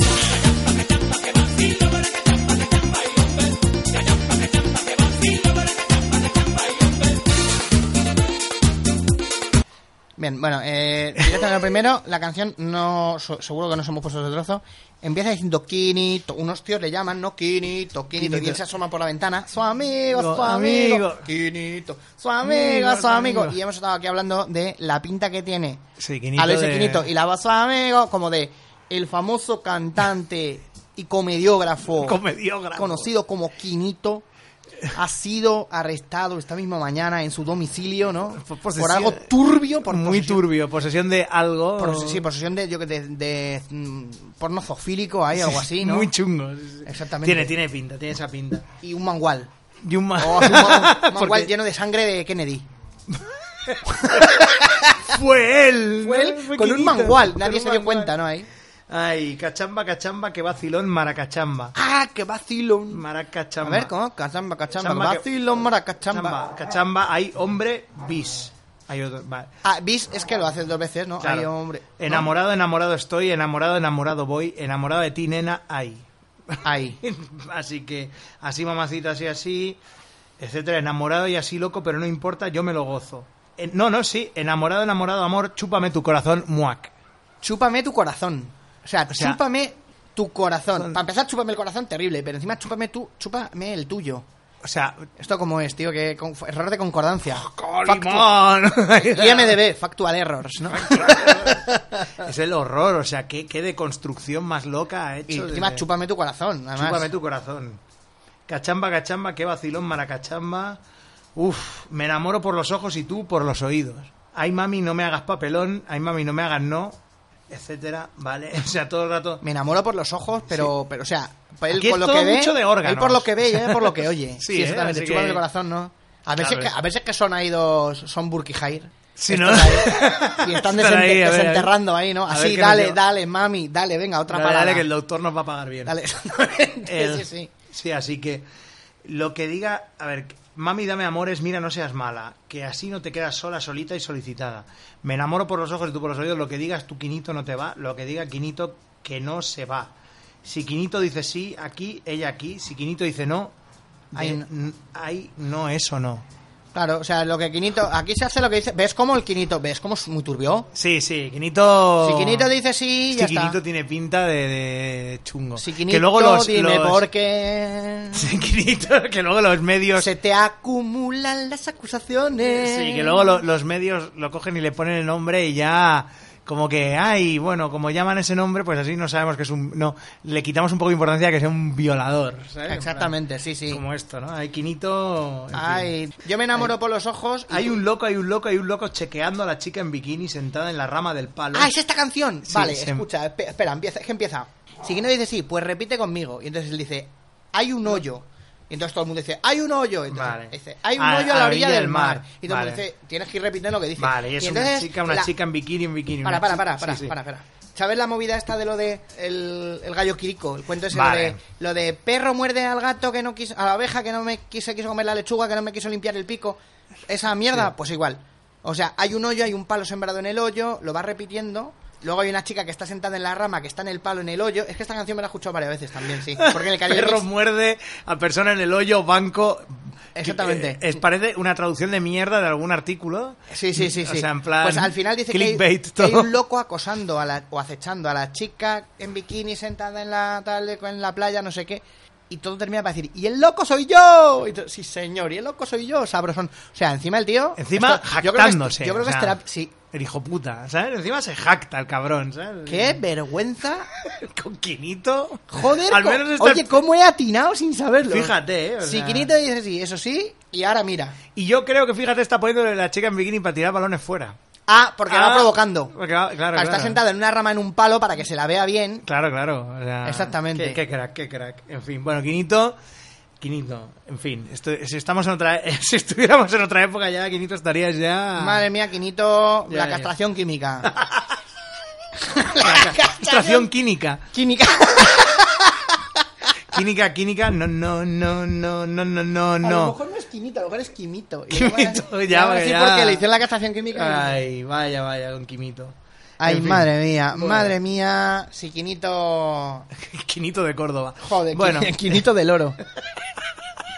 Bien, bueno, eh, directamente lo primero, la canción no, so- seguro que nos hemos puesto ese trozo. Empieza diciendo Quinito, unos tíos le llaman, ¿no? Quinito, Quinito, y él se asoma por la ventana, su amigo, su Amigo, amigo, amigo. Quinito, su amigo, su su amigo. amigo. Y hemos estado aquí hablando de la pinta que tiene Sí, Quinito. Aloysio de- Quinito y la voz su amigo, como de el famoso cantante y comediógrafo Comediógrafo. conocido como Quinito, ha sido arrestado esta misma mañana en su domicilio, ¿no? Por Por, posesión- algo turbio, por Muy posesión- turbio, posesión de algo. Por, sí, posesión de, yo que de, de, mm, porno zoofílico, ahí, algo así, ¿no? Muy chungo. sí, sí. Exactamente. Tiene, tiene pinta, tiene esa pinta. y un mangual. Y un ma- O Oh, un man- un mangual Porque lleno de sangre de Kennedy. Fue él. Fue ¿no? él Fue con un Quinito, mangual, con nadie un se dio mangual. cuenta, ¿no? Ahí. Ay, cachamba, cachamba, que vacilón, maracachamba. ¡Ah, qué vacilón! A Maracachamba. ver, ¿cómo? Cachamba, cachamba, Chamba que- vacilón, maraca, chamba. Cachamba, cachamba, hay hombre bis. Hay otro, vale. Ah, bis es que lo haces dos veces, ¿no? Claro. Ay, hombre. Enamorado, enamorado estoy, enamorado, enamorado voy, enamorado de ti, nena, hay. Ahí. así que, así mamacita, así, así, etcétera. Enamorado y así loco, pero no importa, yo me lo gozo. Eh, no, no, sí, enamorado, enamorado, amor, chúpame tu corazón, muac. Chúpame tu corazón. O sea, O sea, chúpame tu corazón. son- Para empezar, chúpame el corazón, terrible. Pero encima, chúpame tú, chúpame el tuyo. O sea, Esto como es, tío, que con- error de concordancia. Factu- ¡Colimón! IMDB, factual errors, ¿no? es el horror, o sea, qué, qué deconstrucción más loca ha hecho. y encima, desde- chúpame tu corazón, además. Chúpame tu corazón. Cachamba, cachamba, qué vacilón, maracachamba. Uf, me enamoro por los ojos y tú por los oídos. Ay, mami, no me hagas papelón. Ay, mami, no me hagas no. Etcétera, ¿vale? O sea, todo el rato. Me enamoro por los ojos, pero, pero o sea, él Aquí es por lo todo que ve. mucho de órganos. Él por lo que ve y ella por lo que oye. Sí, ¿eh? exactamente. Así chúpame que- el corazón, ¿no? A ver, si Claro. es que, a ver si es que son ahí dos. Son Burki Jair. Si Estos no- ahí. Y Están están desente- ahí, a ver, desenterrando ahí, ¿no? a ver Así, qué nos dale, lleva. dale, mami, dale, venga, otra Dale, palabra. dale, que el doctor nos va a pagar bien. Dale, exactamente, El- sí, sí. así que Lo que diga, a ver, mami, dame amores, mira, no seas mala, que así no te quedas sola, solita y solicitada. Me enamoro por los ojos y tú por los oídos, lo que digas tu Quinito no te va, lo que diga Quinito que no se va. Si Quinito dice sí, aquí, ella aquí, si Quinito dice no, ahí, Bien. n- ahí no es o no. Claro, o sea, lo que Quinito. Aquí se hace lo que dice. ¿Ves cómo el Quinito? ¿Ves cómo es muy turbio? Sí, sí, Quinito... Si Quinito dice sí, ya si está. Oh. Quinito tiene pinta de, de chungo. Si que Quinito luego los, dime los- por qué. Sí, Quinito, que luego los medios... Se te acumulan las acusaciones. Sí, que luego lo- los medios lo cogen y le ponen el nombre y ya como que, ay, bueno, como llaman ese nombre, pues así no sabemos que es un... No, le quitamos un poco de importancia a que sea un violador. ¿sabes? Exactamente, sí, En plan, sí. Como esto, ¿no? Hay Quinito... en fin. Ay, yo me enamoro por los ojos. y- Hay un loco, hay un loco, hay un loco chequeando a la chica en bikini sentada en la rama del palo. Ah, es esta canción. Sí, vale, se- escucha, espe- espera, empieza, es que empieza. Si Quinito dice sí, pues repite conmigo. Y entonces él dice, hay un hoyo. Y entonces todo el mundo dice, hay un hoyo. Y Entonces Vale. dice, hay un A- hoyo a la orilla del mar. Y todo el mundo Vale. dice, tienes que ir repitiendo lo que dice. Vale, y es una entonces chica, una la- chica en bikini, en bikini. Para, una para, chica- para, para, sí, sí. para, para. ¿Sabes la movida esta de lo de el, el gallo Quirico? El cuento ese Vale. de lo de perro muerde al gato que no quiso, a la abeja que no me quise quiso comer la lechuga, que no me quiso limpiar el pico. Esa mierda, pues igual. O sea, hay un hoyo, hay un palo sembrado en el hoyo, lo vas repitiendo. Luego hay una chica que está sentada en la rama, que está en el palo en el hoyo. Es que esta canción me la he escuchado varias veces también, sí. Porque en el Caribe Perro Mix- muerde a persona en el hoyo, banco. Exactamente. Que, eh, es, parece una traducción de mierda de algún artículo. Sí, sí, sí, O sí. sea, en plan, pues al final dice que hay, clickbait que hay todo. un loco acosando a la, o acechando a la chica en bikini sentada en la tal, en la playa, no sé qué. Y todo termina para decir, ¡y el loco soy yo! Y to- sí, señor, y el loco soy yo, sabrosón. O sea, encima el tío. Encima esto- yo creo que es- jactándose. Yo creo que o es sea, terapia. Sí. El hijo puta, ¿sabes? Encima se jacta el cabrón, ¿sabes? ¡Qué vergüenza! Con Quinito. Joder, al co- menos está- oye, cómo he atinado sin saberlo. Fíjate, eh. o Si sea. Quinito dice sí, eso sí, y ahora mira. Y yo creo que, fíjate, está poniéndole la chica en bikini para tirar balones fuera. Ah, porque Ah, va provocando. porque va- claro, Ah, Está claro. sentado en una rama en un palo para que se la vea bien. Claro, claro. o sea, Exactamente. Qué, qué crack, qué crack. En fin, bueno, Quinito. Quinito, en fin, esto- si estamos en otra, si estuviéramos en otra época ya, Quinito estarías ya. Madre mía, Quinito, Ah. Ya, la ya. castración química. La castración química. química. Química, química, no, no, no, no, no, no, no, A lo no. mejor no es quimito, a lo mejor es quimito. Y Quimito, le van a- ya, le van a decir ya. porque le hicieron la castración química. Ay, Ay, vaya, vaya, con Quimito. En fin. madre mía, Bueno. madre mía, si Quinito... Quinito de Córdoba. Joder, bueno, Qui- Quinito del oro.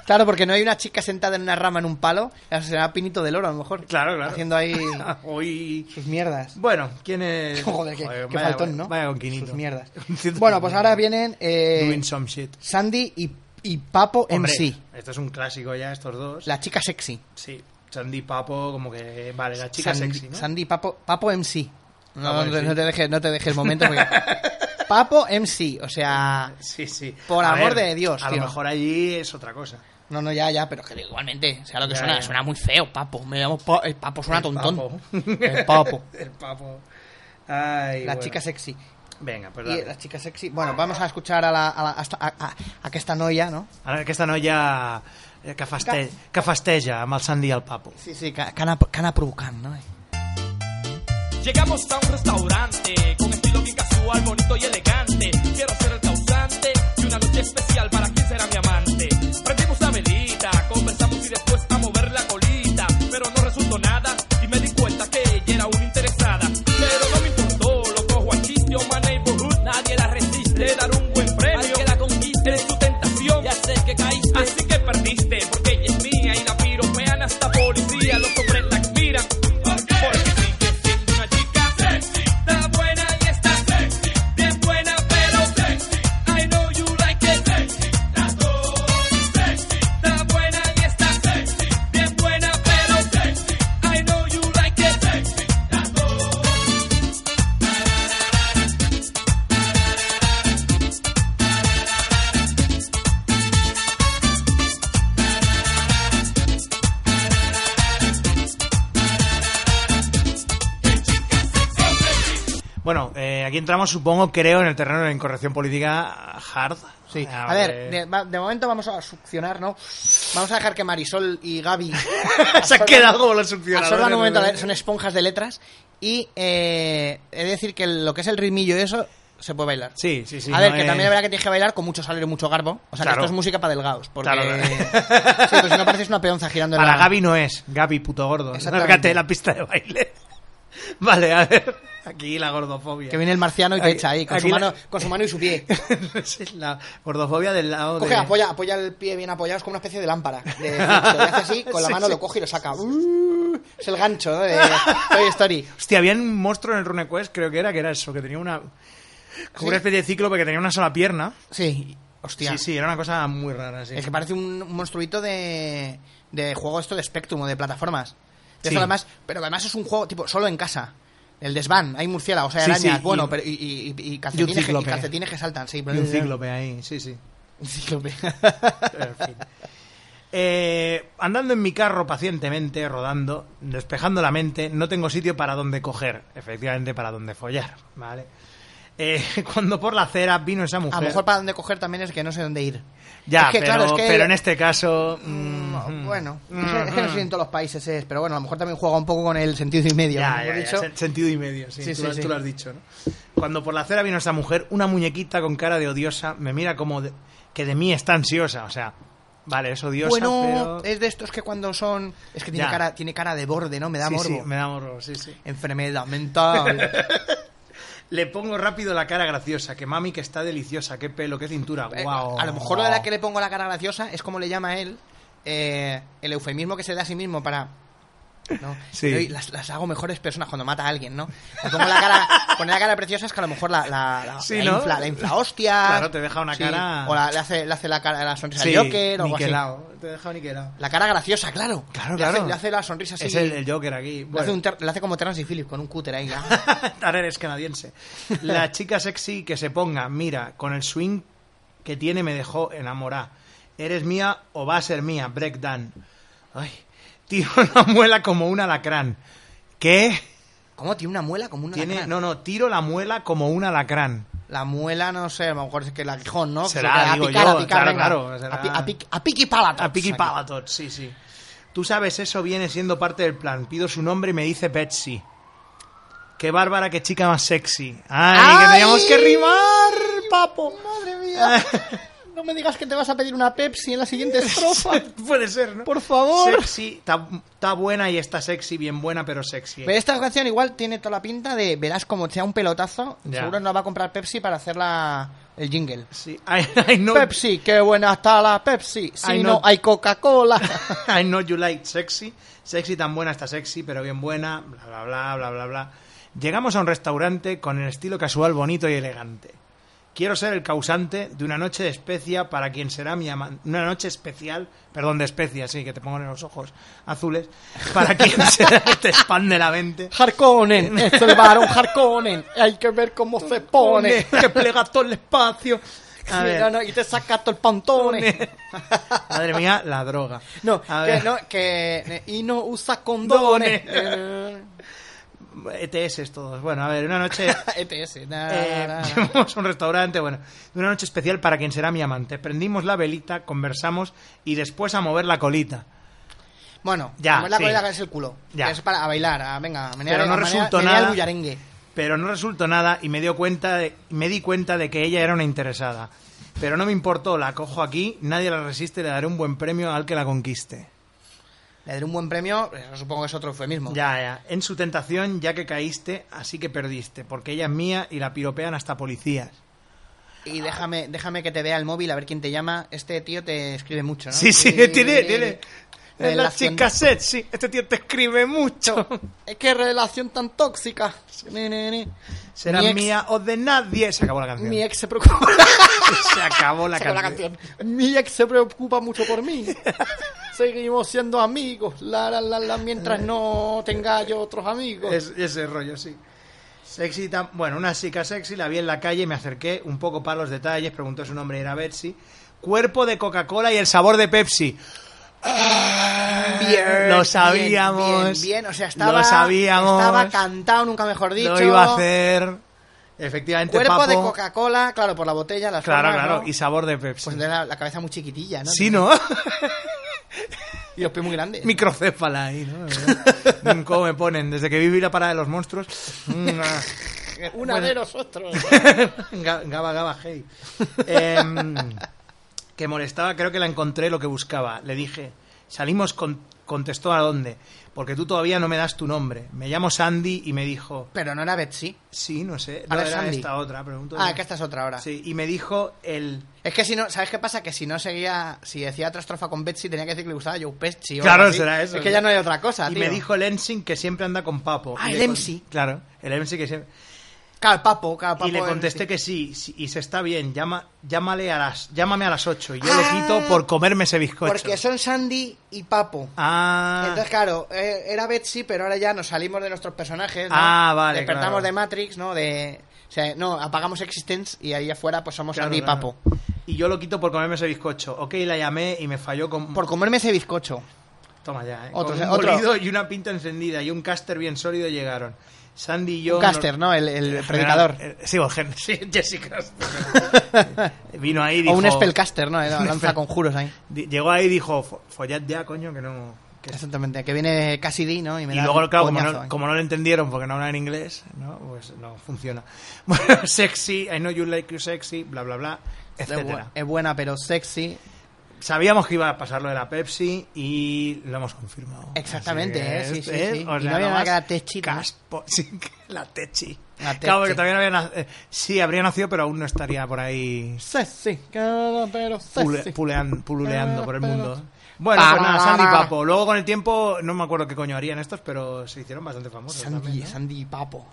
Claro, porque no hay una chica sentada en una rama en un palo, eso será Pinito del oro a lo mejor. Claro, claro. Haciendo ahí Hoy. sus mierdas. Bueno, ¿quién es? Joder, qué, qué vaya, faltón, vaya, ¿no? Vaya con Quinito. Sus mierdas. Bueno, pues ahora vienen eh, Doing some shit. Sandy y, y Papo en Hombre, sí. Esto es un clásico ya, estos dos. La chica sexy. Sí, Sandy Papo, como que. Vale, la chica Sandy- sexy, ¿no? Sandy Papo, Papo MC. No, Papo no- MC. no te dejes, no te dejes el momento. porque- Papo MC, o sea, Sí, sí. Por A amor ver, de Dios, A tío. lo mejor allí es otra cosa. no, no, ya, ya, pero que igualmente, o sea, lo que Ya, suena, ya. suena muy feo, Papo. Me llamo Pa- el Papo suena El tontón. papo. El Papo. El Papo. Ay, La bueno. chica sexy. Venga, pues Y dale. la chica sexy. Bueno, vamos a escuchar a la, a la- hasta- a, a- a que esta noia, ¿no? A veure, aquesta noia eh, que, faste... que festeja amb el Sandy i el Papo. Sí, sí, que, que ana, que ana provocant, ¿no? Llegamos a un restaurante con estilo bien casual, bonito y elegante. Quiero ser el causante de una noche especial para quien será mi amante. Prendimos la velita, conversamos y después a mover la colita. Pero no resultó nada y me di cuenta que ella era una interesada. Pero no me importó, lo cojo al sitio, mané y burrú. Nadie la resiste, dar un buen premio. Al que la conquiste de su tentación, ya sé que caíste. Así que perdiste, porque ella es mía y la piropean hasta policía. Los hombres la admiran. Porque sí que siendo una chica sexy, está buena y está sexy, bien buena pero sexy. I know you like it sexy, está todo sexy, está buena y está sexy, bien buena pero sexy. I know you like it sexy, está todo. Bueno, eh, aquí entramos, supongo, creo, en el terreno de la incorrección política hard. Sí. Ah, A ver, eh, de, va- de momento vamos a succionar, ¿no? Vamos a dejar que Marisol y Se Gaby han absorban- quedado como los succionadores. absorban un momento, ¿no? la- son esponjas de letras. Y eh, he de decir que lo que es el ritmillo y eso se puede bailar. Sí, sí, sí. a ver, no que es- también es verdad que tienes que bailar con mucho salero y mucho garbo. O sea, Claro. que esto es música para delgados. Porque Claro. Sí, pues si no pareces una peonza girando en Para la... Gaby no es. Gaby, puto gordo. Exactamente. Lárgate de la pista de baile. Vale, a ver. Aquí la gordofobia. Que viene el marciano y te Aquí- echa ahí, con aquí su, la- mano, con su mano y su pie. Sí, la gordofobia del lado Coge, de... apoya, apoya el pie bien apoyado, es como una especie de lámpara. De gancho. Le hace así, con la Sí, mano sí. lo coge y lo saca. Uh, es el gancho ¿no? de Toy Story. Hostia, había un monstruo en el RuneQuest, creo que era, que era eso, que tenía una... Como una especie de cíclope que tenía una sola pierna. Sí, hostia. Sí, sí, era una cosa muy rara, sí. Es que parece un un monstruito de, de juego esto de Spectrum o de plataformas. De Sí. eso además, pero además es un juego tipo solo en casa. El desván, hay murciélagos, hay Sí, arañas, sí, bueno, y- pero y, y- y- y calcetines, que, y cíclope. calcetines que saltan, sí. Y un cíclope ahí, sí, sí. Un cíclope. En fin. Eh, andando en mi carro pacientemente, rodando, despejando la mente, no tengo sitio para donde coger, efectivamente para donde follar, ¿vale? Eh, cuando por la acera vino esa mujer. A lo mejor para dónde coger también es que no sé dónde ir. ya, es que, pero, claro, es que- pero en este caso. Mm, mm, Bueno, mm, es que- es que no sé si en todos los países es, pero bueno, a lo mejor también juega un poco con el sentido y medio. Ya, como ya, he ya, dicho. sen- sentido y medio, sí, Sí, tú, sí, lo- sí. tú lo has dicho, ¿no? Cuando por la acera vino esta mujer, una muñequita con cara de odiosa, me mira como de- que de mí está ansiosa, o sea, vale, es odiosa, bueno, eh, pero... es de estos que cuando son. Es que tiene, Ya. cara, tiene cara de borde, ¿no? Me da Sí, morbo. sí, me da morbo, sí, sí. Enfermedad mental. Le pongo rápido la cara graciosa, que mami que está deliciosa, qué pelo, qué cintura, Eh, guau. A lo mejor lo de la que le pongo la cara graciosa es como le llama él eh, el eufemismo que se da a sí mismo para. ¿no? Sí. Yo las, las hago mejores personas cuando mata a alguien, ¿no? Le pongo la cara, poner la cara preciosa es que a lo mejor la, la, la- Sí, la ¿no? infla, la infla hostia. Claro, te deja una cara- O la- le, hace, le hace la cara la sonrisa Sí, al Joker o algo así. niquelao, te he dejado niquelao. La cara graciosa, claro. Claro, Le hace- claro. Le hace la sonrisa así. Es el, el Joker aquí. le, hace Bueno, un ter- le hace como Terrence y Phillips con un cúter ahí. ya. ahora eres canadiense. La chica sexy que se ponga, mira, con el swing que tiene me dejó enamorada. Eres mía o va a ser mía, breakdown. Ay, tiro la muela como un alacrán. ¿Qué? ¿Cómo? Tiene una muela como una Tiene, alacrán. no, no, tiro la muela como un alacrán. La muela, no sé, a lo mejor es que el aguijón, ¿no? Será, Que se queda digo a picar, yo, a picar, claro, venga. claro, será. A, pi- a pic- a piqui pala. A Piki Palatot, sí, sí. Tú sabes, eso viene siendo parte del plan. Pido su nombre y me dice Betsy. Qué bárbara, qué chica más sexy. ¡Ay, ¡Ay! que teníamos que rimar, papo! Madre mía. No me digas que te vas a pedir una Pepsi en la siguiente estrofa. Puede ser, ¿no? Por favor. Sexy, está buena y está sexy, bien buena, pero sexy. Pero esta canción igual tiene toda la pinta de verás como sea un pelotazo. Ya. Seguro no va a comprar Pepsi para hacer la, el jingle. Sí. I, I know, Pepsi, qué buena está la Pepsi. Si Ay, no, no. hay Coca-Cola. I know you like sexy. Sexy tan buena está sexy, pero bien buena. Bla, bla, bla, bla, bla, bla. Llegamos a un restaurante con el estilo casual, bonito y elegante. Quiero ser el causante de una noche de especia para quien será mi amante. Una noche especial, perdón, de especia, sí, que te pongo en los ojos azules. Para quien será que te expande la mente. Harkonnen, es el varón Harkonnen. Hay que ver cómo se pone. Que plega todo el espacio. A Sí, ver. no, no, y te saca todo el pantone. Madre mía, la droga. No, A que, ver. no, que. eh, Y no usa condones. ETS todos. Bueno, a ver, una noche. ETS. na, Eh, na, na. Llevamos a un restaurante, bueno, de una noche especial para quien será mi amante. Prendimos la velita, conversamos y después a mover la colita. Bueno, Ya, como es la sí. coleta que es el culo. Ya. que Es para a bailar, a, venga, a menear, Pero no a menear- resultó menear nada. el yarengue. Pero no resultó nada y me dio cuenta de- me di cuenta de que ella era una interesada. Pero no me importó, la cojo aquí, nadie la resiste y le daré un buen premio al que la conquiste. Le daré un buen premio, eh, supongo que es otro eufemismo. Ya, ya. En su tentación, ya que caíste, así que perdiste, porque ella es mía y la piropean hasta policías. Y déjame, déjame que te vea el móvil a ver quién te llama. Este tío te escribe mucho, ¿no? Sí, sí, Eh, tiene, eh, tiene. eh, La relación- chica sexy, este tío te escribe mucho. Es que relación tan tóxica. Ne, ne, ne. Será Mi ex- mía o de nadie. Se acabó la canción. Mi ex se preocupa. Se acabó la, Se acabó la canción. canción. Mi ex se preocupa mucho por mí. Seguimos siendo amigos. La, la, la, la, mientras no tenga yo otros amigos. Es- ese rollo, sí. Sexy tan- Bueno, una chica sexy, la vi en la calle, me acerqué un poco para los detalles, preguntó su nombre, era Betsy. Cuerpo de Coca-Cola y el sabor de Pepsi. Bien, Lo sabíamos. Bien, bien, bien. o sea, estaba, Lo sabíamos. estaba cantado, nunca mejor dicho. Lo iba a hacer. Efectivamente, Cuerpo papo. de Coca-Cola, claro, por la botella, las Claro, formas, claro. ¿no? Y sabor de Pepsi. Pues tendrá la cabeza muy chiquitilla, ¿no? sí, ¿no? Y los pies muy grandes. Microcéfala ahí, ¿no? Mm, ¿Cómo me ponen? Desde que viví la parada de los monstruos. Mm, ah. Una Bueno. de nosotros. Ga- Gaba, gaba, hey. Em, que molestaba, creo que la encontré lo que buscaba. Le dije, salimos, con, contestó a dónde, porque tú todavía no me das tu nombre. Me llamo Sandy y me dijo, Pero no era Betsy. sí, no sé, no Ahora era es Sandy. esta otra, pregunto. Ah, que esta es otra ahora. Sí, y me dijo el... Es que si no, ¿sabes qué pasa? Que si no seguía, si decía trastrofa con Betsy, tenía que decir que le gustaba Joe Pesci. o Claro, algo así. será eso. Es que ya no hay otra cosa, Y Ah, tío. me dijo el Ensign que siempre anda con Papo. Ah, Y el le Ensign. Claro, el Ensign que siempre... Cal papo, cal papo. y le en- contesté que sí, sí, y se está bien, llama, llámale a las, llámame a las 8 y yo Ah, le quito por comerme ese bizcocho. Porque son Sandy y Papo. Ah, Entonces, claro, eh, era Betsy, pero ahora ya nos salimos de nuestros personajes. ¿no? Ah, vale, Despertamos claro. de Matrix, ¿no? De, o sea, no, apagamos Existence y ahí afuera pues somos claro, Sandy claro. y Papo. Y yo lo quito por comerme ese bizcocho. Ok, la llamé y me falló con... Por comerme ese bizcocho. Toma ya, ¿eh? Otro, con un otro. molido y una pinta encendida y un caster bien sólido llegaron. Sandy y yo... Un caster, ¿no? El, el predicador. general- eh, sí, o gen- sí, Jessica. Vino ahí y dijo... o un spellcaster, ¿no? Era- Lanza conjuros ahí. di- Llegó ahí y dijo, "Fo- follad ya, coño, que no... que es- Exactamente. Que viene Cassidy, ¿no? Y, me Y da luego, un claro, como coñazo ¿eh? no, ahí. como no lo entendieron porque no hablan inglés, ¿no? pues no funciona. Bueno, sexy, I know you like you sexy, bla, bla, bla, Es bu- etcétera. Es buena, pero sexy. Sabíamos que iba a pasar lo de la Pepsi y lo hemos confirmado. Exactamente, Así que eh, sí, esto sí, es, sí. o Y sea, no lo había nada más que la Techi, ¿no? Caspo, sí, que la techi. La Claro, porque Techi. todavía no había nacido. sí, habría nacido, pero aún no estaría por ahí Sexy, cara, pero sexy. pule- pulean- pululeando por el mundo. Bueno, Pa, pues nada, pa, Sandy y pa. Papo. Luego con el tiempo, no me acuerdo qué coño harían estos, pero se hicieron bastante famosos. Sandy, también, ¿no? Sandy y Papo.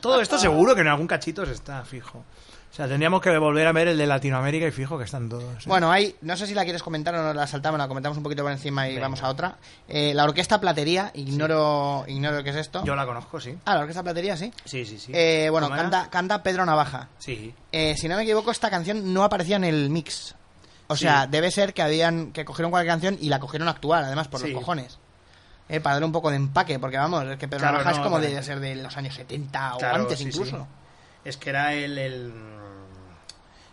Todo esto seguro que en algún cachito se está fijo. O sea, tendríamos que volver a ver el de Latinoamérica y fijo que están todos. ¿eh? Bueno, hay, no sé si la quieres comentar o no la saltamos, la comentamos un poquito por encima y Venga. vamos a otra. Eh, la orquesta Platería, ignoro, ignoro qué es esto. Yo la conozco, sí. Ah, la orquesta Platería, sí. Sí, sí, sí. Eh, bueno, ¿Cómo era? canta, canta Pedro Navaja. Sí. Eh, si no me equivoco, esta canción no aparecía en el mix. O sea, Sí. debe ser que habían que cogieron cualquier canción y la cogieron a actuar, además, por Sí. los cojones. Eh, para darle un poco de empaque, porque vamos, es que Pedro Claro, Navaja no, es como vale. de ser de los años 70 o Claro, antes sí, incluso. sí. Es que era el, el-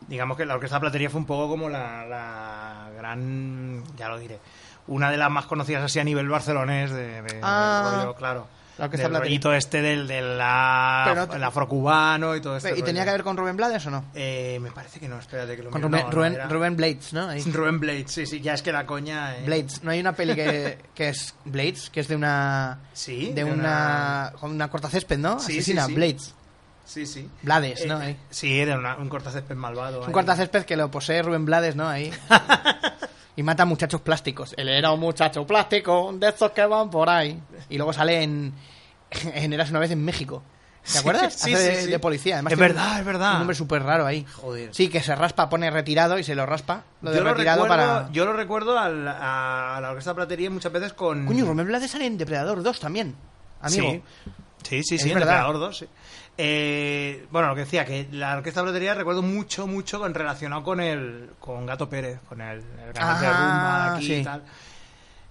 Digamos que la Orquesta Platería fue un poco como la, la gran... Ya lo diré. Una de las más conocidas así a nivel barcelonés de, de- Ah. del rollo, claro. La Orquesta del Platería. rollito este del, del la- Pero no te- el afrocubano y todo esto. Pero, ¿Y tenía que ver con Rubén Blades o no? Eh, me parece que no, espérate que lo Con miro. Rubén, No, no, Rubén, era- Rubén Blades, ¿no? Ahí. Rubén Blades, sí, sí, ya es que la coña. eh. Blades, no hay una peli que, que es Blades, que es de una. Sí, De de una. una- Con una cortacésped, ¿no? Sí, sí, Asesina, sí. Blades. Sí, sí. Blades, Eh, ¿no? Ahí. Sí, era una- un cortacésped malvado. Es Pues ahí. un cortacésped que lo posee Rubén Blades, ¿no? Ahí. y mata muchachos plásticos. Él era un muchacho plástico, de esos que van por ahí. Y luego sale en. en Eras una vez en México. ¿Te Sí, acuerdas? sí, Hace sí, de, sí. de policía, además. Es tiene verdad, un- es verdad. Un nombre súper raro ahí. Joder. Sí, que se raspa, pone retirado y se lo raspa. Lo de yo, lo retirado recuerdo, para. yo lo recuerdo al- a, a la Orquesta Platería muchas veces con. Coño, Rubén Blades sale en Depredador 2 también. Amigo. Sí. Sí, sí, Es sí, en verdad. Depredador 2, sí. Eh, bueno, lo que decía, que la Orquesta Platería recuerdo mucho, mucho con, relacionado con el con Gato Pérez, con el, el cantante de Ah, rumba de aquí sí. y tal.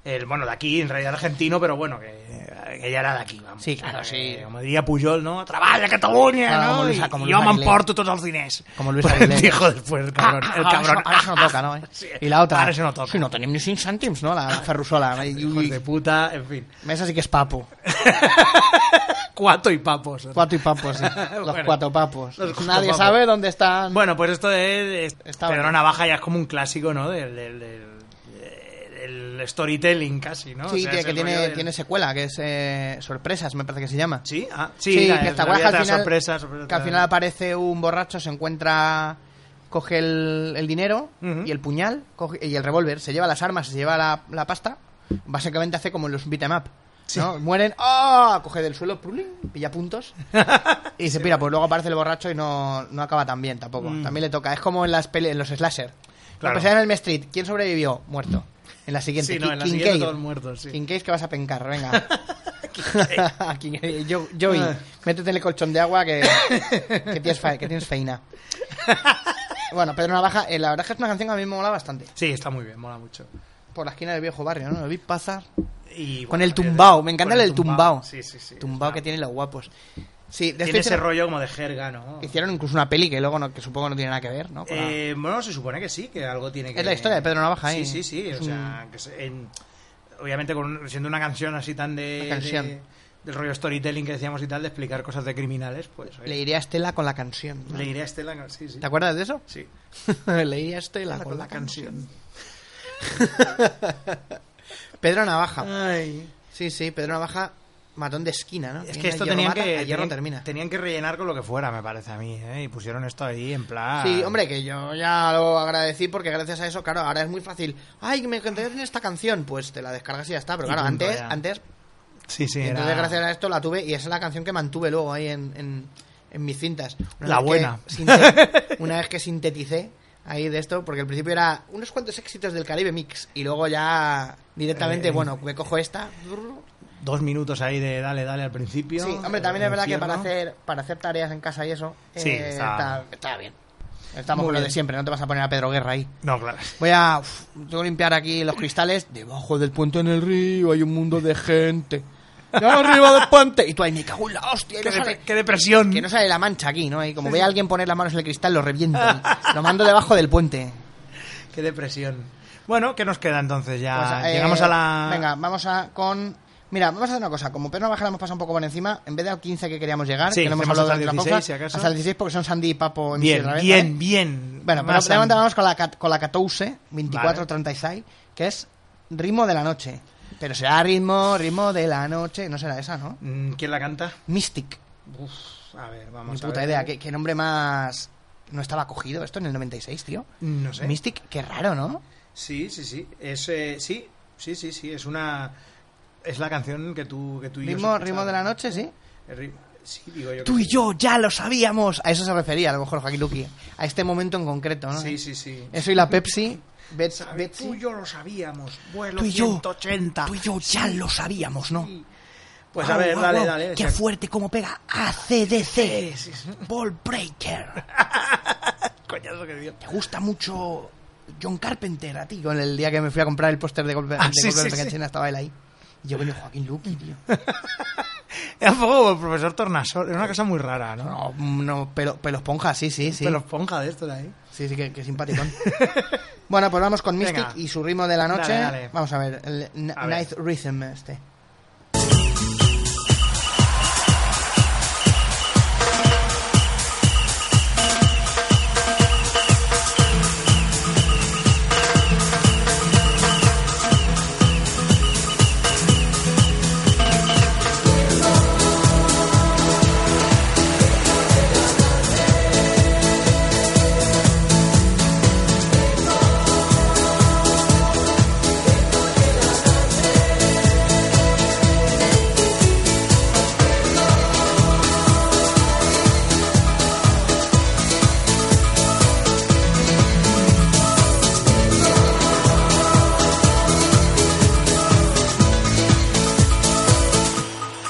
El, bueno, de aquí, en realidad argentino, pero bueno, que, que ella era de aquí, vamos. Sí, claro, Eh, sí. Como diría Puyol, ¿no? ¡Trabaja Cataluña, Claro, ¿no? como Luis- Y- y como Luis yo me Aguilé. emporto todos los diners. Como Luis Pues Aguilé. Dijo después el cabrón, el Ah, cabrón. Ahora eso, ahora eso no toca, ¿no? Eh. Sí. Y la otra. Ahora eso no toca. Ah. Si no tenemos ni 100 céntimos, ¿no? La, la ferrusola. Ay, uy, Hijos de puta, en fin. Esa sí que es papo. Cuato y papos. ¿no? Cuatro y papos, sí. Los Bueno, cuatro papos. los cuatro Nadie papos. sabe dónde están. Bueno, pues esto es, es- Está Pedro bien. Navaja ya es como un clásico, ¿no? Del, del- del- del storytelling casi, ¿no? sí, O sea, que, es que el tiene, rollo del- tiene secuela, que es eh, Sorpresas, me parece que se llama. Sí, ah, sí, Sí, la- que esta la vida guaja te da al final, sorpresa, sorpresa, que al te final da- aparece un borracho, se encuentra, coge el, el dinero Ujú. y el puñal coge- y el revólver, se lleva las armas, se lleva la, la pasta, básicamente hace como en los beat 'em up. ¿no? Mueren, ¡ah! coge del suelo, pruling, pilla puntos y se pira. Pues luego aparece el borracho y no, no acaba tan bien tampoco. También le toca, es como en las pele- en los slasher. La Mm. Claro. pasada en el Main Street, ¿quién sobrevivió? Muerto. En la siguiente, Sí, no, en la Kin- siguiente Kincaid. todos muertos, sí. Kincaid que vas a pencar, venga. Aquí, yo, Joey, Ah. métete en el colchón de agua que, que, tienes, fe- que tienes feina. Bueno, Pedro Navaja, eh, la verdad es que es una canción que a mí me mola bastante. Sí, está muy bien, mola mucho. Por la esquina del viejo barrio, ¿no? Lo vi pasar. Y, Con bueno, el también- tumbao, me encanta con el, tumbao. Sí, sí, sí. Tumbao está- que tienen los guapos. Sí, de Tiene este ese rollo como de jerga, ¿no? Hicieron incluso una peli que luego no, que supongo no tiene nada que ver, ¿no? Con la- Eh, bueno, se supone que sí, que algo tiene que Es la historia de Pedro Navaja, Sí, ¿eh? sí, sí. Es O sea, que se- en- obviamente con, un- siendo una canción así tan de. Una canción. De, del rollo storytelling que decíamos y tal, de explicar cosas de criminales, pues. oye, Le iré a Estela con la canción. ¿no? le iré a Estela, sí, sí. ¿Te acuerdas de eso? Sí. Le iré a Estela con la canción. Pedro Navaja. Ay. Sí, sí, Pedro Navaja, matón de esquina, ¿no? Es Viene que a esto hierro tenían mata, que, a hierro tenían, termina. tenían que rellenar con lo que fuera, me parece a mí, ¿eh? Y pusieron esto ahí en plan... Sí, hombre, que yo ya lo agradecí porque gracias a eso, claro, ahora es muy fácil. Ay, me encantaría tener esta canción. Pues te la descargas y ya está. Pero Y claro, punto, antes, ya. antes Sí, sí, Y era- entonces gracias a esto la tuve y esa es la canción que mantuve luego ahí en, en- en mis cintas. La vez que buena. sinte- una vez que sinteticé ahí de esto, porque al principio era unos cuantos éxitos del Caribe Mix y luego ya directamente, Eh, bueno, me cojo esta. Dos minutos ahí de dale, dale al principio. Sí, hombre, también es el verdad que para infierno. hacer, para hacer tareas en casa y eso, eh, Sí, está- está bien. Estamos Muy con lo bien. de siempre, no te vas a poner a Pedro Guerra ahí. No, claro. Voy a. uf, tengo que limpiar aquí los cristales. Debajo del puente en el río hay un mundo de gente. Y arriba del puente. Y tú ahí me cago en la hostia. y Qué, no sale- dep- qué depresión. que no sale la mancha aquí, ¿no? Y como ve a alguien poner las manos en el cristal, lo reviento. y lo mando debajo del puente. Qué depresión. Bueno, ¿qué nos queda entonces ya? Pues, eh, Ah, Llegamos a la... Venga, vamos a con. Mira, vamos a hacer una cosa. Como Pedro Navaja lo hemos pasado un poco por encima, en vez de al 15 que queríamos llegar, Sí, que no hemos hacemos hablado hasta el durante la 16, pausa, si acaso. hasta el 16 porque son Sandy y Papo en Bien, otra vez, bien, ¿vale? bien. Bueno, pero Más de momento an- vamos con la, cat- con la 14, 24, Vale. 36, que es Ritmo de la Noche. Pero será Ritmo, Ritmo de la Noche, no será esa, ¿no? Mm, ¿Quién la canta? Mystic. Uf, a ver, Ni vamos a puta ver. idea, ¿Qué, qué nombre más... No estaba cogido esto en el 96, tío. No sé. Mystic, qué raro, ¿no? Sí, sí, sí. Es, eh, sí, sí, sí, sí. Es una... Es la canción que tú, que tú y yo Ritmo, escuchábamos. ritmo de la noche, ¿sí? El ritmo- Sí, digo yo. que Tú y sí. yo ya lo sabíamos. A eso se refería a lo mejor Joaquín Luqui. A este momento en concreto, ¿no? Sí, sí, sí. Eso y la Pepsi. Bet- Sabe- Betsy. Tú y yo lo sabíamos. Vuelo Tú y yo. 180. Tú y yo ya lo sabíamos, ¿no? Pues a Guau, ver, guau, dale, guau, dale. Qué Chac- fuerte como pega ACDC. Ball Breaker. Coñazo que dio. Me gusta mucho John Carpenter a ti. Con el día que me fui a comprar el póster de Golpe Ah, de sí, Golpe sí, de sí. Canchena, estaba él ahí. Y yo, coño, Joaquín Luqui, tío. Era un poco el profesor Tornasol. Era una cosa muy rara, ¿no? No, no, pelo, pelo esponja, sí, sí, sí. Pero esponja de esto de ahí. Sí, sí, que, que simpaticón. bueno, pues vamos con Mystic Venga. y su ritmo de la noche. Dale, dale. Vamos a ver, el n- A ver. Night Rhythm este.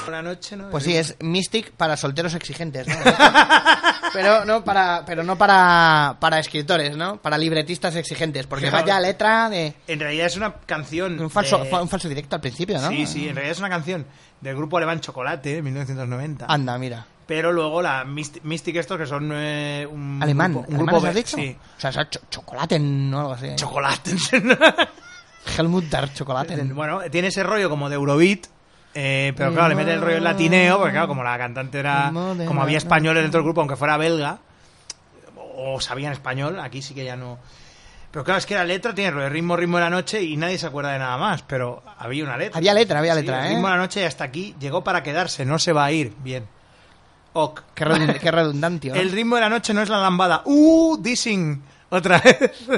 Buenas noches, ¿no? Pues El- sí, es Mystic para solteros exigentes, ¿no? pero no para, pero no para, para escritores, ¿no? Para libretistas exigentes, porque Claro. vaya letra de En realidad es una canción. un falso, de- fa- un falso directo al principio, ¿no? Sí, sí, en realidad es una canción del grupo alemán Chocolate, 1990. Anda, mira. Pero luego la Myst- Mystic, estos que son eh, un. Alemán, grupo- un ¿alemanes grupo has B- dicho? Sí. O sea, será cho- chocolaten o algo así. Chocolate. Helmut Dar chocolaten. bueno, tiene ese rollo como de Eurobeat. eh, pero claro, le mete el rollo latineo, porque claro, como la cantante era. Como había españoles dentro del grupo, aunque fuera belga, o sabían español, aquí sí que ya no. Pero claro, es que la letra tiene rollo ritmo, ritmo de la noche y nadie se acuerda de nada más, pero había una letra. Había letra, había Sí, letra, el ¿eh? ritmo de la noche y hasta aquí llegó para quedarse, no se va a ir. Bien. Ok. Qué, redund- qué redundante, ¿no? El ritmo de la noche no es la lambada. ¡Uh! Dissing. Otra vez.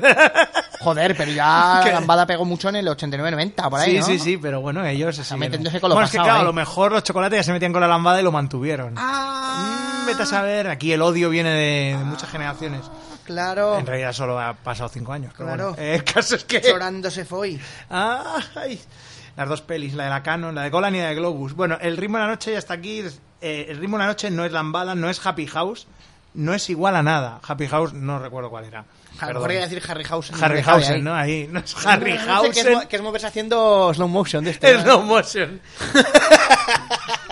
Joder, pero ya ¿Qué? la lambada pegó mucho en el 89-90, por ahí, sí, ¿no? sí, sí, pero bueno, ellos. se siguen. metiéndose con lo bueno, es que pasado, claro, a lo ¿eh? mejor los chocolates ya se metían con la lambada y lo mantuvieron. Ah, Mm, vete a saber, aquí el odio viene de, de muchas generaciones. Mm, claro. En realidad solo ha pasado cinco años. pero Claro. bueno. Eh, el caso es que. Llorando se fue. Ay, las dos pelis, la de la Canon, la de Golan y la de Globus. Bueno, el ritmo de la noche ya está aquí. eh, el ritmo de la noche no es lambada, no es happy house, no es igual a nada. Happy house no recuerdo cuál era. A lo Perdón. mejor iba a decir Harry House. Harry Hausen, ¿no? Ahí, no es Harry Que es, mo- Hausen. que es moverse haciendo slow motion de este. Es slow motion.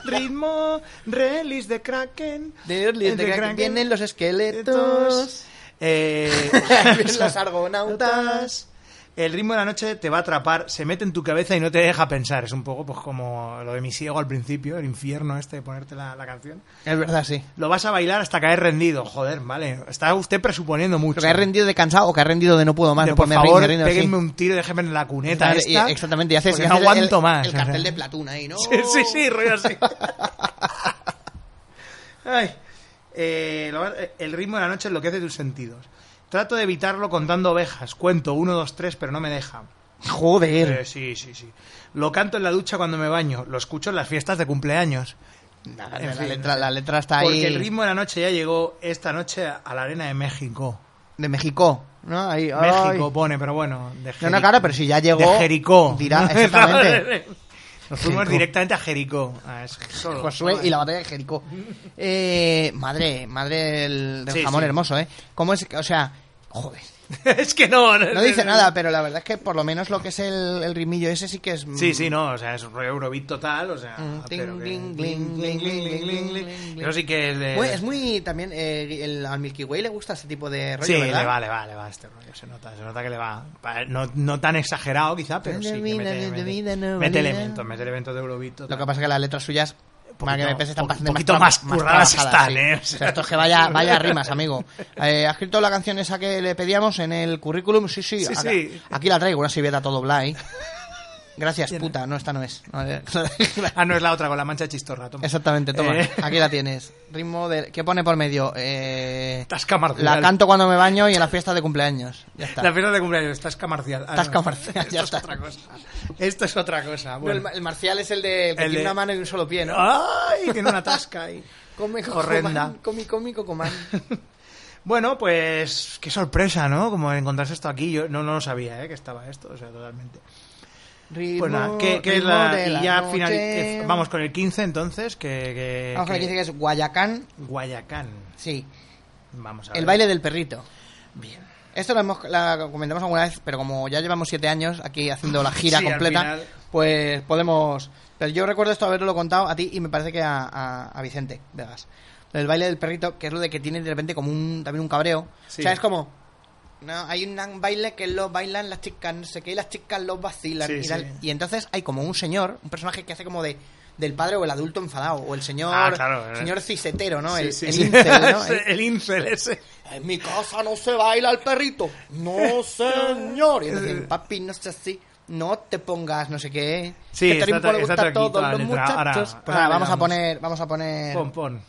Ritmo, release de Kraken. De Early, de Kraken. Vienen los esqueletos. Eh, Vienen los argonautas. el ritmo de la noche te va a atrapar, se mete en tu cabeza y no te deja pensar. Es un poco pues como lo de mi ciego al principio, el infierno este de ponerte la, la canción. Es verdad, sí. Lo vas a bailar hasta caer rendido, joder, vale. Está usted presuponiendo mucho. Pero que ha rendido de cansado o que ha rendido de no puedo más. De, no, por pues me favor, rindo, me rindo, péguenme sí. un tiro y déjenme en la cuneta Vale, y- esta. exactamente, y haces, porque y no haces el- aguanto más. El o sea. cartel de Platón ahí, ¿no? Sí, sí, sí, rollo así. Ay, eh, lo- eh, el ritmo de la noche enloquece tus sentidos. Trato de evitarlo contando ovejas. Cuento uno, dos, tres, pero no me deja. Joder. Eh, sí, sí, sí. Lo canto en la ducha cuando me baño. Lo escucho en las fiestas de cumpleaños. Nah, en la, fin. letra, la letra está ahí. Porque el ritmo de la noche ya llegó esta noche a la arena de México. De México, ¿no? Ahí, ay. México pone, pero bueno. de No, no, Jeri- claro, pero si ya llegó. De Jericó. Dirá, exactamente. Nos fuimos Jericó. directamente a Jericó. Ah, A eso, solo. Josué y la batalla de Jericó. Eh, madre, madre del, del Sí, jamón sí. hermoso, ¿eh? ¿Cómo es? que- O sea, joder. es que no. No dice nada, pero la verdad es que por lo menos lo que es el, el ritmillo ese sí que es. Sí, sí, no, o sea, es un rollo Eurobeat total, o sea, Mm, pero ting, que- ting, gling, gling, gling, gling, gling. Eso sí que es de... Muy- es muy también. eh, el, al Milky Way le gusta este tipo de rollo. sí, ¿verdad? le va, le va, le va este rollo, se nota, se nota que le va. Pa- No, no tan exagerado quizá, pero sí que mete, mete, mete elementos, mete elementos de Eurobeat total. Lo que pasa es que las letras suyas, para que me pese, están un bastante poquito más, más curradas trabajadas, están, sí. ¿eh? O sea, esto es que vaya, vaya rimas, amigo. Eh, ¿Ha escrito la canción esa que le pedíamos en el currículum? Sí, Sí, sí. acá- sí. Aquí la traigo, una sirvieta todo bla, ¿eh? Gracias, puta. No, esta no es. No, eh, Ah, no, es la otra, con la mancha de chistorra, toma. Exactamente, toma. Eh. Aquí la tienes. Ritmo de... ¿Qué pone por medio? Eh, Tasca marcial. la canto cuando me baño y en la fiesta de cumpleaños. Ya está. La fiesta de cumpleaños, estás camarcial. Ah, Tasca marcial, Esto ya es está. otra cosa. Esto es otra cosa. No, el, Bueno. ma- el marcial es el de el que El tiene de- Ah, una mano y un solo pie, ¿no? ¡Ay! Tiene una tasca ahí. Come, coco, Horrenda. man, Comi, comi, cocomán. Bueno, pues qué sorpresa, ¿no? Como encontrarse esto aquí. Yo no, no lo sabía, ¿eh? Que estaba esto, o sea, totalmente. Ritmo, Pues nada, que, que es ritmo la. de Y la ya noche. final. que- vamos con el 15 entonces, que. que- Vamos con el que- 15 que es Guayacán. Guayacán. Sí, Vamos a ver. el baile del perrito. Bien. Esto lo, hemos, la comentamos alguna vez, pero como ya llevamos siete años aquí haciendo la gira Sí, al completa, final. pues podemos... Pero yo recuerdo esto haberlo contado a ti y me parece que a, a- a Vicente Vegas. El baile del perrito, que es lo de que tiene de repente como un, también un cabreo. Sí. O sea, es como... No, hay un baile que lo bailan las chicas, no sé qué, y las chicas lo vacilan. Sí, y, tal. sí. y entonces hay como un señor, un personaje que hace como de del padre o el adulto enfadado, o el señor, Ah, claro, eh. señor cisetero, ¿no? Sí, el sí, el sí. incel, ¿no? El- el incel ese. en mi casa no se baila el perrito. No, señor. Y entonces, papi, no seas así. No te pongas, no sé qué. Sí, que te está rimpo le tra- está gusta a tranquila todos la los letra. Ahora- muchachos. ahora Pues nada, le vamos a damos. poner, vamos a poner Pon, pon.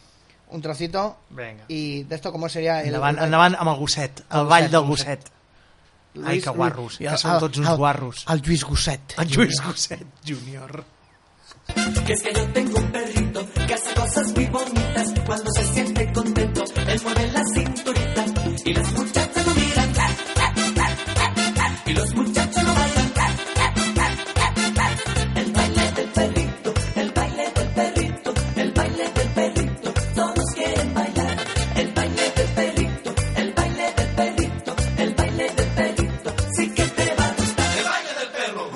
un trocito. Venga. Y de esto, ¿cómo sería el. Andaban, andaban amb el gosset, el ball del gosset. Ai, que guarros, que són tots uns guarros. Al Lluís Gusset. El Lluís Gosset Junior. Que es que yo tengo un perrito que hace cosas muy bonitas cuando se siente contento. Él mueve la cinturita y las muchachas lo miran. ¡tac, tac, tac, tac, tac! Y los muchachos lo bailan. ¡tac, tac, tac, tac, tac! El baile del perrito, el baile del perrito, el baile del perrito. Todos quieren bailar. El baile del perrito, el baile del perrito, el baile del perrito. Sí que te va a gustar. El baile del perro.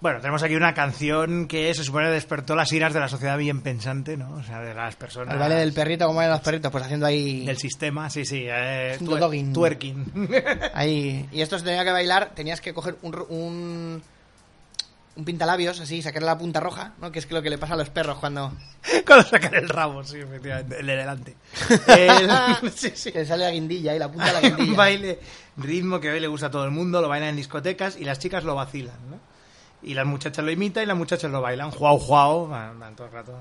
Bueno, tenemos aquí una canción que se supone despertó las iras de la sociedad bien pensante, ¿no? O sea, de las personas. El baile del perrito, ¿cómo eran los perritos? Pues haciendo ahí. del sistema, sí, sí. Eh, Haciendo dogging. twerking. Ahí. Y esto se tenía que bailar, tenías que coger un, ro- un, un pintalabios así, sacarle la punta roja, ¿no? Que es lo que le pasa a los perros cuando Cuando sacan el rabo, sí, efectivamente. El de delante. El- sí, sí. que le sale la guindilla y la punta de la Hay un guindilla. baile, ritmo que hoy le gusta a todo el mundo, lo bailan en discotecas y las chicas lo vacilan, ¿no? Y las muchachas lo imitan y las muchachas lo bailan. Juau, juau, van- van todo el rato.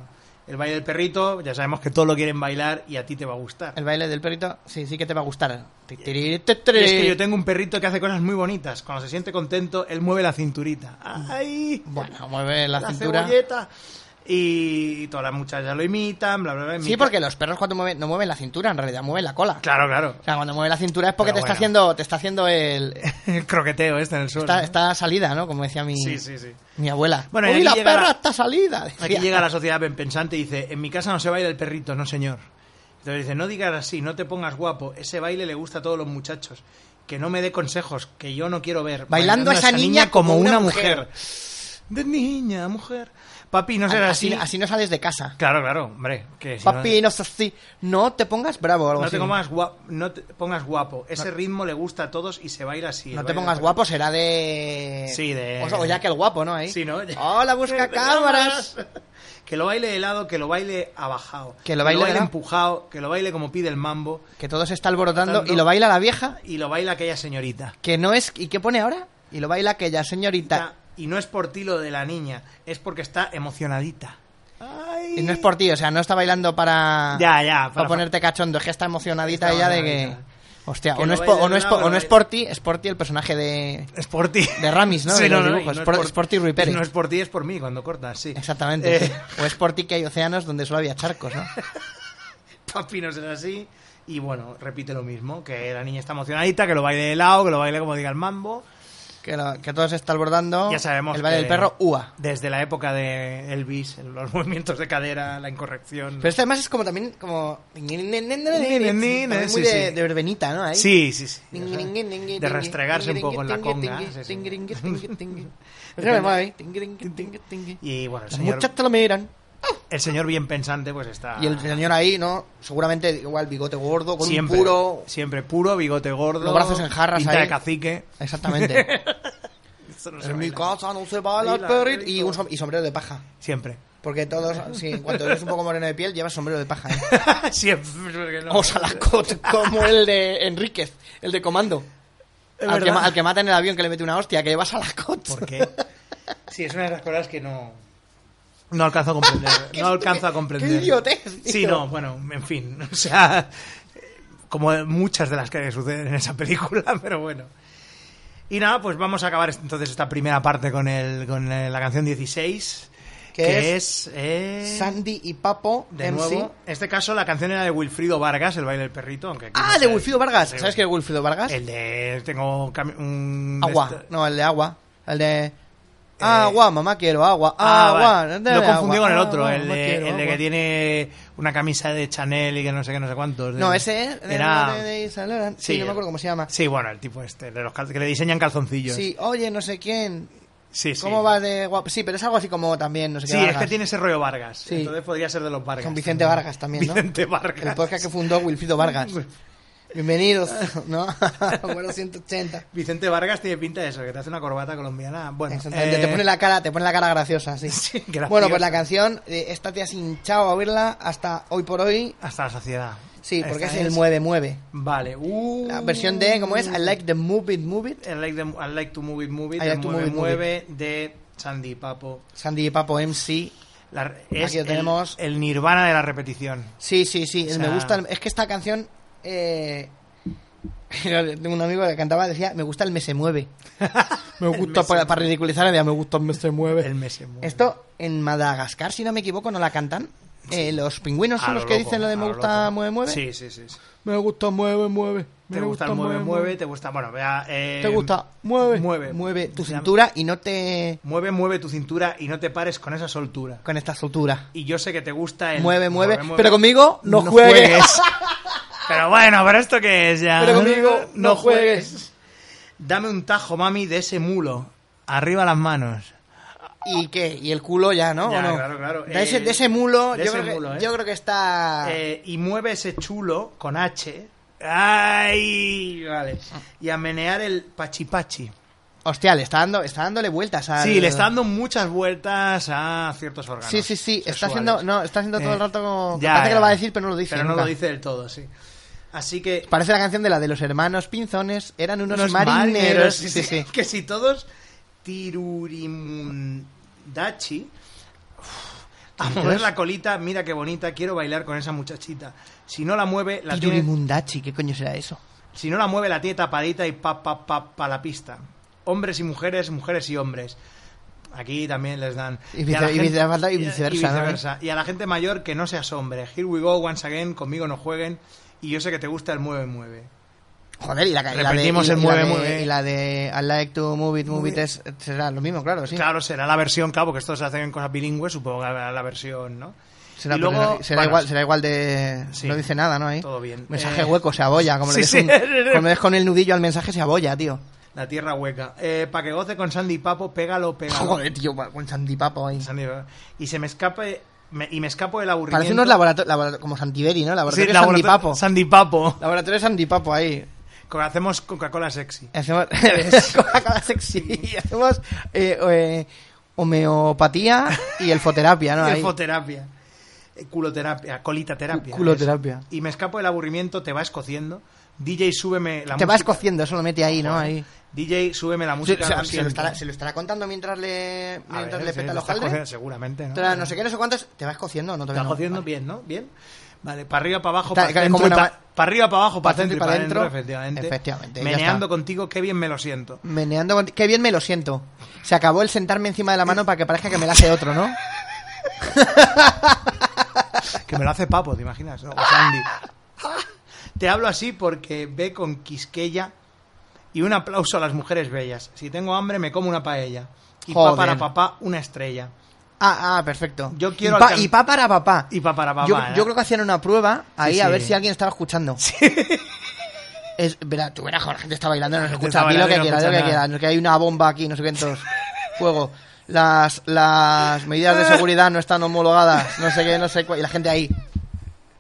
El baile del perrito, ya sabemos que todos lo quieren bailar y a ti te va a gustar. El baile del perrito, sí, sí que te va a gustar. Ti, tiri, ti, Y tiri. es que yo tengo un perrito que hace cosas muy bonitas. Cuando se siente contento, él mueve la cinturita. ¡Ay! Bueno, mueve la, La cintura. cebolleta. Y todas las muchachas lo imitan, bla, bla, bla. Sí, imitan. porque los perros cuando mueven, no mueven la cintura, en realidad mueven la cola. Claro, claro. O sea, cuando mueve la cintura es porque Pero te está bueno. haciendo, te está haciendo el El croqueteo este en el suelo. esta, ¿no? esta salida, ¿no? Como decía mi, Sí, sí, sí. mi abuela. Bueno, y Uy, aquí la llega perra la- está salida. decía. Aquí llega la sociedad bien pensante y dice, en mi casa no se baila el perrito, no señor. Entonces dice, no digas así, no te pongas guapo, ese baile le gusta a todos los muchachos. Que no me dé consejos, que yo no quiero ver. Bailando a esa niña como una mujer. de niña, mujer. Papi, no será así, así. así no sales de casa. Claro, claro, hombre. Que si no- Papi, no es así. No te pongas bravo o algo No así. te, comas guapo, no te pongas guapo. Ese ritmo le gusta a todos y se baila así. No el te baile pongas de- guapo, será de. Sí, de- O, sea, o ya que el guapo, ¿no? Ahí. Sí, ¿no? Hola, busca cámaras. Que lo baile de lado, que lo baile abajado. Que lo baile de lado. empujado, que lo baile como pide el mambo. Que todo se está alborotando Tanto. y lo baila la vieja, Y lo baila aquella señorita. que no es. ¿Y qué pone ahora? Y lo baila aquella señorita. Y no es por ti lo de la niña, es porque está emocionadita. Y no es por ti, o sea, no está bailando para. Ya, ya, Para para- ponerte cachondo, es que está emocionadita Está ella de que. emocionadita. Hostia, Que o no lo es, po- baile o no de es, lado, po- lo o no es baile- por ti, es por ti el personaje de. Es por ti. De Ramis, ¿no? Sí, De los no, no, dibujos. y no Es por- es por ti, Rui Pérez. y No es por ti, es por mí cuando cortas, sí. Exactamente. Eh, sí. O es por ti que hay océanos donde solo había charcos, ¿no? Papi, no será así. Y bueno, repite lo mismo, que la niña está emocionadita, que lo baile de lado, que lo baile como diga el mambo. Que, lo- que todo se está alborotando. Ya sabemos El baile que del perro, UA. Desde la época de Elvis, los movimientos de cadera, la incorrección. Pero esto además es como también como... Muy Sí, de, sí. de verbenita, ¿no? Ahí. Sí, sí, sí. o sea, De De restregarse un poco en la conga. sí, sí. Y bueno, el Las señor, muchachas lo miran. el señor bien pensante pues está... Y el señor ahí, ¿no? Seguramente igual bigote gordo, con siempre, un puro... Siempre puro, bigote gordo. Los brazos en jarras pinta ahí. de cacique. Exactamente. Eso no se en mi baila. casa no se va la Baila, perrit. Y, rico. un som- y sombrero de paja. Siempre. Porque todos, sí, en cuanto eres un poco moreno de piel, llevas sombrero de paja. ¿eh? siempre. porque no. O Salacot, como el de Enríquez, el de Comando. Es Al que, verdad. ma- al que mata en el avión que le mete una hostia, que lleva Salacot. ¿Por qué? Sí, es una de las cosas que no. No alcanzo a comprender. Qué no alcanzo a estupi- comprender. qué idiotez, tío. Sí, no, bueno, en fin. O sea, como muchas de las que suceden en esa película, pero bueno. Y nada, pues vamos a acabar entonces esta primera parte con, el, con el- la canción 16. Que Que, es es. eh, Sandy y Papo, de MC. nuevo. En este caso, la canción era de Wilfrido Vargas, el baile del perrito. Aunque aquí Ah, no de sé. Wilfrido Vargas. Sí, ¿Sabes qué es Wilfrido Vargas? El de. Tengo cami- un. agua. este- No, el de agua. El de. Agua, mamá, quiero agua. Eh, Ah, Agua. vale. dame Lo confundí agua. con el otro, Agua, el, mamá, de, quiero el de que agua. tiene una camisa de Chanel y que no sé qué, no sé cuántos. No, De- ese es. de- Era... de- de Saint Laurent. Sí, no me acuerdo cómo se llama. Sí, bueno, el tipo este, de los cal- que le diseñan calzoncillos. Sí, oye, no sé quién. sí. sí. ¿Cómo va de guapo? Sí, pero es algo así como también, no sé qué. Sí, es Vargas. que tiene ese rollo Vargas. Sí. Entonces podría ser de los Vargas. Con Vicente Vargas también, ¿no? Vicente Vargas. El podcast que fundó Wilfrido Vargas. Bienvenidos, Ah. ¿no? Bueno, 180. Vicente Vargas tiene pinta de eso, que te hace una corbata colombiana. Bueno, Exactamente, eh, te pone la cara, te pone la cara graciosa, sí. Sí, graciosa. Bueno, pues la canción, eh, esta te has hinchado a oírla hasta hoy por hoy. Hasta la saciedad. Sí, porque es Esta el mueve, mueve. Vale. Uh, La versión de, ¿cómo es? I like the move it, move it. I like, the- I like to move it, move it. I de like to mueve, move it, move mueve, de Sandy Papo. Sandy y Papo MC. La- es Aquí lo el- tenemos. El, nirvana de la repetición. Sí, sí, sí. O el sea- Me gusta. el- Es que esta canción. Eh... tengo un amigo que cantaba, decía, me gusta el me se mueve. Me El gusta me para, se para ridiculizar, decía, me gusta el me se mueve. El mes se mueve. Esto en Madagascar, si no me equivoco, no la cantan. Eh, los pingüinos son A los lo que loco, dicen lo de me a lo gusta, loco. mueve, mueve. Sí, sí, sí. sí. Me gusta, mueve, mueve. Te gusta el mueve, mueve, te gusta. Bueno, vea. eh, Te gusta, mueve, Mueve. mueve tu Se llama- cintura y no te. Mueve, mueve tu cintura y no te pares con esa soltura. con esta soltura. Y yo sé que te gusta el. Mueve, mueve, Pero conmigo no, No juegues. juegues. Pero bueno, pero esto que es ya. Pero conmigo no juegues. Dame un tajo, mami, de ese mulo. Arriba las manos. ¿Y qué? ¿Y el culo ya, no? Ya, ¿O no? claro, claro. De ese, Eh, de ese mulo, de yo, ese creo que, mulo, ¿eh? yo creo que está. Eh, y mueve ese chulo con H. ¡Ay! Vale. Y a menear el pachipachi. Hostia, le está, dando, está dándole vueltas al. Sí, le está dando muchas vueltas a ciertos órganos. Sí, sí, sí. Está sexuales. haciendo, no, está haciendo todo Eh, el rato como. ya, parece que ya. lo va a decir, pero no lo dice. Pero no nunca. lo dice del todo, sí. Así que. Parece la canción de la de los hermanos pinzones. Eran unos, los marineros. sí, Sí, sí. Que si todos. Tirurimundachi. Uf, A mover Dios. la colita, mira qué bonita, quiero bailar con esa muchachita. Si no la mueve, la tiene Tirurimundachi, ¿qué coño será eso? Si no la mueve, la tiene tapadita y pa, pa, pa, pa la pista. Hombres y mujeres, mujeres y hombres. Aquí también les dan. Y a la vice- y gente- viceversa, y y- y viceversa, ¿no? viceversa. Y a la gente mayor que no seas hombre. Here we go once again, conmigo no jueguen. Y yo sé que te gusta el mueve, mueve. Joder, y la, y la de. Repetimos y- el y la mueve, de- mueve. Y la de I like to move it, move it. es- será lo mismo, claro, sí. Claro, será la versión, claro, porque esto se hace en cosas bilingües, supongo que habrá la versión, ¿no? Será, Y luego, será bueno, igual, será igual de. Sí. no dice nada, ¿no? Ahí. Todo bien. Mensaje Eh, hueco, se abolla. Como, sí, le des sí. un- como le des con el nudillo al mensaje, se abolla, tío. La tierra hueca. Eh, Para que goce con Sandy Papo, pégalo, pégalo. Joder, tío, con Sandy Papo ahí. Sandy Papo. Y se me escapa. me- y me escapo del aburrimiento. Parece unos laboratorios, como Santiberi, ¿no? Sí, Laboratorio Sandy laboratorio- Papo. Sandy Papo. Laboratorio Sandy Papo ahí. Co- Hacemos Coca-Cola sexy. Hacemos Coca-Cola sexy. Hacemos eh, eh, homeopatía y elfoterapia, ¿no? Ah, Ahí. Elfoterapia. Eh, Culoterapia, colitaterapia. Cu- culoterapia. Eso. Y me escapo del aburrimiento, te va escociendo. DJ, súbeme la música. Te vas cociendo, eso lo mete ahí, ¿no? Ahí. DJ, súbeme la Se, música. o sea, lo se lo estará, siento. se lo estará contando mientras le, A mientras ver, le sí, peta lo los estás cociendo, jaldres. Seguramente, ¿no? Tra- No sé qué, no sé cuántos. Te vas cociendo, ¿no? Te Todavía vas no. cociendo Vale. bien, ¿no? Bien. Vale, para arriba, para abajo, Ta- para como adentro. una- Para arriba, para abajo, para adentro y para adentro, efectivamente. efectivamente. Efectivamente, ya Meneando está. contigo, qué bien me lo siento. Meneando. con- Qué bien me lo siento. Se acabó el sentarme encima de la mano para que parezca que me la hace otro, ¿no? Que me lo hace Papo, ¿te imaginas? O Sandy. Te hablo así porque ve con Quisqueya y un aplauso a las mujeres bellas. Si tengo hambre, me como una paella. Y Joder. pa para papá, una estrella. Ah, ah, perfecto. Yo quiero y pa, alcan- y pa para papá. Y pa para papá. yo, ¿no? yo creo que hacían una prueba ahí Sí, a sí. ver si alguien estaba escuchando. Es, verá, tú verás, como la gente está bailando, no se gente escucha está aquí lo que bailando y no quieras, lo que escucha nada. quieras. No es que hay una bomba aquí, no sé cuántos fuego. Las, las medidas de seguridad no están homologadas, no sé qué, no sé cuál. Y la gente ahí.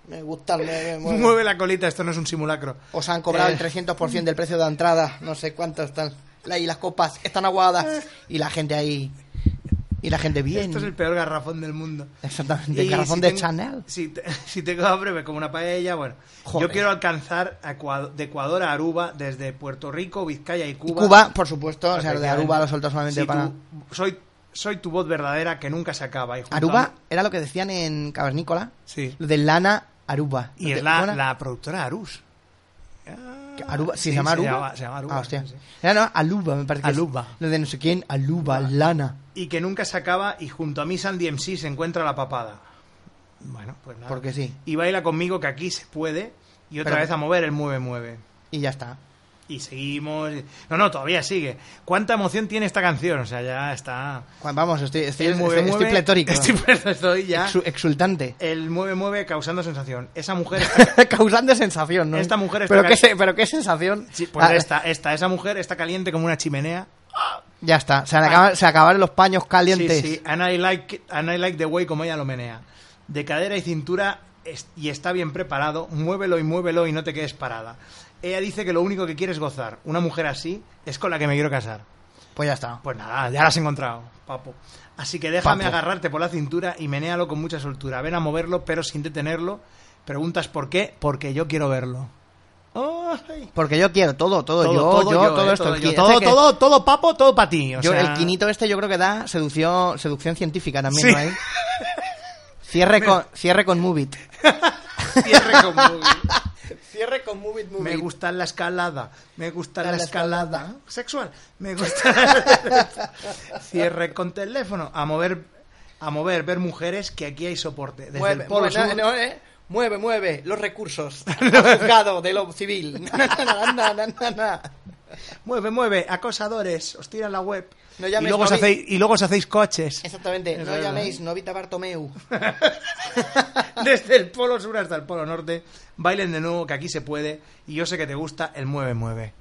Me gusta, me, me mueve. Mueve la colita, esto no es un simulacro. Os han cobrado Eh. el 300% del precio de la entrada, no sé cuántos están. La- Y las copas están aguadas. Y la gente ahí. Y la gente bien. Eh. Esto es el peor garrafón del mundo. Exactamente, Y el garrafón si de tengo- Chanel. Si, te- si tengo hambre, me como una paella. Bueno, Joder. yo quiero alcanzar a Ecua- de Ecuador a Aruba desde Puerto Rico, Vizcaya y Y Cuba. Cuba, por supuesto, o sea, de Aruba lo soltó solamente Sí, para. tú- soy, soy tu voz verdadera que nunca se acaba. Y junto Aruba a- era lo que decían en Cavernícola. Sí. Lo de lana Aruba. Y Lo es que- la, bueno, la productora Arus. que Aruba, ¿sí Sí, se llama se Aruba? llama- se llama Aruba, Ah, hostia. sí, sí. Era, no, Aluba, me parece. que es. Aluba. Lo de no sé quién, Aluba, lana. Y que nunca se acaba. Y junto a mí, Sandy MC se encuentra la papada. Bueno, pues nada. Porque sí. Y baila conmigo que aquí se puede. Y otra Pero- vez a mover el mueve, mueve. Y ya está. Y seguimos. No, no, todavía sigue. ¿Cuánta emoción tiene esta canción? O sea, ya está. Juan, Vamos, estoy, estoy, El estoy- mueve, estoy mueve- pletórico. Estoy, estoy ya. Exu- exultante. El mueve, mueve causando sensación. Esa mujer. está- Causando sensación, ¿no? Esta mujer está Pero qué, caliente. se- pero qué sensación. Sí, pues Ah, esta, esta, esa mujer está caliente como una chimenea. Ya está. Se, acaban- se acabaron los paños calientes. Ah. Sí, sí. And I, like, it- and I like the way como ella lo menea. De cadera y cintura es- y está bien preparado. Muévelo y muévelo y no te quedes parada. Ella dice que lo único que quiere es gozar. Una mujer así es con la que me quiero casar. Pues ya está. Pues nada, ya la has encontrado, papo. Así que déjame Papo. agarrarte por la cintura y menéalo con mucha soltura. Ven a moverlo, pero sin detenerlo. Preguntas por qué, porque yo quiero verlo. ¡Ay! Porque yo quiero todo, todo, yo, yo, todo eh, esto. el yo. qui- todo, este que- todo, todo, papo, todo para ti. o yo- sea, el quinito este yo creo que da seducción, seducción científica también, Sí. ¿no? Ahí. Cierre con, cierre con Movit. cierre con Google. Cierre con Movit, Me gusta la escalada, me gusta la, La escalada. sexual, me gusta. Cierre con teléfono, a mover, a mover, ver mujeres que aquí hay soporte. Desde el polo sur- eh, mueve, mueve los recursos. Juzgado de lo civil. Mueve, mueve, acosadores, os tiran la web. No y, llames, luego os no vi- hacéis, y luego os hacéis coches. Exactamente, Es no verdad. llaméis Novita Bartomeu. Desde el polo sur hasta el polo norte. Bailen de nuevo, que aquí se puede. Y yo sé que te gusta el mueve, mueve.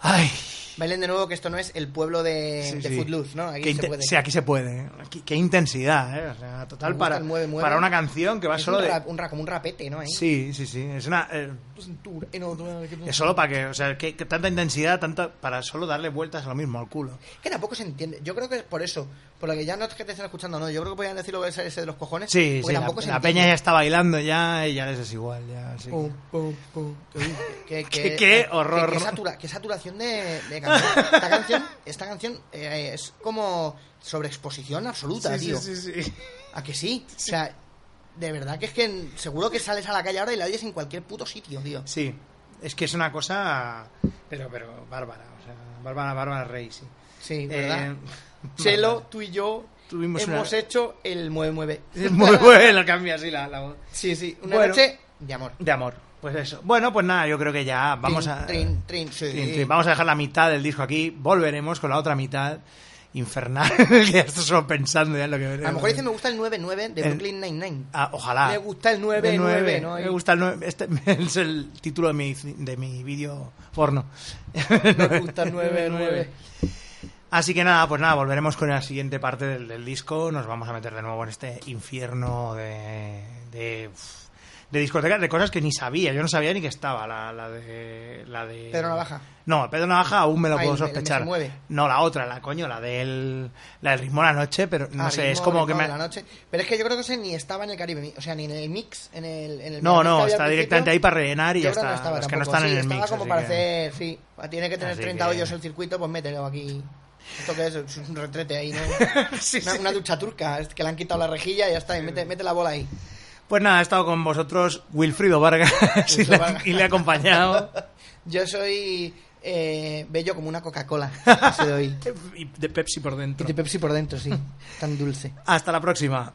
Ay, Bailen de nuevo que esto no es el pueblo de, sí, Eh, de sí. Footloose, ¿no? Aquí Qué se inten- puede. sí, aquí se puede. ¿eh? Aquí- qué intensidad, ¿eh? O sea, total Me gusta para, el mueve, mueve. para una canción que va Es ¿eh? solo un de. rap- un ra- como un rapete, ¿no? Ahí. Sí, sí, sí. Es una. eh, Tu cintura, eh, no, tú- es solo para que. O sea, que, que tanta intensidad, tanta. Para solo darle vueltas a lo mismo, al culo. Que tampoco se entiende. Yo creo que es por eso. Por lo que ya no es que te estén escuchando, no. Yo creo que podían decirlo ese, ese de los cojones. Sí, sí. porque La, Pues tampoco se la entiende. Oh, peña ya está bailando ya y ya les es igual. Ya, así que- Pum, pum, pum. Qué- Que- que- que- qué que- horror, que- que ¿no? satura- que saturación de, de canción. Esta canción, esta canción eh, es como sobreexposición absoluta, Sí, tío. sí, sí, sí. ¿A que sí? O sea, de verdad que es que en- seguro que sales a la calle ahora y la oyes en cualquier puto sitio, tío. Sí, es que es una cosa. Pero, pero, bárbara. O sea, bárbara, bárbara Rey, sí. Sí, Eh, ¿verdad? Chelo, tú y yo Tuvimos hemos una- hecho el mueve mueve. es muy bueno, cambia así la, la voz. Sí, sí, una Bueno. noche de amor. De amor. Pues eso. Bueno, pues nada, yo creo que ya vamos Trin, a. trin, trin, sí. Trin, trin. Vamos a dejar la mitad del disco aquí. Volveremos con la otra mitad. infernal que ya estoy solo pensando ya en lo que A lo mejor dice me gusta el 9-9 de El- Brooklyn Nine-Nine. Ah, ojalá. Me gusta el 9-9, ¿no? Me gusta el 9. Este es el título de mi, de mi vídeo porno. Me gusta el 9-9. Así que nada, pues nada, volveremos con la siguiente parte del, del disco. Nos vamos a meter de nuevo en este infierno de. de uf, de discotecas, de cosas que ni sabía, yo no sabía ni que estaba la, la de la de Pedro Navaja. No, Pedro Navaja aún me lo Ay, puedo me- me sospechar. se mueve. no, la otra, la coño, la del la del ritmo de la noche, pero no Ah, sé, ritmo, es como ritmo que de me la noche. Pero es que yo creo que ese ni estaba en el Caribe, o sea, ni en el mix, en el... en el No, no, había está al principio. directamente ahí para rellenar y Yo ya creo que está. no estaba Los que no tampoco. están en Sí, el estaba mix, como así para que- hacer, sí, tiene que tener Así 30 que- hoyos el circuito, pues mételo aquí. Esto que es, es un retrete ahí, ¿no? Sí, una, sí. una ducha turca, es que le han quitado la rejilla y ya está, y mete, mete la bola ahí. Pues nada, ha estado con vosotros Wilfrido Vargas y, le, Vargas. y le ha acompañado. Yo soy eh, bello como una Coca-Cola, soy hoy. Y de Pepsi por Y dentro. de Pepsi por dentro, sí, tan dulce. Hasta la próxima.